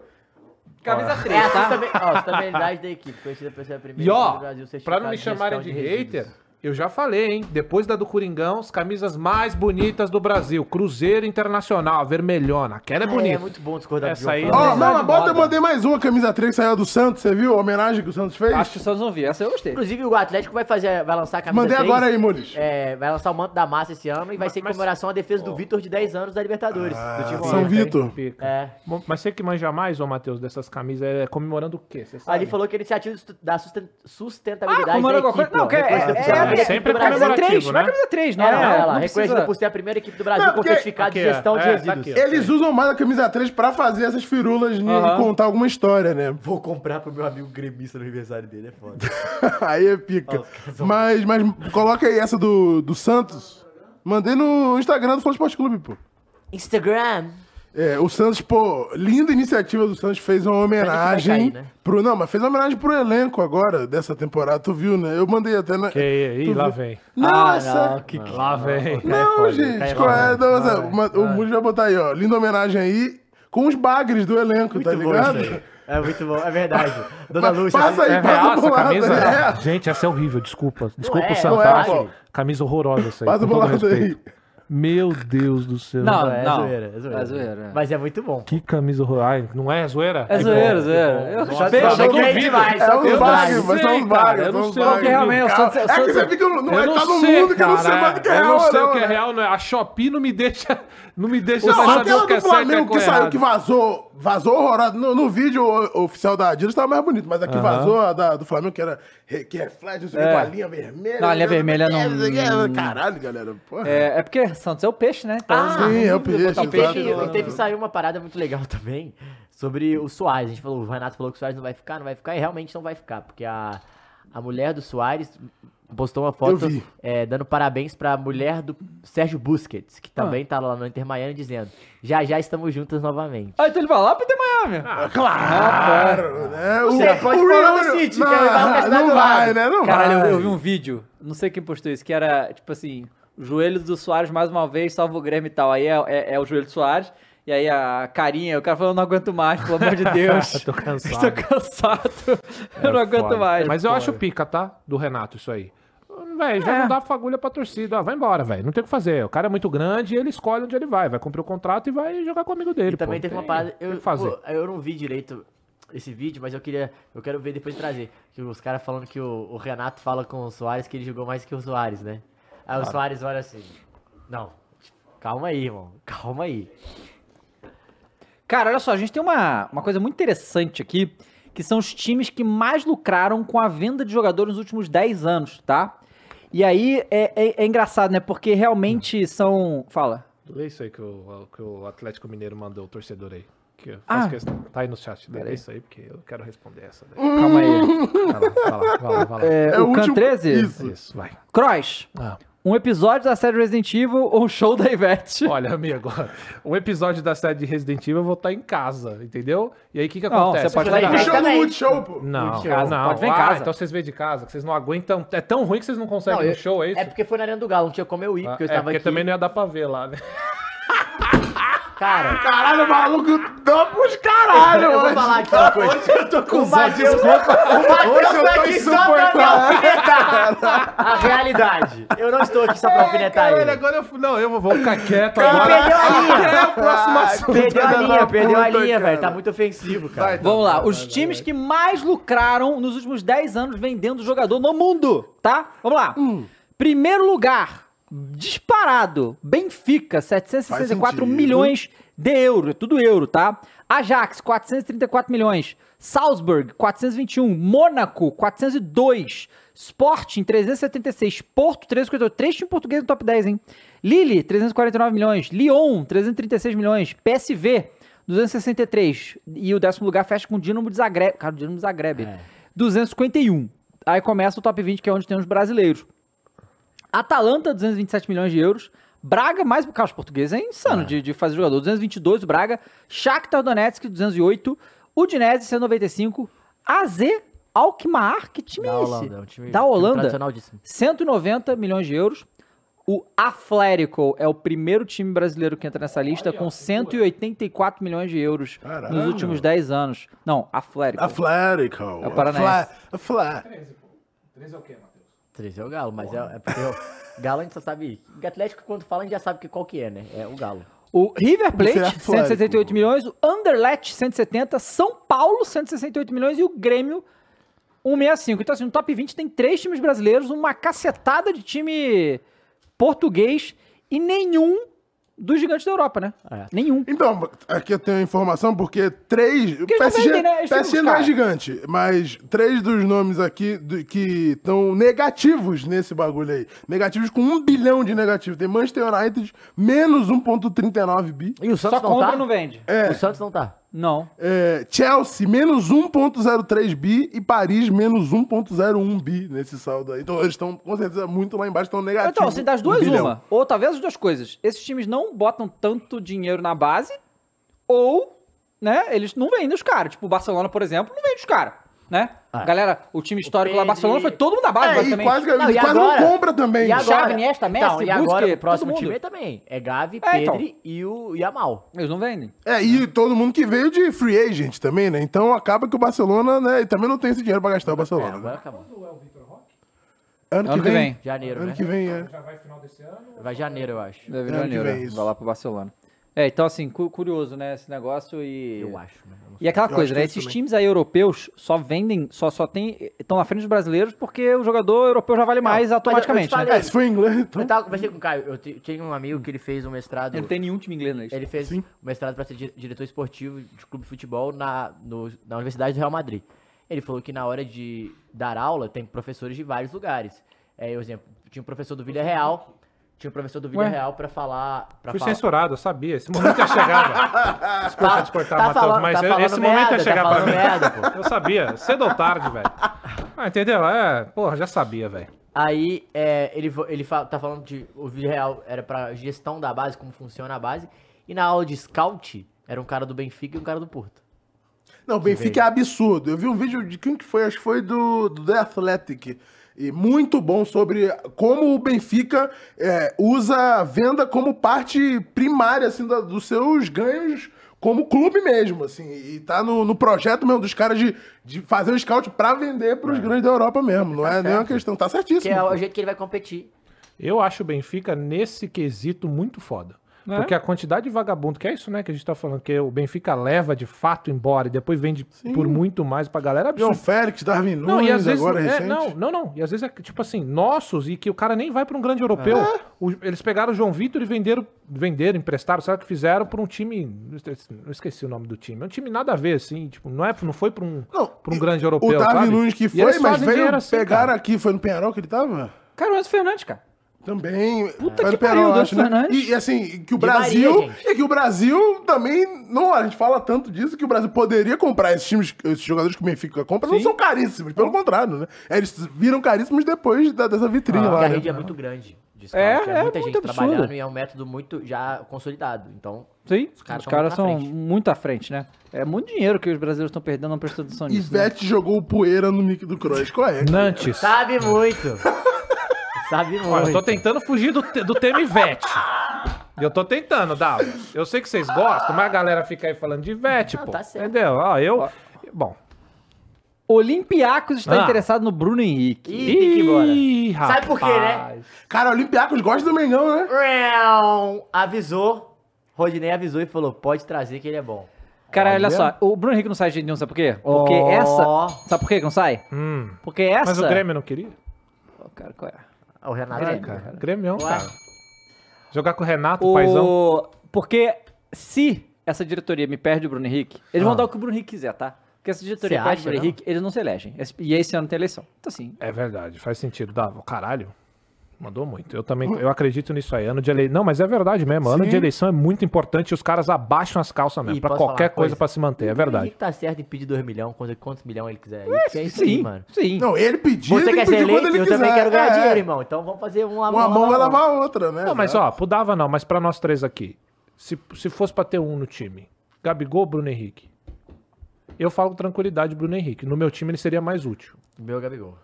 A: Camisa
B: É
A: 3,
B: a
A: tá?
B: sustentabil- ó, sustentabilidade da equipe, conhecida por ser a primeira
D: E ó, pra
B: certificado
D: não me
B: de
D: chamarem de
B: gestão resíduos.
D: hater, eu já falei, hein? Depois da do Coringão, as camisas mais bonitas do Brasil. Cruzeiro Internacional, a vermelhona. Aquela é
B: É,
D: bonita.
B: É muito bom discordar
D: Essa aí- é
C: Ó,
A: Design
C: não,
A: é de
C: a bota eu
A: moda.
C: mandei mais uma camisa 3 que saiu do Santos. Você viu a homenagem que o Santos fez?
A: Acho que o Santos não viu, essa eu gostei.
B: Inclusive, o Atlético vai, fazer, vai lançar a camisa
C: Mandei
B: três,
C: agora aí, Mules.
B: é, vai lançar o manto da massa esse ano e vai
D: Mas-
B: ser em
D: mas-
B: comemoração à defesa do Vitor de 10 anos da Libertadores. do Então, time
C: São
B: Olímpico.
C: Vitor.
D: Pica.
B: É.
D: Bom, Ah, Mas você que manja mais, ô Matheus, dessas camisas, é comemorando o quê? Você sabe?
B: Ali falou que a iniciativa susten- da susten-
A: Ah,
B: sustentabilidade da
A: comemorou alguma
B: equipe.
A: coisa? Não,
B: ó,
A: que é, é,
B: reconhecida por ser a
D: Brasil.
A: é, é,
B: primeira
D: Sempre
B: equipe do
D: é
B: Brasil.
A: camisa 3,
D: comemorativo,
A: não é
D: né?
A: camisa 3, não.
B: É, não,
A: é,
B: ela
A: não
B: reconhecida
A: precisa-
B: por ser a primeira equipe do Brasil
C: Não,
B: com
C: porque-
B: certificado de
D: aqui, ó.
B: gestão de
D: É, tá
B: resíduos.
D: aqui,
C: Eles usam mais a camisa 3 pra fazer essas firulas né,
A: Aham.
C: e contar alguma história, né?
B: Vou comprar pro meu amigo gremista no aniversário dele, é foda.
C: aí é pica. Mas, mas coloca aí essa do, do Santos. Mandei no Instagram do Flow Esporte Clube, pô.
B: Instagram.
C: É, o Santos, pô, linda iniciativa do Santos, fez uma homenagem
B: cair, né?
C: pro... Não, mas fez uma homenagem pro elenco agora, dessa temporada, tu viu, né? Eu mandei até na...
D: Que aí,
C: Tu
D: lá
C: viu?
D: vem.
C: Nossa!
B: Ah, não, que-
D: Lá vem.
C: Não,
D: tá
C: gente, qual é? Nossa, uma- o Mundo vai botar aí, ó. Linda homenagem aí, com os bagres do elenco, tá
B: Muito bom isso
C: ligado?
B: aí. É muito bom, é verdade. Dona
C: Mas
B: Lúcia.
C: passa aí,
D: É
C: passa
D: real essa
C: pro lado.
D: camisa?
C: É.
D: Gente, essa é horrível, desculpa. Desculpa
B: é,
D: o Santos.
B: não
C: é,
D: acho.
C: pô.
D: Camisa horrorosa essa aí.
C: Passa
D: com
C: pro
D: todo
C: lado
D: respeito.
C: aí.
D: Meu Deus do céu.
A: Não,
B: É
A: não.
B: zoeira, é zoeira.
A: É zoeira, é.
B: Mas é muito bom.
D: Que camisa horrorosa. Ai, Não é zoeira?
A: É
D: Que
A: zoeira,
D: bom.
A: zoeira. Eu
B: Nossa,
A: achei-
B: tá
A: achei
B: bom.
A: que-
B: Bem demais, só
C: É
B: que
C: uns
B: eu
C: bagres,
D: não
C: mas são
D: sei,
C: uns
D: cara,
C: bagres.
D: eu não
C: são uns
D: sei.
C: bagres.
A: Porque realmente, eu
C: Cara,
A: sou- eu
C: É que
A: sou-
C: você fica... no- Não
D: Eu
C: é,
D: não
C: tá num
D: sei,
C: mundo que eu não sei mais
D: cara.
C: do que é
D: Eu
C: real,
D: não sei
C: não,
D: o que é
C: né?
D: real, não é. A Shopee não me deixa, não me deixa mais
C: Não,
D: saber
C: aquela
D: o que é
C: do
D: certo e o
C: Flamengo
D: que
C: que
D: é
C: saiu, que
D: errado.
C: vazou, vazou horrorosa. No, no vídeo o- oficial da Adidas tava mais bonito, mas aqui vazou a da- do Flamengo, que era re- que reflete, não sei o que,
A: É.
C: com a linha vermelha.
A: Não, a linha
C: né?
A: vermelha não-
C: sei o que, é, Caralho, galera, porra.
A: É, é porque Santos é o peixe, né? Então,
B: Ah,
C: Sim, é o peixe,
B: E teve,
C: exato.
B: e teve saiu uma parada muito legal também sobre o Soares. A gente falou, o Renato falou que o Soares não vai ficar, não vai ficar, e realmente não vai ficar, porque a, a mulher do Soares postou uma foto
C: Eu vi.
B: é, dando parabéns pra mulher do Sérgio Busquets, que também tá lá no Inter Miami, dizendo: já já estamos juntas novamente.
A: Ah, então ele vai lá pro Inter Miami.
C: Ah, claro, né? O,
B: Você pode falar do
D: assim,
C: Rio-
D: é
B: City, que
C: não,
B: aí vai pra cidade
C: não
B: do lado.
C: vai, né? Não
A: Caralho,
C: vai.
A: eu, eu vi um vídeo, não sei quem postou isso, que era tipo assim: Joelho do Soares mais uma vez, salva o Grêmio e tal. Aí é, é- é o joelho do Soares. E aí a carinha, o cara falou, eu não aguento mais, pelo amor de Deus.
D: Tô cansado. É
A: Tô cansado. eu não aguento
D: Foda.
A: mais.
D: Mas eu acho pica, tá? Do Renato, isso aí. Véi,
C: É.
D: já não dá fagulha pra torcida. Ah, vai embora, velho. Não tem o que fazer. O cara é muito grande e ele escolhe onde ele vai. Vai cumprir o contrato e vai jogar com o amigo dele.
B: E também
D: pô.
B: teve uma
D: Tem-
B: parada.
D: tem o
B: Eu,
D: que fazer.
B: pô, eu não vi direito esse vídeo, mas eu queria. Eu quero ver depois e trazer. Que os caras falando que o, o Renato fala com o Soares que ele jogou mais que o Soares, né? Aí o Soares olha assim. Não. Calma aí, irmão. Calma aí.
A: Cara, olha só, a gente tem uma, uma coisa muito interessante aqui, que são os times que mais lucraram com a venda de jogadores nos últimos 10 anos, tá? E aí é, é- é engraçado, né? Porque realmente são. Fala.
D: Lê é isso aí que o, que o Atlético Mineiro mandou o torcedor aí. Que eu
A: Ah.
D: faço questão. Tá aí no chat. Lê
A: Peraí.
D: isso aí, porque eu quero responder essa daí.
A: Calma aí.
D: Vai lá, vai lá, vai lá, vai lá.
A: Hum. É,
C: É
A: o
C: o
A: Can
C: último-
A: 13?
C: isso.
D: Isso, vai.
A: Cross.
D: Ah.
A: Um episódio da série Resident Evil ou um show da Ivete?
D: Olha, amigo, um episódio da série de Resident Evil eu vou estar em casa, entendeu? E aí o que, que
A: Não,
D: acontece?
A: você pode
B: Vai
A: levar.
B: Mas
C: Fechou no
B: também.
C: Multishow, pô.
D: Não,
B: de casa,
D: não.
A: pode ver em
D: Ah,
A: casa.
D: então vocês veem de casa, que vocês não aguentam. É tão ruim que vocês não conseguem
B: Não,
D: no
B: eu-
D: show, é isso?
B: É porque foi na Arena do Galo, não tinha como eu ir,
D: Ah,
B: porque eu
D: é
B: estava
D: porque
B: aqui.
D: também não ia dar pra ver lá, né? Ah,
B: Cara,
C: Caralho, o maluco dá pros caralho,
B: eu vou
C: mano.
B: falar aqui uma coisa.
C: Eu tô com
B: O Matheus,
C: desculpa.
B: o Matheus
C: Hoje eu
B: tá
C: tô
B: aqui só pra me
C: insuportável.
B: alfinetar. A realidade. Eu não estou aqui só pra alfinetar
D: Caralho,
B: ele.
D: agora eu fui. Não, eu vou, vou ficar quieto
B: Perdeu
D: agora.
B: a linha. Ah,
C: Próximo assunto.
B: Perdeu
C: filha
B: a
C: da
B: linha, perdeu a
C: puta,
B: linha,
C: cara.
B: velho. Tá muito ofensivo, cara.
C: Vai,
A: Vamos lá, os times que mais lucraram nos últimos 10 anos vendendo jogador no mundo, tá? Vamos lá.
C: Hum.
A: Primeiro lugar, disparado, Benfica, 764
C: Faz sentido.
A: milhões de euros, tudo euro, tá? Ajax, 434 milhões, Salzburg, 421, Mônaco, 402, Sporting, 376, Porto, 358, três times portugueses no top 10, hein? Lille, 349 milhões, Lyon, 336 milhões, PSV, 263. E o décimo lugar fecha com o Dinamo de Zagreb. Cara, o Dinamo de Zagreb. 251. Aí começa o top 20, que é onde tem os brasileiros. Atalanta, 227 milhões de euros. Braga, mais. Cara, os portugueses é insano de, de fazer jogador. 222, o Braga. Shakhtar Donetsk, 208. Udinese, 195. AZ, Alkmaar, que time é esse?
B: é um time-
A: Da
B: time
A: Holanda?
B: tradicionalíssimo.
A: 190 milhões de euros. O Athletico é o primeiro time brasileiro que entra nessa lista com 184 milhões de euros
C: Caralho.
A: nos últimos 10 anos. Não, Athletico.
C: Atlético.
A: É o Paranaense.
C: Atlético.
D: é
B: Três é o Galo, mas é, é porque o Galo a gente só sabe. Atlético, quando fala, a gente já sabe que qual que é, né? É o Galo.
A: O River
C: Você é
A: Plate,
C: Atlético.
A: 178 milhões. O Anderlecht, 170. São Paulo, 168 milhões. E o Grêmio, 165. Então, assim, no top 20 tem três times brasileiros, uma cacetada de time português e nenhum dos gigantes da Europa, né?
B: É.
A: Nenhum.
C: Então, aqui eu tenho a informação porque três.
A: eles não
C: PSG,
A: vendem, né? Eles
C: PSG
A: ficam
C: não é
A: buscar.
C: gigante, mas três dos nomes aqui do- que estão negativos nesse bagulho aí. Negativos com um bilhão de negativos. Tem Manchester United, menos 1,39 bi.
B: E o
A: Só
B: Santos não
A: compra
B: tá?
A: e não vende.
B: O Santos não tá.
A: Não.
C: É, Chelsea, menos 1,03 bi. E Paris, menos 1,01 bi nesse saldo aí. Então, eles estão, com certeza, muito lá embaixo, estão negativos.
A: Então, assim, das duas,
C: um bilhão.
A: uma. Ou talvez as duas coisas. Esses times não botam tanto dinheiro na base, ou, né, eles não vendem os caras. Tipo, o Barcelona, por exemplo, não vende os caras, né?
B: Ah.
A: Galera, o time histórico
B: O
A: lá, Barcelona,
B: Pedri-
A: foi todo mundo da Tá base,
C: É, e
A: basicamente.
C: quase, que-
B: Não, e
C: quase não
B: agora?
C: compra também.
B: E agora?
A: Xavi, Iniesta, Messi,
B: Então, e agora
A: Busker,
B: o próximo
A: todo mundo.
B: time é também. É Gavi,
A: É, então.
B: Pedro e o Yamal.
A: Eles não vendem.
C: É, e todo mundo que veio de free agent também, né? Então acaba que o Barcelona, né, também não tem esse dinheiro pra gastar o
B: É,
C: Barcelona. né?
B: agora acabou.
D: é
C: Ano, que vem.
B: Janeiro,
C: Ano
B: né?
C: que vem, é.
B: Vai janeiro, eu acho.
A: Deve
C: Ano que
A: janeiro,
C: vem,
A: né?
C: isso.
A: Vai lá pro Barcelona. É, então, assim, cu- curioso, né, esse negócio e...
B: Eu acho. né? Eu não sei.
A: E aquela
C: Eu
A: coisa,
C: acho que
A: né?
C: é
A: Esses
C: isso também.
A: times aí europeus só vendem, só, só tem. estão na frente dos brasileiros porque o jogador europeu já vale mais
B: mas eu- eu te
A: automaticamente. né?
B: falei,
C: É, se for inglês, então.
B: Eu
D: um
B: tava conversando Tá, com o Caio. Eu te- tinha um amigo que ele fez um mestrado.
A: Ele não tem nenhum time inglês né? na lista.
B: Ele fez um mestrado para ser di- diretor esportivo de clube de futebol na, no- na Universidade do Real Madrid. Ele falou que na hora de dar aula tem professores de vários lugares. É, eu, exemplo, tinha um professor do Vila Real, tinha um professor do Vila
A: Ué?
B: Real para falar, para
D: Fui
B: falar.
D: censurado, eu sabia. Esse momento ia chegar, velho. é Desculpa te cortar, Matheus, mas eu- esse momento ia chegar
B: tá
D: pra mim.
B: falando tá merda, pô.
D: Eu sabia, cedo ou tarde, velho. Ah, entendeu? É, porra, já sabia, velho.
B: Aí é, ele, vo- ele fa- tá falando de. O vídeo real era pra gestão da base, como funciona a base. E na aula de scout, era um cara do Benfica e um cara do Porto.
C: Não, o Benfica é absurdo. Eu vi um vídeo de quem que foi, acho que foi do, do The Athletic. e muito bom sobre como o Benfica é, usa a venda como parte primária assim, da- dos seus ganhos como clube mesmo, assim, e tá no, no projeto mesmo dos caras de, de fazer o scout pra vender
D: É.
C: pros grandes da Europa mesmo, não é nenhuma questão, tá
B: Que
C: certíssimo.
B: é o jeito que ele vai competir.
D: Eu acho o Benfica nesse quesito muito foda.
C: Né?
A: É?
D: Porque a quantidade de vagabundo, que é isso, né, que a gente tá falando, que o Benfica leva de fato embora e depois vende por muito mais pra galera, é
C: João
D: absurdo.
C: Félix, Darwin Nunes,
D: Não, e às vezes.
C: agora
D: é,
C: recente.
D: não, não, não. E às vezes é que, tipo assim, nossos e que o cara nem vai pra um grande europeu.
C: É.
D: O- eles pegaram o João Vitor e venderam, venderam, emprestaram, sabe o que fizeram pra um time. Eu esqueci o nome do time. É um time nada a ver, assim. Tipo, não, é, não foi pra um,
C: Não,
D: pra um grande
C: O
D: europeu.
C: Darwin
D: sabe?
C: Nunes que
D: E
C: foi,
D: eles
C: mas
D: fazem
C: veio
D: dinheiro assim,
C: pegaram
D: cara.
C: aqui, foi no Penharol que ele tava?
A: Cara, o Enzo Fernandes, cara.
C: Também. Puta
A: que pariu, Dante Fernandes.
C: né? E, e assim, que o
B: De
C: Brasil.
B: Maria,
C: e que o Brasil também. Não, a gente fala tanto disso que o Brasil poderia comprar esses times, esses jogadores que o Benfica compra, não são caríssimos, pelo contrário, né? Eles viram caríssimos depois da- dessa vitrine
A: Ah,
B: Porque
C: lá.
B: a
C: né?
B: rede é muito grande. de
A: É,
B: scout,
A: é
B: muita gente
A: muito absurdo.
B: trabalhando e é um método muito já consolidado. Então,
A: Sim, os
B: caras
A: caras,
B: tão muito na
A: são
B: frente.
A: muito à frente, né? É muito dinheiro que os brasileiros estão perdendo na prestação nisso. né?
C: Ivete jogou poeira no nick do Kroos. Qual é?
D: Nantes.
B: sabe muito. sabe
D: Ó, eu tô
B: muito.
D: tentando fugir do, te- do tema Ivete. Eu tô tentando, Dava. Eu sei que vocês gostam, mas a galera fica aí falando de Ivete,
B: Não,
D: pô.
B: tá certo.
D: Entendeu? Ó, eu. Bom.
A: Olympiacos está
D: Ah.
A: interessado no Bruno Henrique.
B: Ih, tem que ir embora.
D: Ih,
B: Sabe por quê, né?
D: rapaz.
C: Cara, o Olympiacos gosta do Mengão, né?
B: Real, Avisou. Rodinei avisou e falou: pode trazer que ele é bom.
A: Cara, olha só, o Bruno Henrique não sai de jeito nenhum, sabe por quê? Porque
B: Ó.
A: essa. Sabe por quê que não sai?
D: Hum,
A: Porque essa.
D: Mas o Grêmio não queria?
A: Ô, cara, qual é?
B: O Renato.
D: Ai,
B: né?
D: cara. Grêmião,
B: Ué.
D: cara. Jogar com o Renato,
A: O...
D: paizão.
A: Porque se essa diretoria me perde o Bruno Henrique, eles
D: Ah.
A: vão dar o que o Bruno Henrique quiser, tá? Porque essa diretoria
B: Você acha,
A: perde o Bruno
B: não?
A: Henrique, eles não se elegem. Esse- E esse ano tem eleição. Então, assim,
D: É verdade, faz sentido. Dava, caralho. Mandou muito. Eu também eu acredito nisso aí. Ano de eleição. Não, mas é verdade mesmo. Ano de eleição é muito importante e os caras abaixam as calças mesmo.
B: Ih,
D: Né, pra
B: posso falar
D: qualquer
B: uma
D: coisa
B: coisa?
D: pra se manter. É
B: O
D: verdade.
B: Henrique tá certo em pedir 2 milhões, quantos, quantos milhões ele quiser. Isso é isso aí,
A: sim,
B: mano.
A: sim.
C: Não, ele pediu,
B: Você
C: ele pediu
B: quer ser
C: quando
B: eleito?
C: ele
B: Eu
C: quiser.
B: também quero ganhar
C: É,
B: dinheiro, irmão. Então vamos fazer uma,
C: Uma mão vai lavar a outra, né?
D: Não, mas ó, pro Dava não, mas pra nós três aqui. Se, se fosse pra ter um no time, Gabigol ou Bruno Henrique? Eu falo com tranquilidade Bruno Henrique. No meu time ele seria mais útil.
B: Meu Gabigol.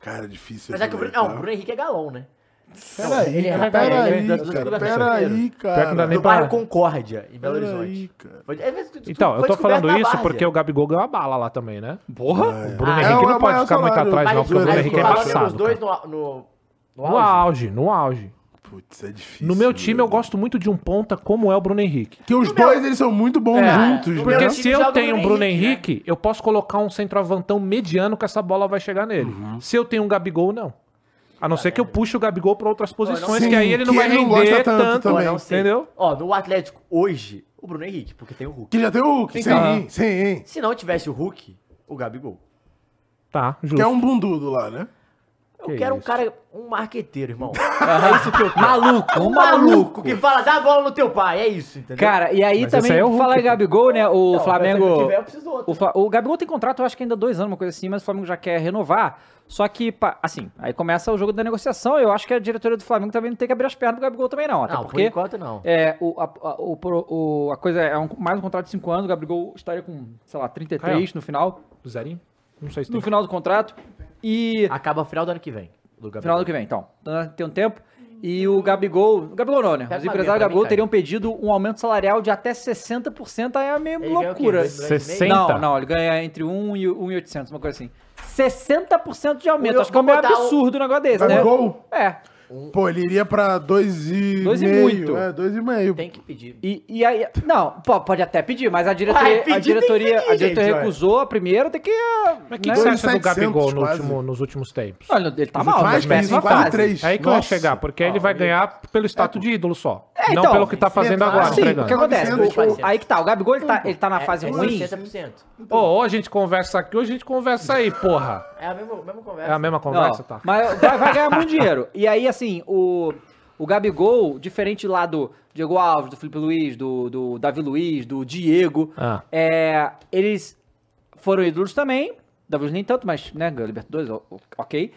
C: Cara, difícil.
B: Mas é que o Bruno, não, o Bruno Henrique é galão, né?
C: Peraí,
B: Ele é
C: tá? cara,
B: referência,
C: peraí,
B: né, dos- dos
C: cara,
B: clubes
C: peraí,
B: brasileiros.
C: cara.
D: Pior que não dá nem
B: No
D: pra-
B: bairro Concórdia, em Belo
C: Peraí,
B: Horizonte.
C: cara.
B: Foi- é, mas tu-
D: Então,
B: foi
D: eu tô
B: descoberto
D: falando
B: na
D: isso
B: várzea.
D: porque o Gabigol ganhou a bala lá também, né?
A: Porra!
D: O Bruno
B: Ah,
D: Henrique
C: é o- é
D: não
C: o
D: pode
C: maior
D: ficar muito
C: salário.
D: atrás,
B: Mas
D: não,
B: a
D: porque o
B: gente-
D: Bruno
B: a
D: Henrique
B: gente
D: é
C: falando
B: falou
D: embaçado.
B: dos dois
D: cara.
B: no, no, no
D: No
B: auge.
D: auge, no auge.
C: Putz, é difícil.
D: No meu time eu gosto muito de um ponta como é o Bruno Henrique.
C: Porque os dois, eles são muito bons
D: É,
C: juntos, né?
B: meu
D: Porque
B: time
D: se
B: joga
D: eu
B: o
D: tenho um
B: Bruno
D: Bruno
B: Henrique,
D: Henrique, eu posso colocar um centroavantão mediano que essa bola vai chegar nele. Se eu tenho um Gabigol, não. A não ser que eu puxe o Gabigol pra outras posições,
C: sei.
D: que aí ele não
C: Que
D: vai
C: ele não
D: render
C: gosta tanto
D: tanto,
B: Pô,
C: também.
B: não sei.
D: entendeu?
B: Ó, no Atlético, hoje, o Bruno Henrique, porque tem o Hulk.
C: Que já tem o Hulk.
D: Então.
C: Sim, sim.
B: Se não tivesse o Hulk, o Gabigol.
D: Tá, justo.
C: Que é um bundudo lá, né?
B: Eu
D: Que
B: quero um
D: isso.
B: cara, um marqueteiro, irmão. é isso que eu quero.
A: Maluco, um
B: Um
A: maluco.
B: maluco que fala, dá a bola no teu pai, é isso, entendeu?
A: Cara, e aí
D: Mas esse
A: também,
D: aí é o
A: falar fala
D: Hulk,
A: em Gabigol, né? O
B: Não,
A: Flamengo.
B: Se eu tiver, eu preciso do outro.
A: O, Fla- o Gabigol tem contrato, eu acho que ainda dois anos, uma coisa assim, mas o Flamengo já quer renovar. Só que, pa- assim, aí começa o jogo da negociação. Eu acho que a diretoria do Flamengo também não tem que abrir as pernas do Gabigol também, não. Até
B: Não, por
A: Tá, porque
B: enquanto não.
A: é, o, a, a- o pro- o- a coisa é um- mais um contrato de cinco anos. O Gabigol estaria com, sei lá, 33 no final.
D: Zerinho? Não sei se tem.
A: No final do contrato. E.
B: Acaba final do ano que vem. Do Gabigol.
A: Final do que vem, então. Então, Tem um tempo. E o Gabigol. O Gabigol não, né?
B: Pega
A: Os
B: uma
A: empresários do
B: aguinha pra
A: Gabigol
B: mim,
A: teriam pedido um aumento salarial de até 60%. Aí é meio
B: Ele ganha o quê?
A: loucura.
B: Dois milhões e meio?
D: 60?
A: Não, não, ele ganha entre 1 e 1,800, uma coisa assim. 60% de aumento.
B: Eu
A: Acho que é um meio
B: vou botar
A: absurdo um negócio desse, né?
C: Gabigol?
A: É.
C: Pô, ele iria pra dois e
A: Dois e
C: meio.
A: muito.
C: É, dois e meio.
B: Tem que pedir.
A: E, e aí. Não, pô, pode até pedir, mas a diretoria.
B: Ué, pedir tem
A: a
B: que
A: diretoria,
B: pedir,
A: a diretoria
B: gente, ué.
A: recusou a primeira, tem que.
D: Mas o que, que você
A: né?
C: Dois
D: acha do
C: 700
D: Gabigol no
C: quase.
D: último- nos últimos tempos?
A: Olha, ele tá mal,
C: mais que
A: mas
C: isso,
A: péssima
C: quase
A: fase.
C: três.
D: É aí que eu ia
C: Nossa.
D: chegar, porque ele vai ganhar pelo status de ídolo só.
A: É,
D: não
A: então,
D: pelo que tá fazendo
C: é,
D: agora,
C: assim,
A: Sim, o que
D: entregando.
A: acontece?
C: 900,
A: O- o- aí que tá, o Gabigol ele tá, ele tá na
B: É-
A: fase
B: é
A: ruim.
B: 60%.
D: Pô, ou a gente conversa aqui, ou a gente conversa aí, porra.
B: É a mesma, mesma
D: É
B: conversa.
D: a mesma conversa,
A: Ó,
D: tá?
A: Mas vai, vai ganhar muito dinheiro. E aí, assim, o, o Gabigol, diferente lá do Diego Alves, do Felipe Luiz, do, do Davi Luiz, do Diego,
D: Ah.
A: é, eles foram ídolos também. Davi Luiz nem tanto, mas, né, ganhou Libertadores, o- o- ok.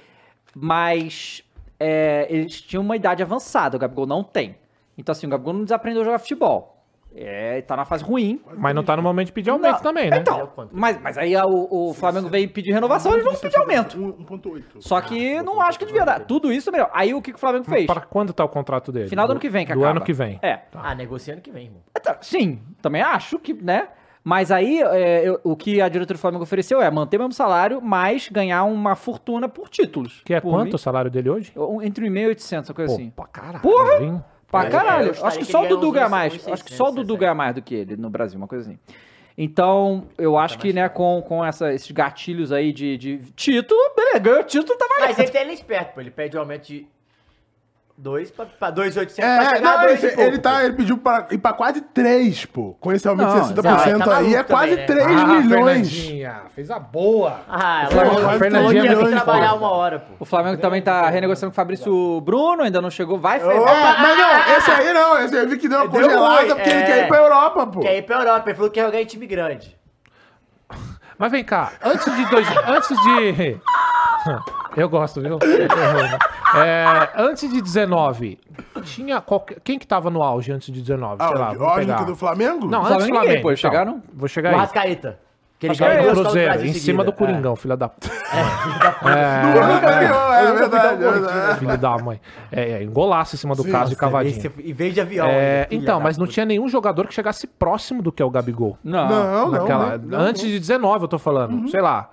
A: Mas é, eles tinham uma idade avançada, o Gabigol não tem. Então, assim, o Gabigol não desaprendeu a jogar futebol. É, tá na fase ruim.
D: Mas não tá no momento de pedir aumento
A: Não,
D: também, né?
B: É o
A: Então,
B: quanto?
A: mas, mas aí a- o, o Flamengo veio pedir renovação, eles vão pedir aumento.
C: 1.8.
A: Só que não acho que devia dar. Tudo isso, é melhor. Aí o que, que o Flamengo fez?
D: Para quando tá o contrato dele?
A: Final do ano que vem, que
D: Do
A: acaba.
D: ano que vem.
A: É.
C: Tá.
B: Ah, negociando que vem, irmão.
A: Tá, Sim, também acho que, né? Mas aí é, eu- o que a diretoria do Flamengo ofereceu é manter o mesmo salário, mas ganhar uma fortuna por títulos.
D: Que é
A: Por
D: quanto
A: mim,
D: o salário dele hoje?
A: eu- Entre 1.000 e 800, uma coisa assim.
D: Pô, pra caralho.
A: Porra!
D: hein?
A: Pra
B: É,
A: caralho.
B: eu gostaria
A: acho que
B: que
A: só o
B: ele ganhasse
A: Dudu ganha
B: uns
A: mais.
B: 600,
A: Acho que só o Dudu
B: 600.
A: ganha mais do que ele no Brasil, uma coisa assim. Então,
B: Tá,
A: eu acho que, né, com, com essa- esses gatilhos aí de, de título, beleza, ganhou o título, tá valendo.
B: Mas ele, ele é esperto, pô. Ele pede um aumento de 2 pra, pra 2,800 pra
C: É,
B: chegar
C: não,
B: a dois tipo.
C: ele,
B: e pouco.
C: ele, tá, ele pediu pra ir pra quase 3, pô. Com esse aumento
A: Não,
C: de 60%
B: não, é, tá
C: aí, é
B: maluco
C: quase
B: também, né?
C: 3
D: Ah,
C: milhões.
D: Fernandinha, fez a boa.
B: Ah,
D: Pô,
B: ela
D: a
B: falou
D: Fernandinha
B: que ia
D: foi
B: trabalhar
D: foda.
B: uma hora, pô.
A: é O Flamengo também tá renegociando com o Fabrício Bruno, ainda não chegou, vai
C: É,
A: Opa!
C: mas não, esse aí não, esse aí eu vi que deu
A: tá
C: uma
B: Deu
C: congelada
B: ruim,
C: porque ele
B: é.
C: quer ir pra Europa, pô.
B: Quer ir pra Europa. Ele falou que quer jogar em time grande.
D: Mas vem cá, antes de dois. antes de. Eu gosto, viu? É, antes de 19, tinha qualquer... quem que tava no auge antes de 19?
C: Ah,
D: Sei lá,
C: o
D: vou pegar.
C: Jorge do Flamengo?
D: Não,
A: Flamengo
D: antes do
A: ninguém,
D: Flamengo.
A: pô,
D: então.
A: chegaram?
D: Vou
B: O
D: chegar aí.
B: Rascaeta. Que ele
D: Chegaram
B: ganhou
D: no
B: duas Copas
D: Cruzeiro,
B: Brasil
D: em
B: seguida.
D: cima do
B: É.
D: Coringão, filha da...
C: Não, ganhou,
D: um
C: é, verdade. é verdade.
D: filho da mãe. É, é, um golaço em cima do caso de
B: Nossa, esse-
D: cavadinho.
B: E veio de avião.
D: É,
B: ainda, filha
D: então,
B: da
D: mas não
B: puta.
D: tinha nenhum jogador que chegasse próximo do que é o Gabigol.
A: Não.
C: Não, não,
D: Naquela,
C: não, não.
D: antes de 19, eu tô falando. Sei lá.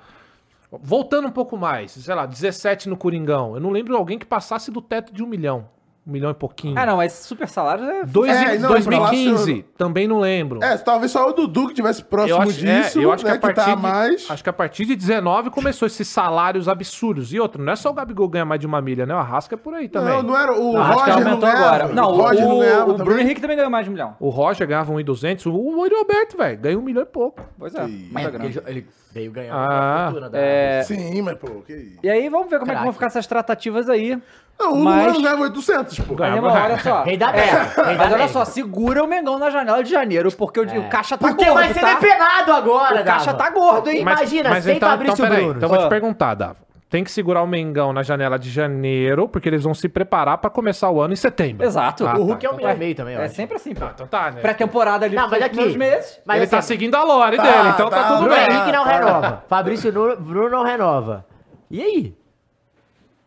D: Voltando um pouco mais, sei lá, 17 no Coringão. Eu não lembro alguém que passasse do teto de um milhão. Um milhão e pouquinho.
A: Ah, não, mas super salário é...
D: Dois,
C: É,
D: e-
C: não,
D: 2015, também não lembro.
C: É, talvez só o Dudu que tivesse próximo
D: eu acho,
C: disso,
D: é, eu acho
C: né,
D: que a partir
C: tá
D: de,
C: mais.
D: acho que a partir de 19 começou esses salários absurdos. E outro, não é só o Gabigol ganhar mais de uma milha, né? O Arrasca é por aí também.
C: Não, não era o
A: Acho que
C: Roger não
A: aumentou
C: ganhava.
A: agora. Não,
C: o
A: o,
C: Roger não ganhava
A: o, Bruno
C: também.
A: Henrique também ganhou mais de um milhão.
D: O Roger ganhava 1.200, o Yuri Alberto, velho, ganha 1 milhão e pouco.
A: Pois é,
B: É,
A: muita
B: porque ele
A: grana.
B: jo- ele veio ganhar
D: Ah,
B: uma fortuna da
A: É,
C: Sim, mas pô, que isso.
A: e aí vamos ver como é que vão
B: Craque.
A: ficar essas tratativas aí.
C: Não, o
A: Mas-
C: Lugano ganhava 800, pô.
D: Ganha.
A: Mas, irmão, olha só. É,
B: Rei da merda, rei da
A: Mas olha
B: merda.
A: só, segura o Mengão na janela de janeiro, porque
C: É.
A: o, o caixa tá
B: Porque
A: gordo,
B: vai ser
A: tá?
B: depenado agora,
A: O caixa
B: Dava.
A: tá gordo, hein?
B: Mas- Imagina, sem Fabrício
D: então, peraí,
B: Bruno.
D: Então eu vou
A: Ah.
D: te perguntar, Dava. Tem que segurar o Mengão na janela de janeiro, porque eles vão se preparar pra começar o ano em setembro.
A: Exato.
D: Ah,
B: O
D: tá.
B: Hulk é um milhão e meio também, ó.
A: É sempre assim, pô.
D: Ah, então tá, né?
A: Pré-temporada ali
B: Não, mas
A: nos
B: aqui-
A: primeiros meses.
B: Mas
D: Ele tá
B: assim,
D: seguindo a lore dele,
A: Ah,
D: então tá,
C: tá,
D: tudo
B: Bruno
A: é.
D: bem.
B: Henrique não renova. Fabrício Nu- Bruno não renova. E aí?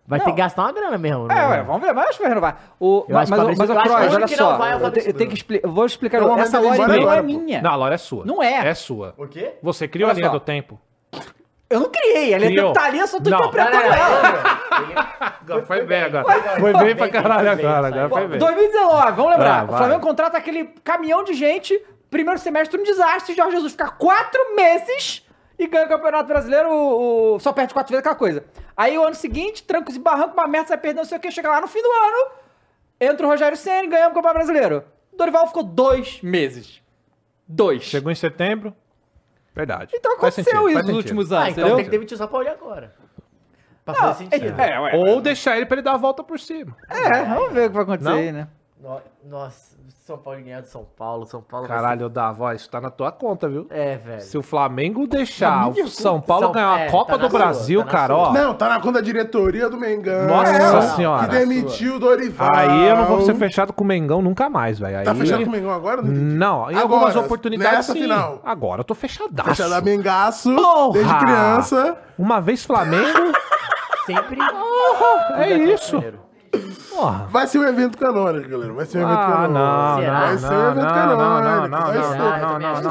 B: Vai ter que gastar uma grana mesmo.
A: É,
B: né?
A: ué, vamos ver, mas acho que vai renovar. O,
B: Eu acho
A: mas,
B: que
A: mas,
B: o
A: o- mas,
B: Fabrício- eu acho que
A: o
B: o
A: Croix,
B: único
A: olha
B: que não
A: só.
B: vai é o
A: eu, te- eu
B: Fabrício
A: tenho que explicar. Vou explicar.
C: Então,
A: essa
C: vamos
A: hora
C: mandar ele
A: não
C: embora
A: é
C: agora, pô.
A: minha.
D: Não, a lore é sua.
A: Não é.
D: É sua.
B: O quê?
D: Você criou
A: Olha
D: a linha
A: só.
D: do tempo.
A: Eu não criei. Ela
D: Criou.
A: é tá ali, eu só tô
D: Não.
A: interpretando ela.
D: Foi bem agora. Foi bem pra caralho agora. Agora foi bem.
A: 2019, vamos lembrar.
D: Ah,
A: o
D: vai.
A: Flamengo contrata aquele caminhão de gente. Primeiro semestre um desastre. Jorge Jesus fica quatro meses e ganha o Campeonato Brasileiro. o- o- só perde quatro vezes aquela coisa. Aí o ano seguinte, trancos e barrancos, uma merda, sai perdendo, não sei o que. Chega lá no fim do ano, entra o Rogério Senna e ganhamos o Campeonato Brasileiro. Dorival ficou dois meses. Dois.
D: Chegou em setembro. Verdade.
A: Então
D: Faz
A: aconteceu
D: sentido,
A: isso
D: faz
A: nos
D: sentido.
A: últimos anos,
B: Ah, então
A: entendeu?
B: tem que demitir o Sampaoli agora. Pra
A: Não,
B: fazer sentido.
A: é, é, ué.
D: Ou deixar ele pra ele dar a volta por cima.
A: É, vamos ver o que vai acontecer
D: Não?
A: aí, né?
B: No- Nossa, São Paulo ganhar do São Paulo, São Paulo... vai
D: Caralho, Dava, isso tá na tua conta, viu?
B: ser- É, velho.
D: Se o Flamengo deixar o São Paulo
B: São-
D: ganhar a
B: é,
D: Copa
B: tá
D: do
B: na sua,
D: Brasil,
B: tá na
D: cara,
B: sua.
D: ó.
C: Não, tá na conta da diretoria do Mengão.
D: Nossa
C: Que
D: senhora.
C: demitiu o Dorival.
D: Aí eu não vou ser fechado com o Mengão nunca mais, velho.
C: Tá
D: Aí-
C: fechado com o Mengão agora? Não entendi.
D: Não, em
C: Agora,
D: algumas oportunidades
C: nessa
D: sim.
C: final.
D: Agora eu tô fechadaço.
C: Fechado a Mengaço,
D: Porra!
C: desde criança.
D: Uma vez Flamengo,
B: Sempre...
D: é isso. Porra.
C: Vai ser um evento canônico, galera. Vai ser um evento
D: Ah,
C: canônico.
D: não,
B: Será?
D: não,
C: Vai ser um
D: não, não,
C: evento
D: não, não, não, não,
C: canônico. Vai ser.
D: não, não, não, não, não,
C: Vai ser,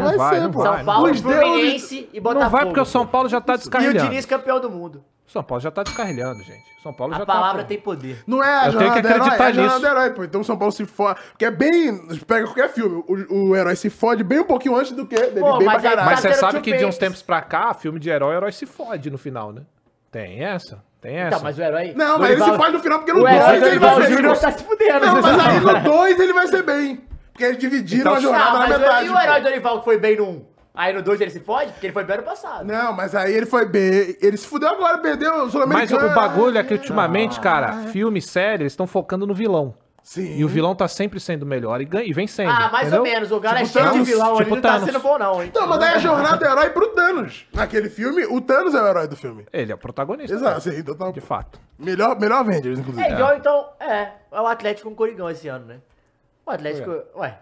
D: não
C: vai
D: vai,
C: ser,
D: não
C: pô.
D: vai.
B: São Paulo,
C: Os
B: Fluminense e Botafogo.
D: Não vai porque o São Paulo já tá
B: E o
D: descarrilhando.
B: Diniz campeão do mundo.
D: São Paulo já tá descarrilhando, gente. São Paulo já
B: A
D: tá...
B: palavra tem poder.
C: Não é a
D: Eu tenho
C: jornada
D: que
C: do herói, é a
D: acreditar
C: jornada
D: nisso.
C: do herói, pô. Então o São Paulo se fode. Porque é bem. Pega qualquer filme. O, o herói se fode bem um pouquinho antes do que dele,
B: Pô,
C: bem pra
B: mas tá aí-
C: caralho.
D: Mas você
B: Parceiro
D: sabe
B: de
D: que de uns
B: Juventus.
D: tempos pra cá, filme de herói, herói se fode no final, né? Tem essa, tem essa.
B: Então, mas o herói...
C: Não, mas ele se
B: Dorival-
C: fode no final porque no
B: O
C: 2
B: herói
C: ele
B: Dorival
C: vai ser.
B: Júnior tá se fudendo.
C: Não, mas aí no 2 ele vai ser bem. Porque eles dividiram
D: Então,
C: a jornada
B: Ah,
C: na
B: mas
C: metade.
B: E o herói
C: pô.
B: Dorival que foi bem no 1? Aí no 2 ele se fode? Porque ele foi bem no passado.
C: Não, mas aí ele foi bem. Ele se fudeu agora, perdeu o
D: Mas
C: Sul-Americano.
D: o bagulho é que ultimamente, cara, filme e série, eles estão focando no vilão.
C: Ah. Sim.
D: E o vilão tá sempre sendo melhor e, ganha, e vem sendo.
B: Ah, mais
D: entendeu?
B: ou menos. O cara
C: Tipo
B: é cheio
C: Thanos,
B: de vilão,
D: tipo
B: ele não tá
D: Thanos.
B: sendo bom não, hein?
C: Não, mas daí a jornada é do herói pro Thanos. Naquele filme, o Thanos é o herói do filme.
D: Ele é o protagonista.
C: Exato, sim, total.
D: De fato.
C: tá Melhor, melhor Avengers, inclusive. É. Ah.
B: É igual, então, é, é o Atlético com o Corigão esse ano, né? O Atlético, ué.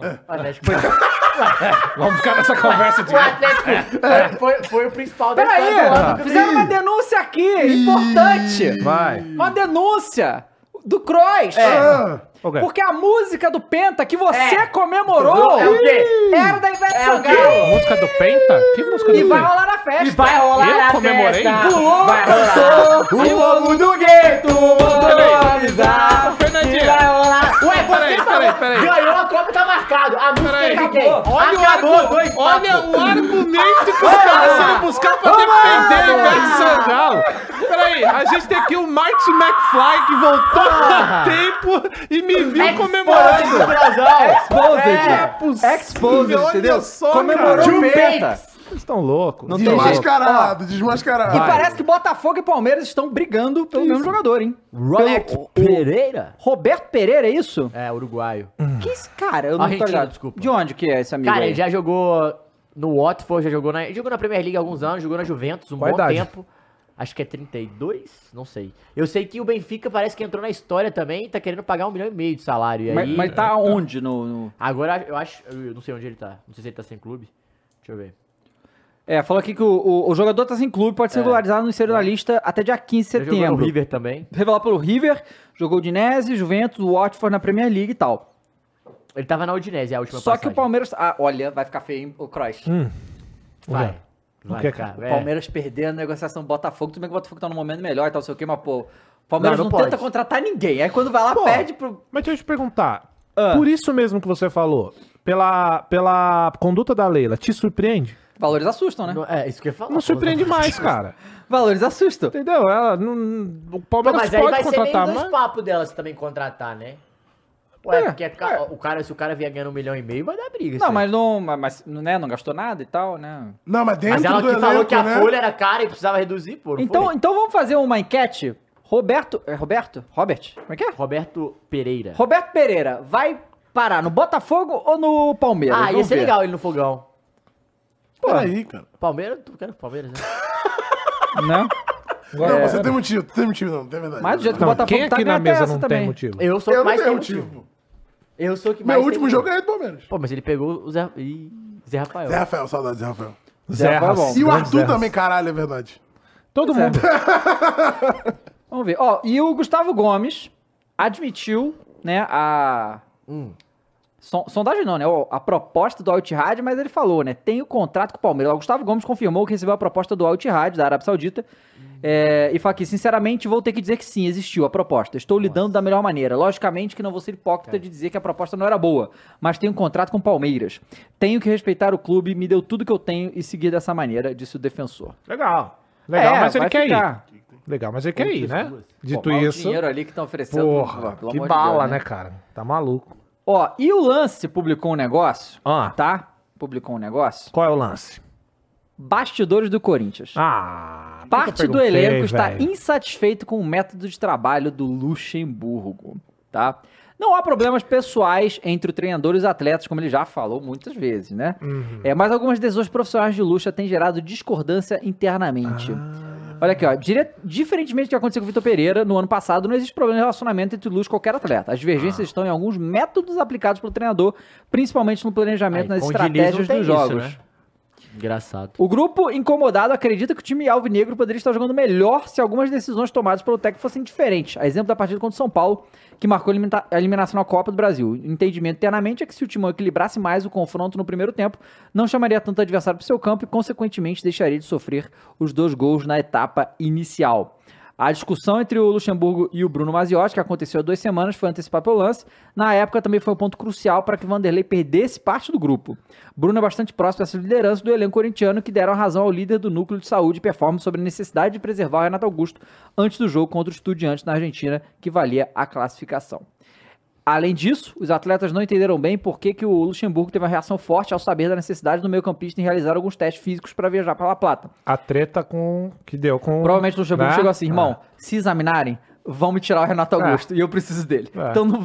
B: O Atlético foi,
D: Vamos ficar nessa conversa de.
B: o Atlético é, foi, foi o principal da
A: Peraí,
B: história do ano.
A: fizeram uma denúncia aqui, é importante.
D: Vai. É.
A: Uma denúncia do Cross.
C: Ah,
D: Ok.
A: Porque a música do Penta que você
B: É.
A: comemorou
B: É o quê?
A: era da Ivete
B: É o quê?
A: Sangalo.
D: Música do Penta? Que música do
A: E vai
D: Penta?
A: rolar na festa.
B: E vai rolar
D: Eu
B: na
D: comemorei?
B: festa.
A: Pulou,
B: vai rolar.
A: cantou,
B: O povo do gueto mandou
D: Peraí.
B: avisar.
D: Ô, Fernandinha.
B: que vai rolar. Ué,
D: Peraí,
B: você falou.
D: peraí, peraí.
B: Ganhou, a Copa tá marcado. A música
D: Peraí.
B: é de quem?
A: Acabou.
D: Olha o
B: Acabou,
D: argu-
B: dois
D: Olha
B: papos.
D: o argumento que os caras foram buscar pra defender o Ivete Sangalo. Peraí, a gente tem aqui o Martin McFly que voltou a tempo e me viu
B: Exposed do
D: comemorando. É
B: Brasil.
A: Exposed. Exposed,
D: Olha
A: entendeu?
D: só,
A: Comemorou
D: cara.
A: o Penta.
D: Vocês estão loucos.
A: Não tem jeito.
C: desmascarado, desmascarado.
D: Que
A: E parece que Botafogo e Palmeiras estão brigando pelo mesmo jogador, hein?
B: Roberto Pereira?
A: Roberto Pereira, é isso?
B: É, uruguaio.
A: Que esse cara? Eu não
B: Argentino,
A: tô ligado.
B: desculpa.
A: De onde que é esse amigo
B: Cara,
A: aí?
B: ele já jogou no Watford, já jogou na, jogou na Premier League há alguns anos, jogou na Juventus um
D: Qual a
B: bom
D: idade?
B: tempo. Acho que é 32, não sei. Eu sei que o Benfica parece que entrou na história também e tá querendo pagar um milhão e meio de salário. E
A: Mas,
B: aí, é,
A: mas tá onde? No, no-
B: Agora eu acho. Eu não sei onde ele tá. Não sei se ele tá sem clube. Deixa eu ver.
A: É, falou aqui que o, o- o jogador tá sem clube,
B: É.
A: pode ser regularizado no inserir na lista até dia 15 de
B: Ele jogou Tá no
A: setembro.
B: River também.
A: Revelado pelo River, jogou Udinese, Juventus, Watford na Premier League e tal.
B: Ele tava na Udinese, é a última
A: Só
B: passagem.
A: que o Palmeiras. Ah, olha, vai ficar feio, hein, o Cross.
B: Vai. Vai,
D: quer,
B: cara.
A: O
B: É.
A: Palmeiras perdendo a negociação do Botafogo, tudo bem que o Botafogo tá num momento melhor e tal, sei o que, mas pô. O Palmeiras
B: Não,
A: não,
B: não
A: tenta
B: pode.
A: contratar ninguém. Aí quando vai lá,
D: Pô.
A: perde pro.
D: Mas deixa eu te perguntar.
A: Ah.
D: Por isso mesmo que você falou, pela, pela conduta da Leila, te surpreende?
A: Valores assustam, né?
B: Não- é, isso que eu ia falar.
D: Não surpreende mais, cara.
A: Valores assustam.
D: Entendeu? Ela não, o
B: Pô,
D: Palmeiras
B: mas aí
D: pode
B: vai ser meio
D: contratar,
B: dois
D: mas...
B: papos dela se também contratar, né? Ué,
A: É,
B: porque a ca- o cara, se o cara vier ganhando um milhão e meio, vai dar briga. isso
A: Não,
B: aí.
A: mas não. Mas, mas, né, não gastou nada e tal, né?
C: Não, mas dentro
B: Mas ela
C: do
B: que
C: elenco,
B: falou que a
C: né?
B: folha era cara e precisava reduzir, pô. não
A: Então,
B: foi?
A: então vamos fazer uma enquete. Roberto. É Roberto? Robert? Como é que é?
B: Roberto Pereira.
A: Roberto Pereira, vai parar no Botafogo ou no Palmeiras?
B: ah, ia
A: Vamos
B: ser
A: ver.
B: legal ele no fogão.
C: Peraí, cara.
B: Palmeiras? Tu quer Palmeiras, né?
A: Né?
C: Não, você tem motivo, tu tem motivo não, tem verdade.
A: Mas do jeito que o
D: Então,
A: Botafogo
D: quem
A: tá
D: aqui
A: ganha
D: na
A: até
D: mesa
A: essa
D: não
A: também.
D: tem motivo?
B: Eu sou o
C: eu
B: que
C: não
B: mais
C: tenho
B: tem
C: motivo.
B: Eu sou o que mais
C: Meu
B: tem
C: último jogo ganhei do Palmeiras.
B: Pô, mas ele pegou o Zé... Ih, Zé Rafael.
C: Zé Rafael, saudades, Zé Rafael.
A: Zé,
C: E
A: tá bom.
C: o
D: grande Zé
C: Arthur
D: Rafael.
C: também, caralho, é verdade.
D: Todo mundo.
A: é. Vamos ver. Ó, e o Gustavo Gomes admitiu, né, a. Son- sondagem não, né? o- A proposta do Al Ittihad, mas ele falou, né? Tem o contrato com o Palmeiras. O Gustavo Gomes confirmou que recebeu a proposta do Al Ittihad, da Arábia Saudita. é, e fala aqui, sinceramente, vou ter que dizer que sim, existiu a proposta. Estou lidando da melhor maneira. Logicamente que não vou ser hipócrita de dizer que a proposta não era boa, mas tenho um contrato com o Palmeiras. Tenho que respeitar o clube, me deu tudo que eu tenho e seguir dessa maneira, disse o defensor.
D: Legal. Legal,
A: É,
D: mas ele
A: vai
D: quer
A: ficar.
D: ir. Legal, mas ele quer ir, né? Dito
A: Pô, mas O
D: isso,
A: dinheiro ali que estão oferecendo.
D: porra,
A: pô, pelo
D: que
A: amor de
D: bala,
A: Deus,
D: né, cara? Tá maluco.
A: Ó, e o Lance publicou um negócio,
D: Ah,
A: tá? Publicou um negócio.
D: qual é o lance?
A: Bastidores do Corinthians.
D: Ah, por que
A: Parte
D: eu
A: do
D: perguntei,
A: elenco está
D: velho?
A: insatisfeito com o método de trabalho do Luxemburgo, tá? Não há problemas pessoais entre o treinador e os atletas, como ele já falou muitas vezes, né?
B: Uhum.
A: É, mas algumas decisões profissionais de Luxa têm gerado discordância internamente.
B: Ah.
A: Olha aqui, ó. dire- Diferentemente do que aconteceu com o Vitor Pereira, no ano passado não existe problema de relacionamento entre Luxa e qualquer atleta. As
B: Ah.
A: divergências estão em alguns métodos aplicados pelo treinador, principalmente no planejamento e
B: Aí, Ah,
A: nas
B: com o
A: estratégias
B: Diniz não tem
A: dos
B: isso,
A: jogos.
B: né? Engraçado.
A: O grupo incomodado acredita que o time alvinegro poderia estar jogando melhor se algumas decisões tomadas pelo técnico fossem diferentes. A exemplo da partida contra o São Paulo, que marcou a elimina- a eliminação na Copa do Brasil. O entendimento internamente é que se o Timão equilibrasse mais o confronto no primeiro tempo, não chamaria tanto adversário para seu campo e, consequentemente, deixaria de sofrer os dois gols na etapa inicial. A discussão entre o Luxemburgo e o Bruno Maziotti, que aconteceu há duas semanas, foi antecipada pelo lance. Na época, também foi um ponto crucial para que Vanderlei perdesse parte do grupo. Bruno é bastante próximo dessa liderança do elenco corintiano, que deram razão ao líder do núcleo de saúde e performance sobre a necessidade de preservar o Renato Augusto antes do jogo contra o Estudiantes na Argentina, que valia a classificação. Além disso, os atletas não entenderam bem por que, que o Luxemburgo teve uma reação forte ao saber da necessidade do meio-campista em realizar alguns testes físicos para viajar para La Plata.
D: A treta com... que deu com...
A: Provavelmente o Luxemburgo
D: né?
A: chegou assim, irmão, se examinarem, vão me tirar Tá o Renato Augusto e eu preciso dele.
D: É.
A: Então não.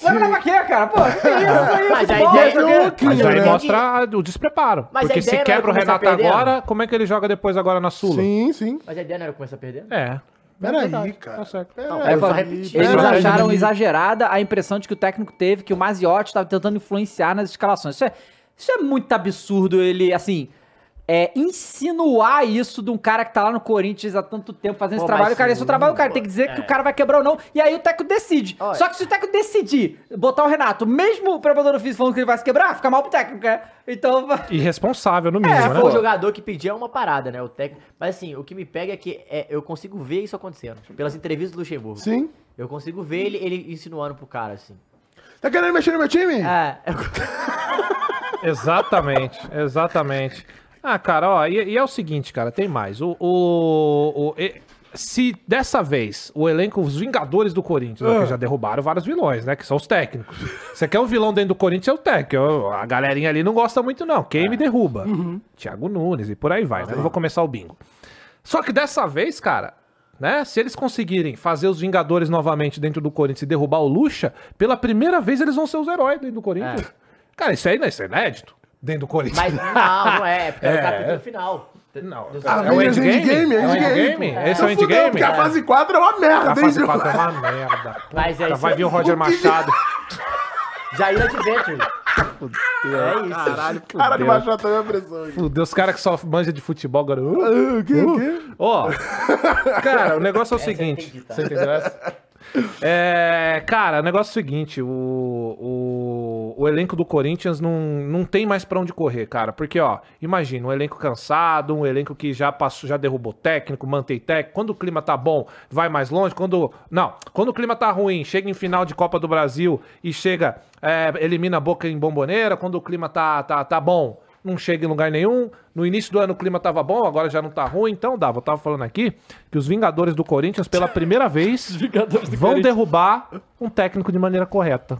A: Vai pra quê, cara? Pô, que isso aí,
B: Mas a
A: futebol,
B: ideia
A: isso
B: é
A: aqui. né?
B: que-
D: Mas
B: Mas
D: aí
B: é que-
D: mostra o despreparo.
B: Mas a
D: porque se
B: ideia não é
D: quebra o
B: começar
D: Renato
B: perdendo.
D: agora, como é que ele joga depois agora na Sula?
C: Sim, sim.
B: Mas a ideia não era começar perdendo?
D: É.
C: Peraí, cara.
D: Tá certo.
B: Não,
C: Peraí,
B: é só
C: peraí,
B: repetir.
A: Então, Eles
C: peraí.
A: acharam exagerada a impressão de que o técnico teve que o Maziotti estava tentando influenciar nas escalações. Isso é, isso é muito absurdo ele, assim, é, insinuar isso de um cara que tá lá no Corinthians há tanto tempo fazendo
B: Pô,
A: esse trabalho.
B: mas
A: Cara, esse é o trabalho, cara.
B: sim,
A: Tem que dizer que
B: é.
A: o cara vai quebrar ou não. E aí o técnico decide.
B: Olha.
A: Só que se o técnico decidir botar o Renato, mesmo o preparador físico falando que ele vai se quebrar, fica mal pro técnico, né? Então,
D: Irresponsável, no
A: É,
D: mínimo,
B: Foi o
D: né?
B: jogador que pedia uma parada, né? O técnico. Mas assim, o que me pega é que é, eu consigo ver isso acontecendo. Pelas entrevistas do Luxemburgo.
C: Sim.
B: Eu consigo ver ele, ele insinuando pro cara, assim.
C: Tá querendo mexer no meu time?
B: É, eu-
D: Exatamente, exatamente. Ah, cara, ó, e, e é o seguinte, cara, tem mais. O, o- o- e- se dessa vez o elenco, os Vingadores do Corinthians, ó, que já derrubaram vários vilões, né? Que são os técnicos. Você quer um vilão dentro do Corinthians, é o técnico. Eu- A galerinha ali não gosta muito, não. Quem me derruba? Thiago Nunes e por aí vai, né? Não vou começar o bingo. Só que dessa vez, cara, né? Se eles conseguirem fazer os Vingadores novamente dentro do Corinthians e derrubar o Lucha, pela primeira vez eles vão ser os heróis dentro do Corinthians. Cara, isso aí não isso é inédito dentro do Corinthians.
B: mas não, não é. Porque é,
D: É.
B: o capítulo final.
D: Não,
B: Dos-
C: Ah,
D: é o
C: mas
D: endgame?
C: endgame,
D: É o
C: endgame,
D: endgame?
C: pô.
D: Esse é
C: Então
D: o endgame?
C: fudeu, Porque a
D: É.
C: fase 4 é uma merda,
D: A
C: hein,
D: fase
C: Gil?
D: 4 é uma merda.
B: Mas é
D: Puta,
B: isso
D: vai
B: aí.
D: vir o Roger Machado.
B: Jair Adventure. É isso.
D: Caralho,
C: Cara,
D: fudeu.
C: não baixou até a minha pressão. aqui.
D: Fudeu, os caras que só manja de futebol agora. Uh,
C: Ah, que- que-
D: Ó, cara, o negócio é o
B: Essa eu
D: seguinte.
B: entendi, tá?
D: Você entendeu essa? É, cara, o negócio é o seguinte: o, o, o elenco do Corinthians não, não tem mais pra onde correr, cara. Porque, ó, imagina, um elenco cansado, um elenco que já passou, já derrubou técnico, mantém técnico. Quando o clima tá bom, vai mais longe. Quando. Não, quando o clima tá ruim, chega em final de Copa do Brasil e chega, é, elimina a boca em bomboneira. Quando o clima tá, tá, tá bom, não chega em lugar nenhum. No início do ano o clima tava bom, agora já não tá ruim. Então, Dava, eu tava falando aqui que os Vingadores do Corinthians, pela primeira vez, vão derrubar um técnico de maneira correta.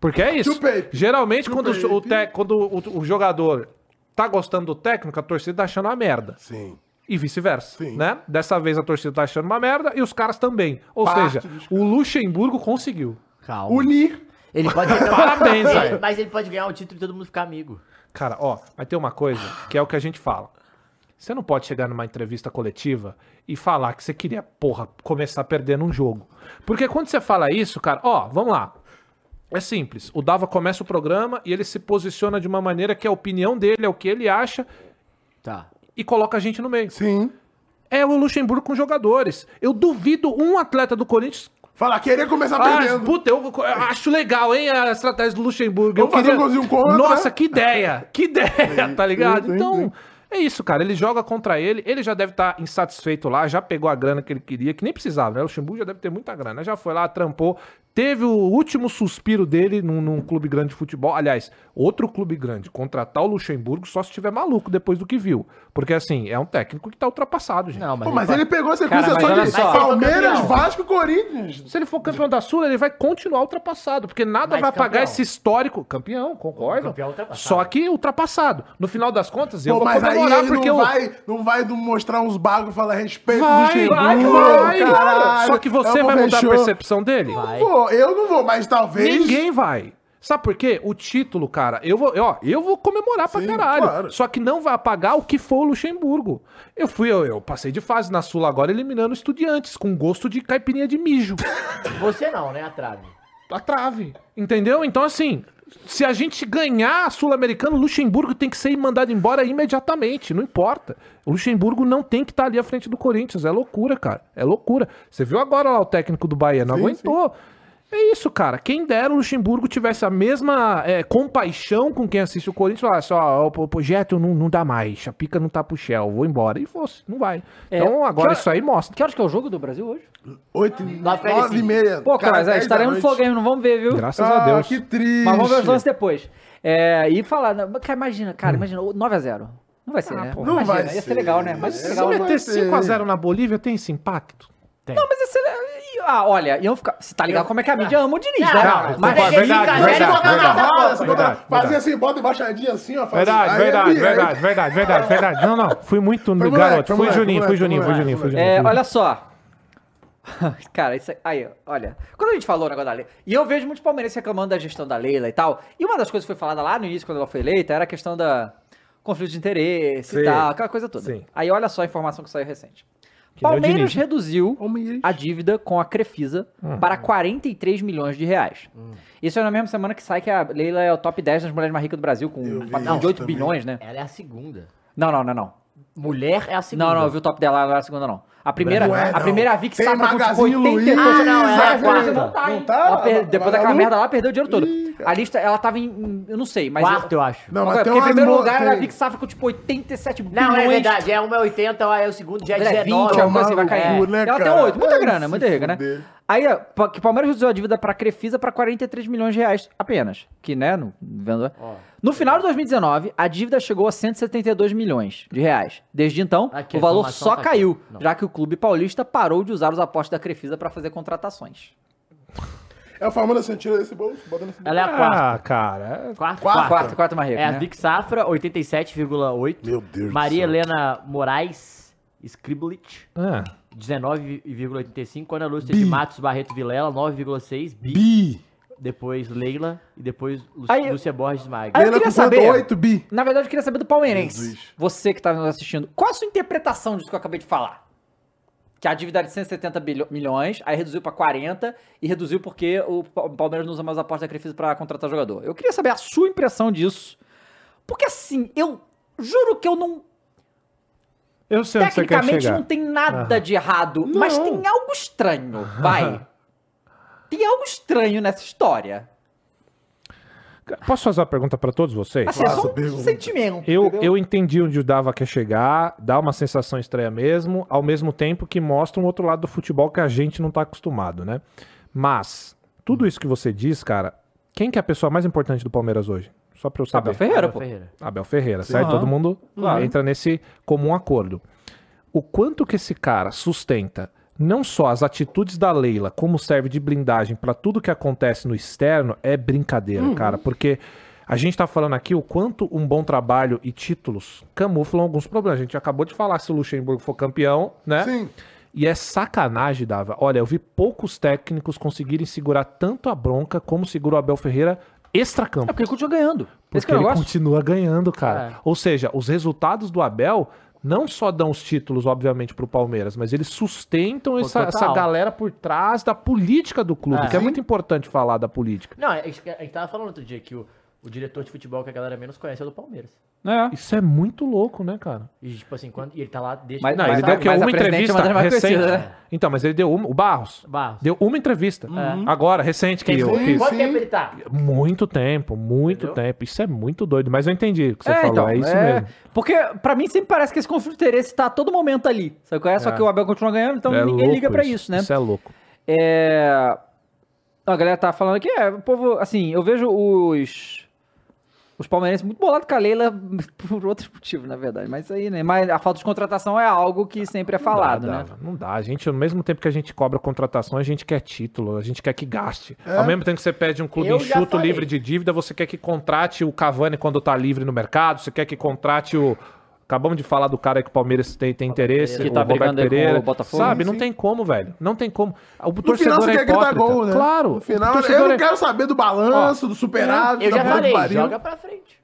D: Porque é isso.
C: Chupei.
D: Geralmente, quando, o,
C: Chupei.
D: o tec- quando o- o jogador tá gostando do técnico, a torcida tá achando uma merda
C: Sim.
D: e vice-versa,
C: Sim.
D: né? Dessa vez a torcida tá achando uma merda e os caras também. Ou
C: Parte
D: seja,
C: dos
D: o Luxemburgo conseguiu.
B: Calma.
C: Unir.
B: Ele pode. Parabéns,
D: Parabéns,
B: ele,
D: velho.
B: Mas ele pode ganhar o título e todo mundo ficar amigo.
D: Cara, ó, mas tem uma coisa que é o que a gente fala. Você não pode chegar numa entrevista coletiva e falar que você queria, porra, começar perdendo um jogo. Porque quando você fala isso, cara, ó, vamos lá. É simples. O Dava começa o programa e ele se posiciona de uma maneira que é a opinião dele, é o que ele acha
B: Tá.
D: e coloca a gente no meio.
C: Sim.
D: É o Luxemburgo com jogadores. Eu duvido um atleta do Corinthians
C: Falar, queria começar
D: Ah,
C: perdendo.
D: puta, eu eu acho legal, hein, a estratégia do Luxemburgo.
C: Vamos
D: eu
C: fazer um golzinho contra.
D: Nossa, que ideia! Que ideia, tá ligado?
C: sim, sim.
D: Então, é isso, cara. Ele joga contra ele, ele já deve estar insatisfeito lá, já pegou a grana que ele queria, que nem precisava, né? O Luxemburgo já deve ter muita grana. Já foi lá, trampou, teve o último suspiro dele num, num clube grande de futebol. Aliás, outro clube grande, contratar o Luxemburgo só se estiver maluco depois do que viu. Porque, assim, é um técnico que tá ultrapassado, gente.
B: Não, mas.
C: Pô, mas ele pegou a sequência
A: Cara, mas
C: só
A: olha
C: de
D: é
A: só.
C: Palmeiras,
B: Campeão.
C: Vasco, Corinthians.
D: Se ele for campeão da Sul, ele vai continuar ultrapassado, porque nada
B: Mas
D: vai apagar
B: campeão.
D: esse histórico. Campeão, concordo.
B: Campeão ultrapassado.
D: Só que ultrapassado. No final das contas, eu
C: Pô,
D: vou
C: mas aí
D: comemorar
C: ele
D: porque
C: não,
D: eu...
C: vai, não vai mostrar uns bagulho e falar a respeito do
D: Vai,
C: Luxemburgo.
D: vai, vai.
C: caralho. Então
D: Só que você
C: Eu vou
D: vai mudar
C: fechar.
D: a percepção dele?
C: Não vou, eu não vou, mas talvez...
D: Ninguém vai. Sabe por quê? O título, cara, eu vou, ó, eu vou comemorar pra
C: Sim,
D: caralho.
C: claro.
D: Só que não vai apagar o que foi o Luxemburgo. Eu fui, eu, eu passei de fase na Sula agora eliminando estudiantes com gosto de caipirinha de mijo.
B: Você não, né, a trave.
D: a trave. Entendeu? Então, assim, se a gente ganhar a Sul-Americana, o Luxemburgo tem que ser mandado embora imediatamente, não importa. O Luxemburgo não tem que estar ali à frente do Corinthians. É loucura, cara. É loucura. Você viu agora lá o técnico do Bahia, não
C: Sim,
D: aguentou. É isso, cara. Quem dera o Luxemburgo tivesse a mesma é, compaixão com quem assiste o Corinthians e falasse, ó, o projeto não, não dá mais, a pica não tá pro Shell, vou embora. E fosse, não vai.
A: É,
D: Então agora
A: que-
D: isso aí mostra.
A: que horas que é o jogo do Brasil hoje?
C: Oito,
B: Nove,
C: nove, e
B: cinco.
C: meia.
A: Tá Pô, cara, mas aí
C: dez da
A: estaremos
C: noite.
A: no Flowgame, não vamos ver, viu?
D: Graças a
C: Ah,
D: Deus.
C: que triste.
A: Mas vamos ver os lances depois. É, e falar, né, cara, imagina,
D: Hum.
A: cara, imagina, 9x0. Não vai ser, né?
D: pô.
C: Não
A: imagina,
C: vai
A: ia ser
C: ser.
A: legal, né? Mas ia ser
C: Se
A: legal,
D: Se
A: né?
C: vai
D: É. meter
C: ter.
D: 5x0 na Bolívia, tem esse impacto?
A: Não, mas ia ser legal. E, Ah, olha, iam ficar. Você tá ligado como é que a mídia ama o Diniz, né?
D: não, não,
A: mas
D: não,
A: é
D: verdade,
A: Diniz, cara,
D: verdade,
A: ele joga
D: verdade.
C: Roda,
A: na-
C: assim,
D: Verdade,
C: bota- Fazia
D: verdade.
C: assim, bota embaixadinha assim, ó. faz
D: Verdade,
C: assim. Aí
D: verdade,
C: é bi, aí-
D: verdade, verdade, verdade, verdade. Não, não. Fui muito no
C: Foi moleque,
D: garoto.
C: foi
D: Fui
C: moleque,
D: Juninho,
C: foi
D: fui Juninho, fui
C: moleque,
D: Juninho,
C: foi
D: fui Juninho.
A: É,
D: fui Juninho.
A: olha só. Cara, isso, é, aí, olha. Quando a gente falou o negócio da Leila, e eu vejo muitos palmeirenses reclamando da gestão da Leila e tal, e uma das coisas que foi falada lá no início, quando ela foi eleita, era a questão da conflito de interesse e
D: Sim.
A: tal, aquela coisa toda.
D: Sim.
A: Aí olha só a informação que saiu recente.
D: Que nem o
A: Palmeiras
D: Diniz, Hum. né?
A: reduziu
C: Palmeiras.
A: a dívida com a Crefisa para 43 milhões de reais.
B: Hum.
A: Isso é na mesma semana que sai que a Leila é o top 10 das mulheres mais ricas do Brasil, com
C: Eu vi
A: um patrimônio de
C: isso
A: 8
C: também.
A: bilhões, né?
B: Ela é a segunda.
A: Não, não, não, não.
B: Mulher é a segunda.
A: Não, não, eu vi o top dela, ela é a segunda, não. A primeira,
C: Não é,
A: a
C: não.
A: primeira vi que
C: Tem
A: estava com tipo
C: Magazine
A: 82.
C: Luiza,
A: Ah, não, ela
B: é a
A: é quarta.
B: quarta.
A: tá,
C: Não
A: hein?
C: tá?
A: Ela per-
C: Ela-
A: Depois
C: ela
A: daquela
C: não-
A: merda lá, ela perdeu o dinheiro todo. A lista, ela tava em- em. Eu não sei, mas.
B: Quarto,
A: eu,
B: eu acho.
C: Não,
A: Não,
C: mas tem
A: porque em
C: umas
A: primeiro
C: mo-
A: lugar era a
C: tem-
A: Vic Safra com tipo 87 bilhões.
B: Não, é verdade. É uma é 80, é o segundo já é
A: Ela é 20,
B: 19.
A: alguma coisa assim, vai
C: maluco,
A: cair.
C: né,
A: Ela tem
C: cara?
A: 8, muita
C: Vai
A: grana,
C: se
A: muita rica, né?
C: fuder.
A: Aí, ó, pa- que o Palmeiras reduziu a dívida pra Crefisa pra 43 milhões de reais apenas. Que, né, no, vendo... No final de 2019, a dívida chegou a 172 milhões de reais. Desde então,
B: Aqui, a
A: o valor
B: informação
A: só
B: tá aqui.
A: caiu,
B: Não.
A: já que o clube paulista parou de usar os apostos da Crefisa pra fazer contratações.
C: É a Fórmula assim, tira desse bolso, bota nesse bolso.
B: Ela é a quarta.
D: Ah, cara.
B: Quarta.
A: Quarto, quarto, mais rico,
B: É a
A: né?
B: Vic Safra, 87,8.
C: Meu Deus do
B: Maria
C: céu.
B: Helena Moraes Scriblit,
D: Ah,
B: 19,85. Ana Lúcia de Matos Barreto Vilela, 9,6. Bi.
C: Bi.
B: Depois Leila. E depois Lu-
A: Aí-
B: Lúcia Borges Maia.
A: Aí eu
C: Ela
A: queria
C: com
A: saber-
C: 8 bi.
A: Na verdade, eu queria saber do palmeirense.
C: Jesus.
A: Você que tá nos assistindo. Qual a sua interpretação disso que eu acabei de falar? Que a dívida era de 170 bilho- milhões, aí reduziu pra 40 e reduziu porque o Pa- o Palmeiras não usa mais a aposta da Crefisa pra contratar jogador. Eu queria saber a sua impressão disso. Porque assim, eu juro que eu não.
D: eu sei onde você quer
A: tecnicamente
D: chegar.
A: não tem nada de errado, mas
C: Não.
A: tem algo estranho, vai. tem algo estranho nessa história.
D: Posso fazer uma pergunta pra todos vocês?
A: Assim, é só um
C: pergunta.
A: sentimento.
D: Eu,
A: entendeu?
D: eu entendi onde o Dava quer chegar, dá uma sensação estranha mesmo, ao mesmo tempo que mostra um outro lado do futebol que a gente não tá acostumado, né? Mas, tudo isso que você diz, cara, quem que é a pessoa mais importante do Palmeiras hoje? Só pra eu saber.
A: Abel Ferreira, pô.
B: Ferreira.
D: Abel Ferreira, certo?
A: Aham.
D: Todo mundo
A: Claro.
D: entra nesse comum acordo. O quanto que esse cara sustenta não só as atitudes da Leila, como serve de blindagem pra tudo que acontece no externo, é brincadeira, cara, porque a gente tá falando aqui o quanto um bom trabalho e títulos camuflam alguns problemas. A gente acabou de falar se o Luxemburgo for campeão, né?
C: Sim.
D: E é sacanagem, Dava. Olha, eu vi poucos técnicos conseguirem segurar tanto a bronca como segurou o Abel Ferreira extra-campo.
A: É porque ele continua ganhando.
D: Porque
A: Esse que é o
D: ele
A: negócio.
D: continua ganhando, cara.
B: É.
D: Ou seja, os resultados do Abel não só dão os títulos, obviamente, pro Palmeiras, mas eles sustentam essa,
B: total.
D: essa galera por trás da política do clube,
B: É.
D: que é muito importante falar da política.
B: Não, a gente, a gente tava falando outro dia que o, o diretor de futebol que a galera menos conhece é o do Palmeiras.
A: É.
D: Isso é muito louco, né, cara?
B: E, tipo assim, quando, e ele tá lá desde...
A: Mas-
D: Não,
A: mas
D: ele
A: a-
D: deu que
A: mas a
D: uma
A: presidente é uma das
D: entrevista
A: mais
D: recente.
A: conhecidas, né?
D: Então, mas ele deu uma, o Barros
B: Barros.
D: deu uma entrevista
A: Uhum.
D: agora recente que
B: Tem-
D: eu fiz.
B: Quanto tempo ele tá?
D: Muito tempo, muito
B: Entendeu?
D: tempo. Isso é muito doido, mas eu entendi o que você falou,
A: então,
D: é isso mesmo.
A: Porque pra mim sempre parece que esse conflito de interesse tá a todo momento ali. Sabe qual é? Só
D: É.
A: que o Abel continua ganhando, então
D: É
A: ninguém
D: louco
A: liga pra isso, né?
D: Isso é louco.
A: É... A galera tá falando que é, o povo, assim, eu vejo os os palmeirenses muito bolados com a Leila por outro motivo, na verdade. Mas isso aí, né? Mas a falta de contratação é algo que sempre é falado,
D: dá,
A: né?
D: dá, Não dá. A gente, ao mesmo tempo que a gente cobra contratação, a gente quer título, a gente quer que gaste.
C: É.
D: Ao mesmo tempo que você pede um clube
B: Eu já
D: enxuto
B: falei.
D: livre de dívida, você quer que contrate o Cavani quando tá livre no mercado, você quer que contrate o. Acabamos de falar do cara que o Palmeiras tem, tem interesse,
A: Pereira.
D: o
A: Que tá
D: Roberto
A: brigando aí com
D: Pereira.
A: o Botafogo.
D: Sabe,
C: Sim,
D: não
C: sim.
D: tem como, velho. Não tem como. O
C: No
D: torcedor
C: final você
D: é
C: quer gritar
D: hipócrita.
C: gol, né?
D: Claro.
C: No
D: o
C: final,
D: torcedor
C: eu não
D: é-
C: quero saber do balanço, do superávit,
B: Eu
C: da
B: já
C: puta que
B: falei,
C: pariu.
B: joga pra frente.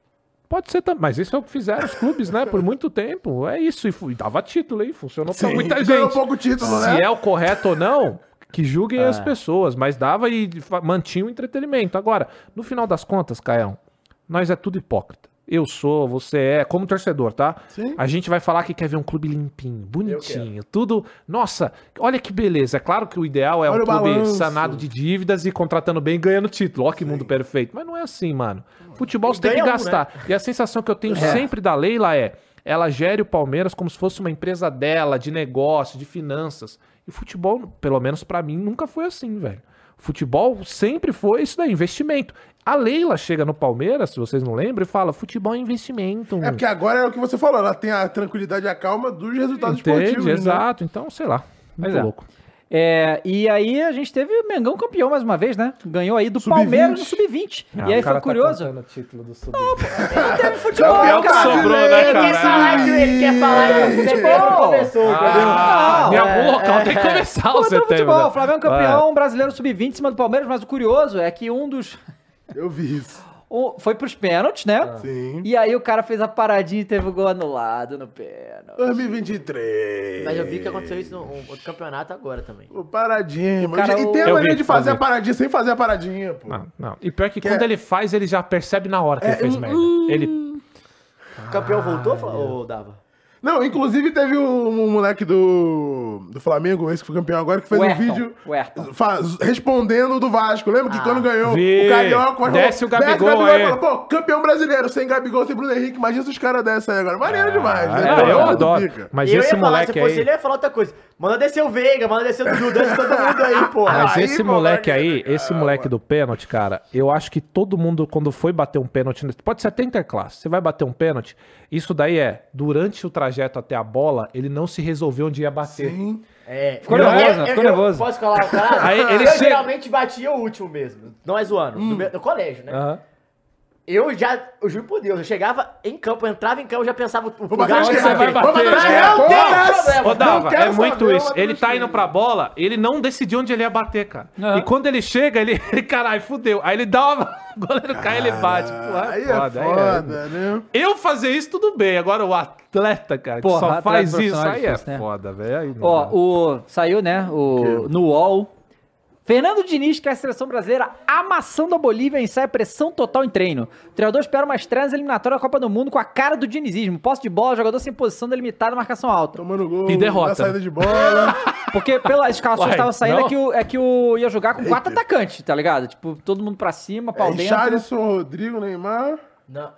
D: Pode ser também, mas isso é o que fizeram os clubes, né? Por muito tempo. É isso. E, fu- e dava título aí, funcionou pra
C: Sim,
D: muita gente.
C: Ganhou pouco título, né?
D: Se é o correto ou não, que julguem as pessoas, mas dava e fa- mantinha o entretenimento. Agora, no final das contas, Caião, nós é tudo hipócrita. Eu sou, você é, como torcedor, tá?
C: Sim.
D: A gente vai falar que quer ver um clube limpinho, bonitinho, tudo. Nossa, olha que beleza. É claro que o ideal é
C: Olha
D: um
C: o
D: clube
C: balanço.
D: sanado de dívidas e contratando bem e ganhando título. Ó que mundo perfeito. Mas não é assim, mano. Futebol você tem que
B: Ganha um, né?
D: gastar. E a sensação que eu tenho sempre da Leila é: ela gere o Palmeiras como se fosse uma empresa dela, de negócio, de finanças. E futebol, pelo menos pra mim, nunca foi assim, velho. Futebol sempre foi isso daí, investimento. A Leila chega no Palmeiras, se vocês não lembram, e fala: futebol é investimento.
C: É porque agora é o que você falou, ela tem a tranquilidade e a calma dos resultados esportivos.
D: Entende?
C: né?
D: Exato. Então, sei lá. Muito
A: Pois é.
D: louco.
A: É, e aí a gente teve o Mengão campeão mais uma vez, né? Ganhou aí do Palmeiras no Sub-20.
D: Ah,
A: e aí
D: o cara
A: foi
D: tá
A: curioso.
D: cantando o título do Sub-20.
A: Teve futebol,
D: É pior que
A: cara.
D: sobrou, né,
B: Ele quer falar que ele quer falar que o setembro começou, entendeu?
D: Ah,
A: Não,
D: em
A: é,
D: algum local tem que começar o
A: Como entrou o
D: setembro.
A: futebol,
D: né?
A: o Flamengo
D: É.
A: campeão, brasileiro sub-20 em cima do Palmeiras, mas o curioso é que um dos,
C: Eu vi isso. Ah.
A: o- foi pros pênaltis, né?
C: Sim.
A: E aí o cara fez a paradinha e teve o gol anulado no pênalti.
C: 2023.
B: Mas eu vi que aconteceu isso no um, outro campeonato agora também.
C: O tipo, paradinha, mano.
A: cara,
C: e
A: o-
C: tem a
D: Eu
C: maneira
D: vi
C: de fazer
D: fazer.
C: a paradinha sem fazer a paradinha, pô.
D: Não, não. E pior que quando ele faz, ele já percebe na hora que ele fez merda. Ele.
B: O campeão voltou fa- ou dava?
C: Não, inclusive teve um, um moleque do, do Flamengo, esse que foi campeão agora, que fez
A: O
C: um
A: Ayrton,
C: vídeo
A: o Ayrton.
C: faz- respondendo o do Vasco. Lembra que quando ganhou
D: vi.
C: o Carioca,
D: Desce o Gabigol aí.
C: e fala, ppô, campeão brasileiro, sem Gabigol, sem Bruno Henrique, imagina se os caras dessa aí agora. Maneiro demais, né?
D: Ah,
C: Pô,
D: eu
C: muito
D: adoro.
C: pica.
D: Mas
B: eu
D: esse
B: ia falar, Ah, se
D: moleque
B: fosse
D: aí.
B: ele, ia falar outra coisa. Manda descer o Veiga, manda descer o Dudu, desce todo mundo aí, pô.
D: Ah, Mas
C: Aí,
D: esse
C: moleque,
D: moleque aí,
C: cara,
D: esse moleque do pênalti, cara, eu acho que todo mundo, quando foi bater um pênalti, pode ser até interclasse, você vai bater um pênalti, isso daí é, durante o trajeto até a bola, ele não se resolveu onde ia bater.
C: Sim.
B: É,
A: Ficou
B: eu-
A: nervoso,
B: eu- eu-
A: ficou
B: eu
A: nervoso.
B: Posso falar uma parada?
D: Aí ele
B: eu
D: chega- Hum.
B: geralmente batia o último mesmo. Não é zoando. No, meu- no colégio, né?
D: Aham.
B: Eu já, eu juro por Deus, eu chegava em campo, eu entrava em campo, eu já pensava o
D: Então,
C: bater
B: lugar
C: na
B: onde
C: esquerda,
B: bater. né?
D: vou bater na
B: Não
C: é
D: esquerda,
B: tem
C: todas!
B: problema.
D: Ô, Dava,
C: um quero
D: é muito
C: saber,
D: isso.
C: eu
D: Ele tá
C: acho
D: indo pra bola, ele não decidiu onde ele ia bater, cara. E quando ele chega, ele, ele caralho, fudeu. Aí ele dá uma. O goleiro cai, ele bate. Pô,
C: Aí é foda,
D: aí
C: né?
D: É. Eu fazer isso, tudo bem. Agora o atleta, cara,
A: Porra,
D: que só
A: atleta
D: faz isso,
A: profissional é
D: aí é
A: difícil, né?
D: foda, velho. Aí não dá.
A: Ó, o. Saiu, né? O, no UOL. Fernando Diniz quer a seleção brasileira amassando a Bolívia e ensaia pressão total em treino. O treinador espera uma estreia eliminatória da Copa do Mundo com a cara do dinizismo. Posse de bola, jogador sem posição delimitada, marcação alta.
C: Tomando gol,
D: E derrota.
C: na saída de bola.
A: Porque pelas escalações
D: Uai,
A: que tava saindo é
D: não?
A: que, o, é que o ia jogar com quatro atacantes, tá ligado? Tipo, todo mundo pra cima, pau
C: é,
A: dentro.
C: Charleston, Rodrigo, Neymar,
B: Não.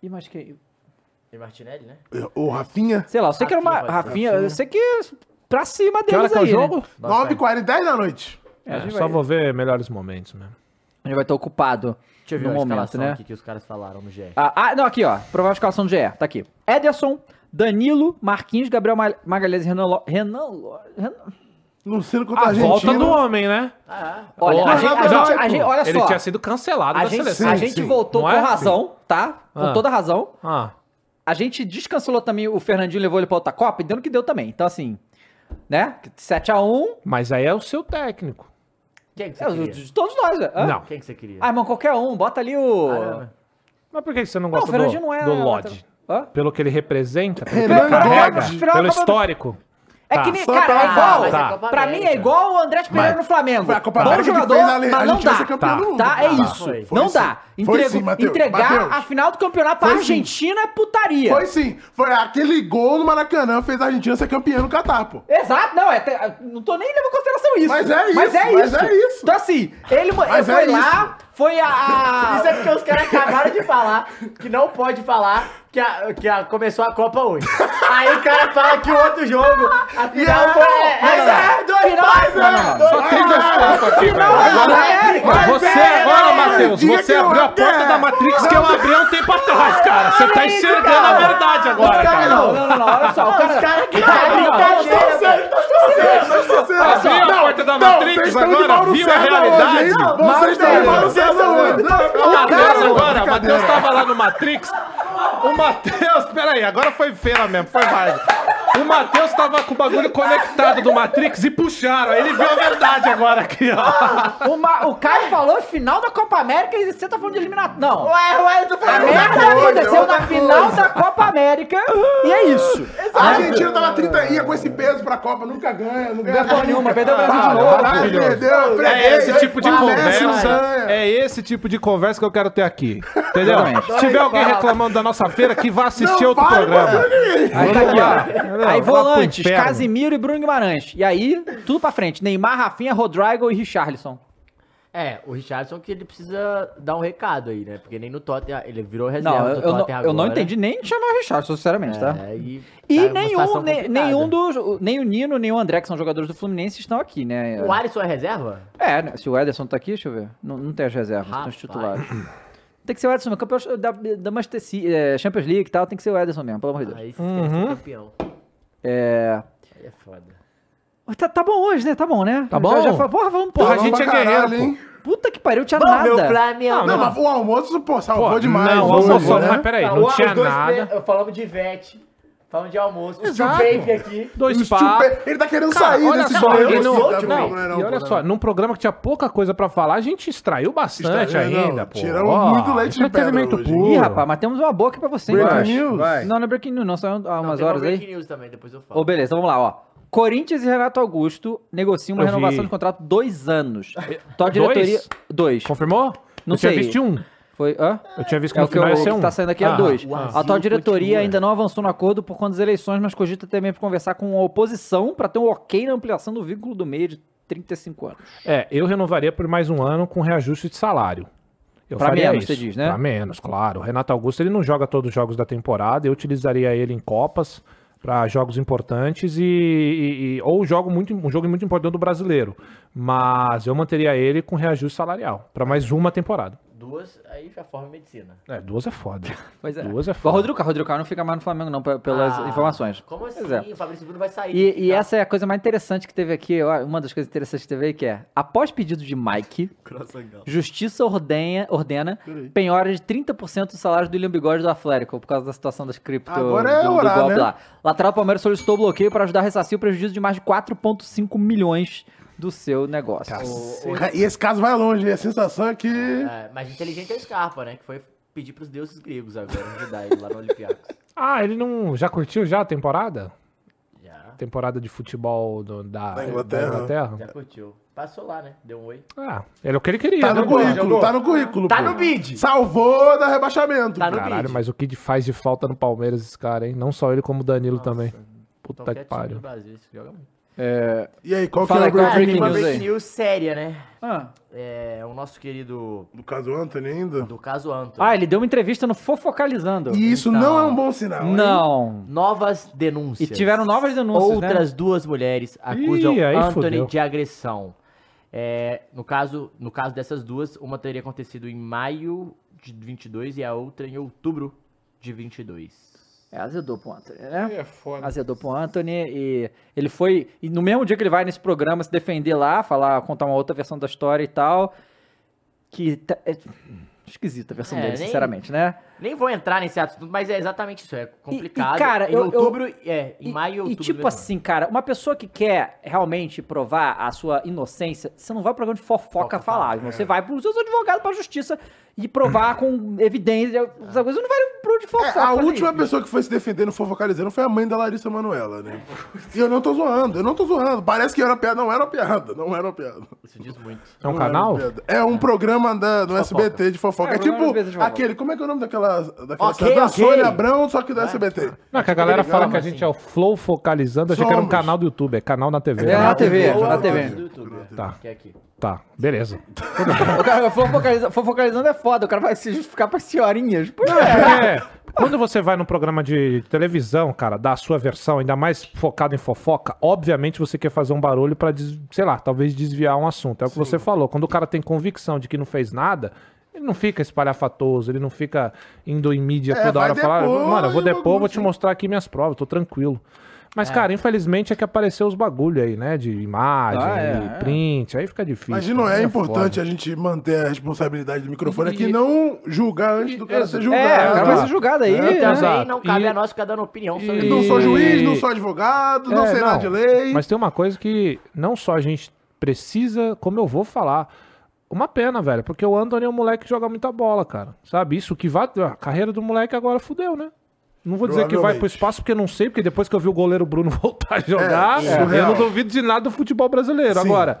A: Ih, mas que...
B: E Martinelli, né?
C: o Rafinha.
A: Sei lá, eu sei que era uma...
B: Rafinha,
A: Rafinha, eu sei que pra cima
D: que hora
A: deles
D: que é o
A: aí, né?
D: jogo?
C: 9h40 da noite.
A: É, a
D: É,
A: gente
D: só
A: vai-
D: vou ver melhores momentos mesmo.
A: A gente vai estar ocupado
B: Deixa eu
D: um
B: ver
A: no
B: a
A: momento,
B: escalação
A: né?
B: aqui que os caras falaram no GR.
A: Ah, ah, não, aqui, ó. Provável escalação do GE. Tá aqui. Ederson, Danilo, Marquinhos, Gabriel Ma- Magalhães, Renan... Lo- Renan... Lo- Renan...
C: Não sei contra
D: A
C: a Argentina.
D: volta do homem, né?
A: Ah, Olha,
D: Ó,
A: a gente, a
C: não,
A: gente- a gente- olha
D: Ele
A: só.
D: tinha sido cancelado
A: A
D: da
A: gente,
D: seleção.
A: a gente
C: sim.
A: voltou
D: Não
A: com
D: é?
A: razão, tá? Com
D: Ah.
A: toda razão.
D: Ah,
A: A gente descancelou também o Fernandinho, levou ele pra outra Copa e deu no que deu também. Então, assim, né? 7x1,
D: mas aí é o seu técnico.
B: Quem que
A: é,
B: você
A: os-
B: queria?
A: de todos nós, né? Hã?
D: Não.
B: Quem que você queria?
A: Ah, irmão, qualquer um, bota ali o.
B: Caramba.
D: Mas por que você não
A: não, o
D: gosta
A: Fernandinho
D: do,
A: não é.
D: do Lodge?
A: Hã?
D: Pelo que ele representa, pelo que
C: Renan
D: ele carrega,
C: Lodge.
D: pelo histórico.
A: É
D: Tá.
A: que nem.
C: Só
A: Cara,
C: pra-
A: é igual.
D: Ah, tá.
A: Pra mim é igual o André Pereira
D: Mas-
A: no Flamengo.
C: Foi a Copa
A: Bom
C: América que
A: jogador,
C: fez a Ale- a
A: mas não
C: gente vai
A: dá.
C: ser campeão
A: Tá,
C: do mundo.
A: tá, é
C: Tá,
A: isso.
B: foi.
A: não
C: Foi
A: dá.
C: sim. Foi
A: Entrego-
C: sim, Mateus.
A: entregar
C: Mateus.
A: a final do campeonato pra
C: Foi sim.
A: Argentina é putaria.
C: Foi sim. Foi aquele gol no Maracanã fez a Argentina ser campeã no Catar, pô.
A: Exato, não, é, te- não tô nem levando em consideração isso.
C: Mas é
A: Mas
C: isso,
A: é
C: mas
A: isso.
C: é isso.
A: Então assim, ele, ele
C: Mas
A: foi
C: é
A: lá, foi a...
B: Isso é porque os caras acabaram de falar que não pode falar que, a, que a- começou a Copa hoje. Aí o cara fala que o outro jogo, a final
C: Não,
B: foi. É,
A: não, não.
B: é, dois
A: Final-
B: pais,
A: não, não,
B: né?
A: não.
B: Dois
D: Só tem dois copos aqui, velho.
B: é,
A: Agora-
D: Agora, você agora, Matheus,
C: diga que
D: você
C: eu
D: abriu a
C: até-
D: porta da
B: É.
D: Matrix que eu abri há um tempo atrás, cara. Você tá enxergando a verdade agora, cara.
A: Não, não, não, não, olha só, o cara...
B: caras que
D: tá,
C: tá
B: tá
D: Abriu a porta da Matrix agora, viu a realidade?
C: Vocês estão de Mauro César hoje.
D: O
C: Não,
D: Matheus
C: não,
D: agora, o
C: brincadeira.
D: Matheus tava lá no Matrix. O Matheus, peraí, agora foi feira mesmo, foi mais. O Matheus tava com o bagulho conectado do Matrix e puxaram. Aí ele viu a verdade agora aqui, ó.
A: O, Ma- o Caio falou final da Copa América e você tá falando de eliminatória. Não.
B: Ué, ué, eu tô
A: a
B: falando.
A: merda
C: coisa,
A: aconteceu
C: outra
A: na final da Copa América e é isso.
C: A
D: tá
C: Argentina tava 30 ia com esse peso pra Copa, nunca ganha, não ganha.
A: Não ganhou nenhuma, perdeu o Brasil de
C: Para,
A: novo.
C: para,
D: Maravilhoso.
C: Perdeu, perdeu.
D: É esse tipo de
C: Parece um
D: conversa.
C: sanha.
D: É esse tipo de conversa que eu quero ter aqui. Entendeu?
A: Exatamente.
D: Se tiver alguém reclamando da nossa feira, que vá assistir
C: Não
D: outro
C: vai,
D: programa.
A: Aí tá aqui,
D: Entendeu?
A: ó. Aí
D: Vá pro
A: volantes,
D: inferno.
A: Casimiro e Bruno Guimarães. E aí, tudo pra frente. Neymar, Rafinha, Rodrigo e Richarlison.
B: É, o Richardson que ele precisa dar um recado aí, né? Porque nem no Tottenham, ele virou reserva
A: Não, eu,
B: do
A: eu não,
B: Tottenham
A: eu não
B: agora.
A: entendi nem chamar o Richarlison, sinceramente, tá?
B: É, e
A: E
B: tá numa
A: nenhum,
B: situação
A: ne-
B: complicada.
A: nenhum dos. Nem o Nino, nem o André, que são jogadores do Fluminense, estão aqui, né?
B: O Alisson é reserva?
A: É, né? se o Ederson tá aqui, deixa eu ver. Não, não tem as reservas, tem os
B: Rapaz.
A: titulares. Tem que ser o Ederson, campeão da, da Manchester City, é, Champions League e tal, tem que ser o Ederson mesmo, pelo amor de Deus.
B: Aí se esquece que
D: Uhum.
B: é campeão.
A: É.
B: Aí é foda.
A: Tá, tá bom hoje, né? Tá bom, né?
D: Tá bom?
A: Já, já foi- porra, vamos
D: Porra,
A: porra.
D: a gente é
C: Caralho,
D: guerreiro,
C: hein?
D: pô.
A: Puta que pariu, tinha
B: Vamos,
A: nada.
B: meu Flamengo!
C: Não, mas o almoço, pô, salvou
D: Pô,
C: demais.
D: Não,
C: hoje,
D: almoçou,
C: né?
D: mas peraí, não
B: os
D: tinha
B: dois
D: nada.
B: pe- Falamos de Ivete. Falando de almoço. o
D: Exato.
B: tio Baby aqui.
D: Dois
C: Tio
D: papos.
C: Pe- Ele tá querendo
D: Cara,
C: sair
D: olha
C: desse
D: só,
C: rolê.
D: e
C: Eu
D: não-
C: sei,
B: não,
C: tá
D: não,
C: bom, é
D: e olha
C: pô,
D: só, num programa que tinha pouca coisa pra falar, a gente extraiu bastante
C: Extraiu, não,
D: ainda, pô.
C: tiramos
D: Ó,
C: muito leite de pedra
D: entretenimento
C: hoje, hein?
D: puro.
A: Ih, rapaz, mas temos uma boa aqui pra você, hein,
C: Breaking
A: cara.
C: news.
D: vai.
A: Não, não é breaking news, não. Saiu há
B: Não,
A: umas
B: tem
A: horas
B: uma
A: aí.
B: breaking news também, depois eu
A: Ô,
B: falo.
A: beleza, então vamos lá, ó. Corinthians e Renato Augusto negociam uma
D: Eu vi. É,
A: renovação de contrato dois anos. Então a diretoria. Dois.
D: Confirmou?
A: Não
D: eu tinha
A: sei.
D: visto um.
A: Foi. Hã?
D: Eu tinha visto que
A: É
D: no
A: o que,
D: final ia ser
A: o,
D: um.
A: que tá saindo aqui
D: Ah,
A: é dois.
B: o
A: a atual
B: Azul
A: diretoria
B: continua.
A: ainda não avançou no acordo por conta das eleições, mas cogita também pra conversar com a oposição pra ter um ok na ampliação do vínculo do meio de 35 anos.
D: É, eu renovaria por mais um ano com reajuste de salário. Eu
A: Pra
D: faria
A: menos,
D: isso.
A: você diz, né?
D: Pra menos, claro. O Renato Augusto ele não joga todos os jogos da temporada. Eu utilizaria ele em Copas pra jogos importantes e, e- e- ou jogo muito um jogo muito importante do brasileiro. Mas eu manteria ele com reajuste salarial pra mais uma temporada.
B: Duas, aí já forma medicina.
D: É, duas é foda.
A: Pois é.
D: Duas é
A: O
D: foda.
A: Rodrigo Caio, o Rodrigo Caio não fica mais no Flamengo, não, pe- pelas
B: Ah,
A: informações.
B: Como assim?
A: Pois é.
B: O Fabrício Bruno vai sair.
A: E, e
B: Tá.
A: essa é a coisa mais interessante que teve aqui, ó, uma das coisas interessantes que teve aí, que é, após pedido de Mike, Justiça ordenha, ordena penhora de 30% do salário do William Bigode do Atlético, por causa da situação das cripto
C: Agora é
A: do, do
C: orar,
A: golpe
C: né?
A: lá. Lateral do Palmeiras solicitou bloqueio para ajudar a ressarcir o prejuízo de mais de 4,5 milhões do seu negócio.
B: O- o-
C: Cara, E esse caso vai longe, e a sensação é que.
B: é, mas inteligente é o Scarpa, né? Que foi pedir pros deuses gregos agora, ajudar ele lá no Olympiacos.
D: Ah, ele não já curtiu já a temporada?
B: Já,
D: Temporada de futebol do- da,
C: Da Inglaterra.
D: da Ah, é, Inglaterra?
B: já curtiu. Passou lá, né? Deu um oi.
D: Ah, era o que ele queria.
C: Tá
D: né,
C: no
D: pô?
C: currículo, tá no currículo.
B: Tá
C: pô.
B: no bid.
C: Salvou da rebaixamento.
B: Tá no
D: Caralho,
B: bid.
D: mas o Kid faz de falta no Palmeiras esse cara, hein? Não só ele, como o Danilo também. Puta que
B: Qualquer time do
D: pariu.
B: Brasil, esse joga muito.
C: E aí, qual
A: Fala aí,
C: que é o
A: qual
B: Cara,
C: break
A: breaking
B: tem uma
A: news aí.
B: breaking news séria, né?
A: Ah.
B: É, o nosso querido,
C: do caso Anthony ainda?
B: do caso Antônio.
A: Ah, ele deu uma entrevista no Fofocalizando.
C: E isso
B: Então-
C: não é um bom sinal. hein?
A: Não.
B: Novas denúncias.
A: E tiveram novas denúncias, né?
B: Outras duas mulheres acusam
D: aí
B: Anthony
D: fodeu.
B: de agressão. É, no, caso, no caso dessas duas, uma teria acontecido em maio de 22 e a outra em outubro de 22.
A: É, azedou pro Anthony, né?
D: É foda.
A: Azedou pro Anthony e ele foi. E no mesmo dia que ele vai nesse programa se defender lá, falar, contar uma outra versão da história e tal. Que. tá- é esquisita a versão
B: É,
A: dele,
B: nem-
A: sinceramente, né?
B: Nem vou entrar nesse assunto, mas é exatamente isso. É complicado.
A: cara,
B: em
A: eu- eu-
B: outubro, é, em
A: E-
B: maio e
A: E
B: outubro.
A: tipo
B: mesmo.
A: assim, cara, uma pessoa que quer realmente provar a sua inocência, você não vai pro programa de
B: Fofoca,
A: fofoca falar.
C: é.
A: Você vai pros seus advogados pra justiça e provar com evidência. Essa coisa você não vai pro de
C: É,
A: fofoca.
C: a
A: fazer
C: última
A: isso.
C: pessoa que foi se defender no Fofocalizando foi a mãe da Larissa Manoela, né? E eu não tô zoando, eu não tô zoando. Parece que era uma piada. Não era uma piada, não era uma piada.
B: Isso diz muito.
D: É um
C: Não
D: canal?
C: era uma piada. É um programa da, do
B: Fofoca.
C: SBT de fofoca.
A: É,
C: É,
A: programa do SBT
C: tipo
A: de fofoca.
C: aquele, como é que é o nome daquela, daquela
B: Ok,
C: série? da
B: ok.
C: Sônia Abrão, só que do SBT.
D: Não, que a galera fala que a
B: assim.
D: gente é o Flow Focalizando, achei que era um
C: Somos.
D: canal do YouTube, é canal na TV.
A: É,
D: né?
A: na TV,
C: Boa,
A: na
C: boa,
A: TV.
C: boa.
B: Do YouTube.
D: Tá.
B: Que é aqui.
D: Tá, beleza.
A: O cara fofocaliza- fofocalizando é foda, o cara vai se justificar pra senhorinhas. Por quê?
D: É, quando você vai num programa de televisão, cara, da sua versão, ainda mais focado em fofoca, obviamente você quer fazer um barulho pra, des- sei lá, talvez desviar um assunto. É o que você falou. Quando o cara tem convicção de que não fez nada, ele não fica espalhafatoso, ele não fica indo em mídia
C: É,
D: toda
C: vai
D: hora falar,
C: depor
D: mano, eu vou
C: e o
D: depor, vou
C: bagulho
D: te
C: fica-
D: mostrar aqui minhas provas, tô tranquilo. Mas, cara, infelizmente é que apareceu os bagulho aí, né? De imagem,
A: Ah, é, é.
D: print, aí fica difícil.
C: Mas não
D: cara,
C: é
D: aí
C: importante
D: foda.
C: a gente manter a responsabilidade do microfone
D: E-
C: aqui, não julgar antes
D: e-
C: do cara
D: é,
C: ser
A: É, o cara
C: julgado.
A: vai ser julgado aí.
D: É,
A: né?
D: tá-
B: Também
D: Exato.
B: não cabe
D: E-
B: a nós ficar dando opinião sobre
D: e-
C: Não
B: isso.
C: sou juiz, não sou advogado, não
D: É,
C: sei nada de lei.
D: Mas tem uma coisa que não só a gente precisa, como eu vou falar. Uma pena, velho, porque o Anthony é um moleque que joga muita bola, cara. Sabe? Isso que vai. A carreira do moleque agora fudeu, né? Não vou dizer que vai pro
C: Provavelmente.
D: espaço, porque eu não sei, porque depois que eu vi o goleiro Bruno voltar a jogar,
C: É, surreal.
D: eu não duvido de nada do futebol brasileiro.
C: Sim.
D: Agora,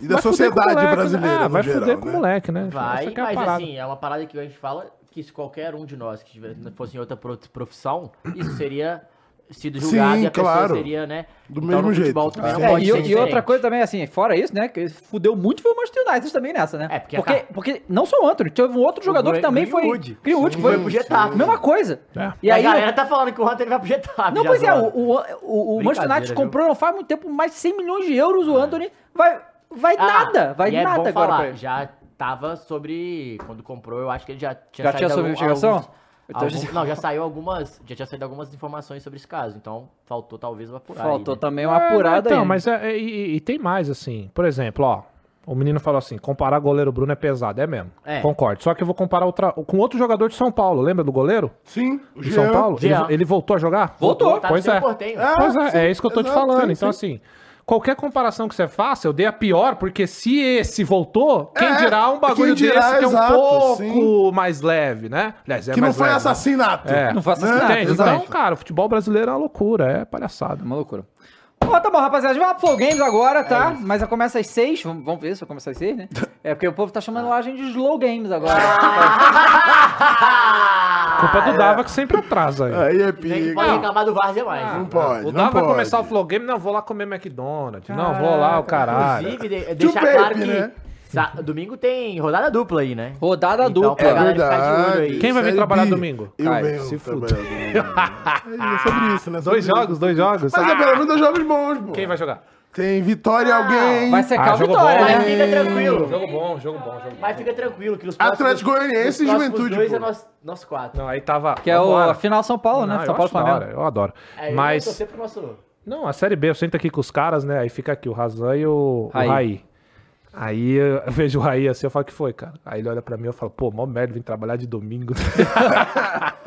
C: E da
D: vai fuder com o
C: sociedade
D: moleque, né?
C: brasileira,
D: É,
C: no
D: vai
C: geral,
D: fuder com o
C: né?
D: moleque, né?
B: Vai,
D: Essa que é a
B: mas
D: parada.
B: assim, é uma parada que a gente fala que se qualquer um de nós que tivesse,
A: Uhum.
B: fosse em outra pro- profissão, isso seria sido julgado
C: Sim,
B: e a pessoa
C: claro.
B: seria, né?
C: Do
B: Então,
C: mesmo
B: no
C: jeito.
B: futebol também
C: Ah,
B: não
A: É,
B: pode
A: e,
B: ser
A: e outra
B: diferente.
A: coisa também, assim, fora isso, né? Que fudeu muito foi o Manchester United também nessa, né?
B: É, porque a
A: porque,
B: ca-
A: porque não só o Anthony, teve um outro jogador que
B: Gre-
A: também foi.
B: Greenwood.
A: Greenwood,
B: Sim,
A: foi.
B: foi pro Getafe.
A: Mesma coisa.
D: É.
A: E aí.
B: a galera tá falando que o Hunter vai pro Getafe.
A: Não,
B: já
A: pois é, o,
B: zoando.
A: o, o, o Manchester
B: Brincadeira,
A: United
B: viu?
A: comprou não faz muito tempo mais de 100 milhões de euros o Anthony. Vai, vai
B: Ah,
A: nada, vai
B: e é
A: nada
B: bom
A: agora
B: falar,
A: pra ele.
B: Já tava sobre. Quando comprou, eu acho que ele já tinha
A: Já tinha
B: saído
A: sobre
B: algum-
A: investigação?
B: alguns-
A: Então,
B: algum-
A: já-
B: não, já saiu algumas. Já tinha saído algumas informações sobre esse caso. Então, faltou talvez uma apurada.
A: Faltou
B: Né?
A: também uma
D: É,
A: apurada
D: Então,
A: aí.
D: mas é- é- e, e tem mais, assim. Por exemplo, ó. O menino falou assim: comparar goleiro Bruno é pesado, é mesmo.
B: É.
D: Concordo. Só que eu vou comparar outra, com outro jogador de São Paulo. Lembra do goleiro?
C: Sim, o
D: De São
C: Jean.
D: Paulo? Ele,
B: Jean.
D: ele voltou a jogar?
A: Voltou.
B: Tá
D: pois
B: sem
D: é.
B: corteio.
C: Ah,
D: pois é,
C: sim,
D: é isso que eu tô te
C: exato,
D: falando.
C: sim,
D: então, assim, qualquer comparação que você faça, eu dei a pior, porque se esse voltou, quem
C: É,
D: dirá um bagulho
C: quem dirá,
D: desse que é um
C: exato,
D: pouco
C: sim.
D: mais leve, né? Aliás, é
C: Que não
D: mais
C: foi
D: leve, né?
C: assassinato.
D: É.
A: Não foi assassinato,
D: Entende?
A: exato.
D: Então, cara, o futebol brasileiro é uma loucura, é palhaçada.
A: É uma loucura. Ó, tá bom, rapaziada. Vamos pro Flow Games
B: É
A: agora, tá? Mas já começa às seis. Vamos, vamos ver se vai começar às seis, né? É porque o povo tá chamando lá a gente de Slow Games agora.
D: Ah, culpa do Dava que sempre atrasa aí.
C: Aí é
B: Nem
C: pico.
B: pode reclamar do Várzea mais. né?
C: Não pode,
D: o
C: não
D: Dava vai
C: pode.
D: começar o Flow Game, não, vou lá comer McDonald's. não, vou lá, o caralho.
B: Inclusive, de- deixar
C: Baby,
B: claro que
C: né?
B: sa- domingo tem rodada dupla aí, né?
A: Rodada
B: Então,
A: dupla.
C: É
B: pra galera ficar de olho aí.
D: Quem vai vir
C: Série
D: trabalhar
C: B.
D: domingo?
C: Eu
D: Caio,
C: venho
D: se
C: trabalhar
D: fuder.
C: domingo. É sobre isso, né? Sobre
D: Ah, Dois
C: isso.
D: jogos, dois jogos.
C: Mas é
D: Ah,
C: pelo menos dois jogos bons, pô.
D: Quem vai jogar?
C: Tem vitória alguém.
A: Vai secar
D: Ah,
A: o
D: jogo
A: Vitória,
D: bom,
A: né?
B: Mas
C: É.
B: fica tranquilo.
D: Jogo bom, jogo bom, jogo bom.
B: Mas fica tranquilo que os
C: Atlético Goianiense e
B: os próximos
C: Juventude,
B: dois
C: pô.
B: é nós, nós quatro.
D: Não, aí tava.
A: Que é o,
D: Vambora.
A: a final São Paulo,
D: Não,
A: né?
D: eu
A: São Paulo
D: acho da
A: Flamengo.
D: hora, eu adoro.
B: É,
D: Mas.
B: Eu vou torcer pro nosso...
D: Não, a Série B, eu sento aqui com os caras, né? Aí fica aqui o Razan e o o
A: Raí.
D: Raí. Aí eu vejo o Raí assim, eu falo, que foi, cara? Aí ele olha pra mim e eu falo, pô, mó merda, vim trabalhar de domingo.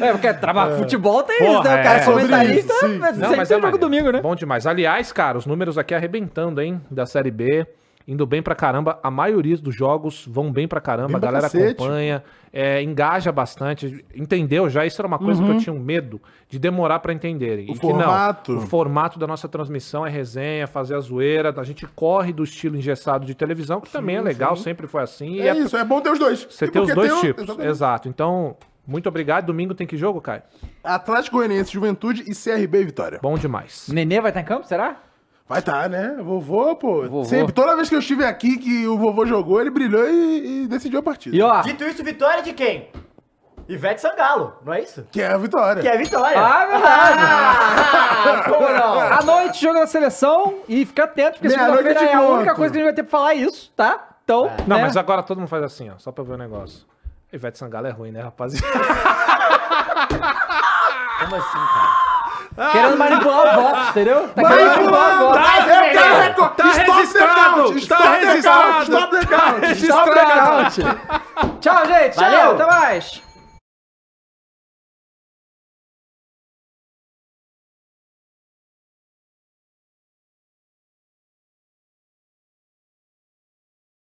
A: É, porque trabalhar com futebol tem
D: Porra,
A: isso, né? O cara é
D: é, sobre
A: comentarista,
C: isso, sim.
A: mas sempre tem jogo
D: é maneiro.
A: domingo, né?
D: Bom demais. Aliás, cara, os números aqui arrebentando, hein? Da Série B. Indo bem pra caramba. A maioria dos jogos vão bem pra caramba.
C: Bem
D: a
C: pra
D: galera
C: cacete.
D: acompanha, é, engaja bastante. Entendeu já? Isso era uma coisa que eu tinha um medo de demorar pra entenderem.
C: Uhum. O
D: que não,
C: formato.
D: o formato da nossa transmissão é resenha, fazer a zoeira. A gente corre do estilo engessado de televisão, que também é legal, sempre foi assim. e
C: É
D: é-
C: isso, é bom ter os dois.
D: Você
C: E
D: tem os
C: porque
D: dois
C: o-
D: tipos.
C: exatamente.
D: Exato. Então, muito obrigado. Domingo tem que jogo, Caio?
C: Atlético Goianiense, Juventude e CRB e Vitória.
D: Bom demais.
A: Nenê vai estar em campo, será?
C: Vai tá, né? Vovô, pô.
A: Vovô.
C: Sempre, toda vez que eu estive aqui que o vovô jogou, ele brilhou e, e decidiu a partida.
A: E ó.
B: Dito isso, vitória de quem? Ivete Sangalo, não é isso?
C: Que é a vitória.
B: Que é vitória.
A: Ah, verdade.
B: Ah, como não?
A: À noite, jogo da seleção. E fica atento, porque
C: Meia-noite eu
A: segunda-feira
C: te
A: é a única
C: conto.
A: coisa que a gente vai ter pra falar é isso, tá? Então.
D: Não,
A: né?
D: mas agora todo mundo faz assim, ó. Só pra eu ver o negócio. Ivete Sangalo é ruim, né, rapaziada?
B: Como assim, cara?
D: Ah.
A: Querendo manipular o voto, entendeu? Tá querendo manipular o voto.
C: Tá, eu quero recordar.
D: Tá registrado. Tá
C: Stop the count.
D: registrado.
C: Stop the count.
A: Tchau, gente. Tchau.
B: Valeu.
A: Até mais.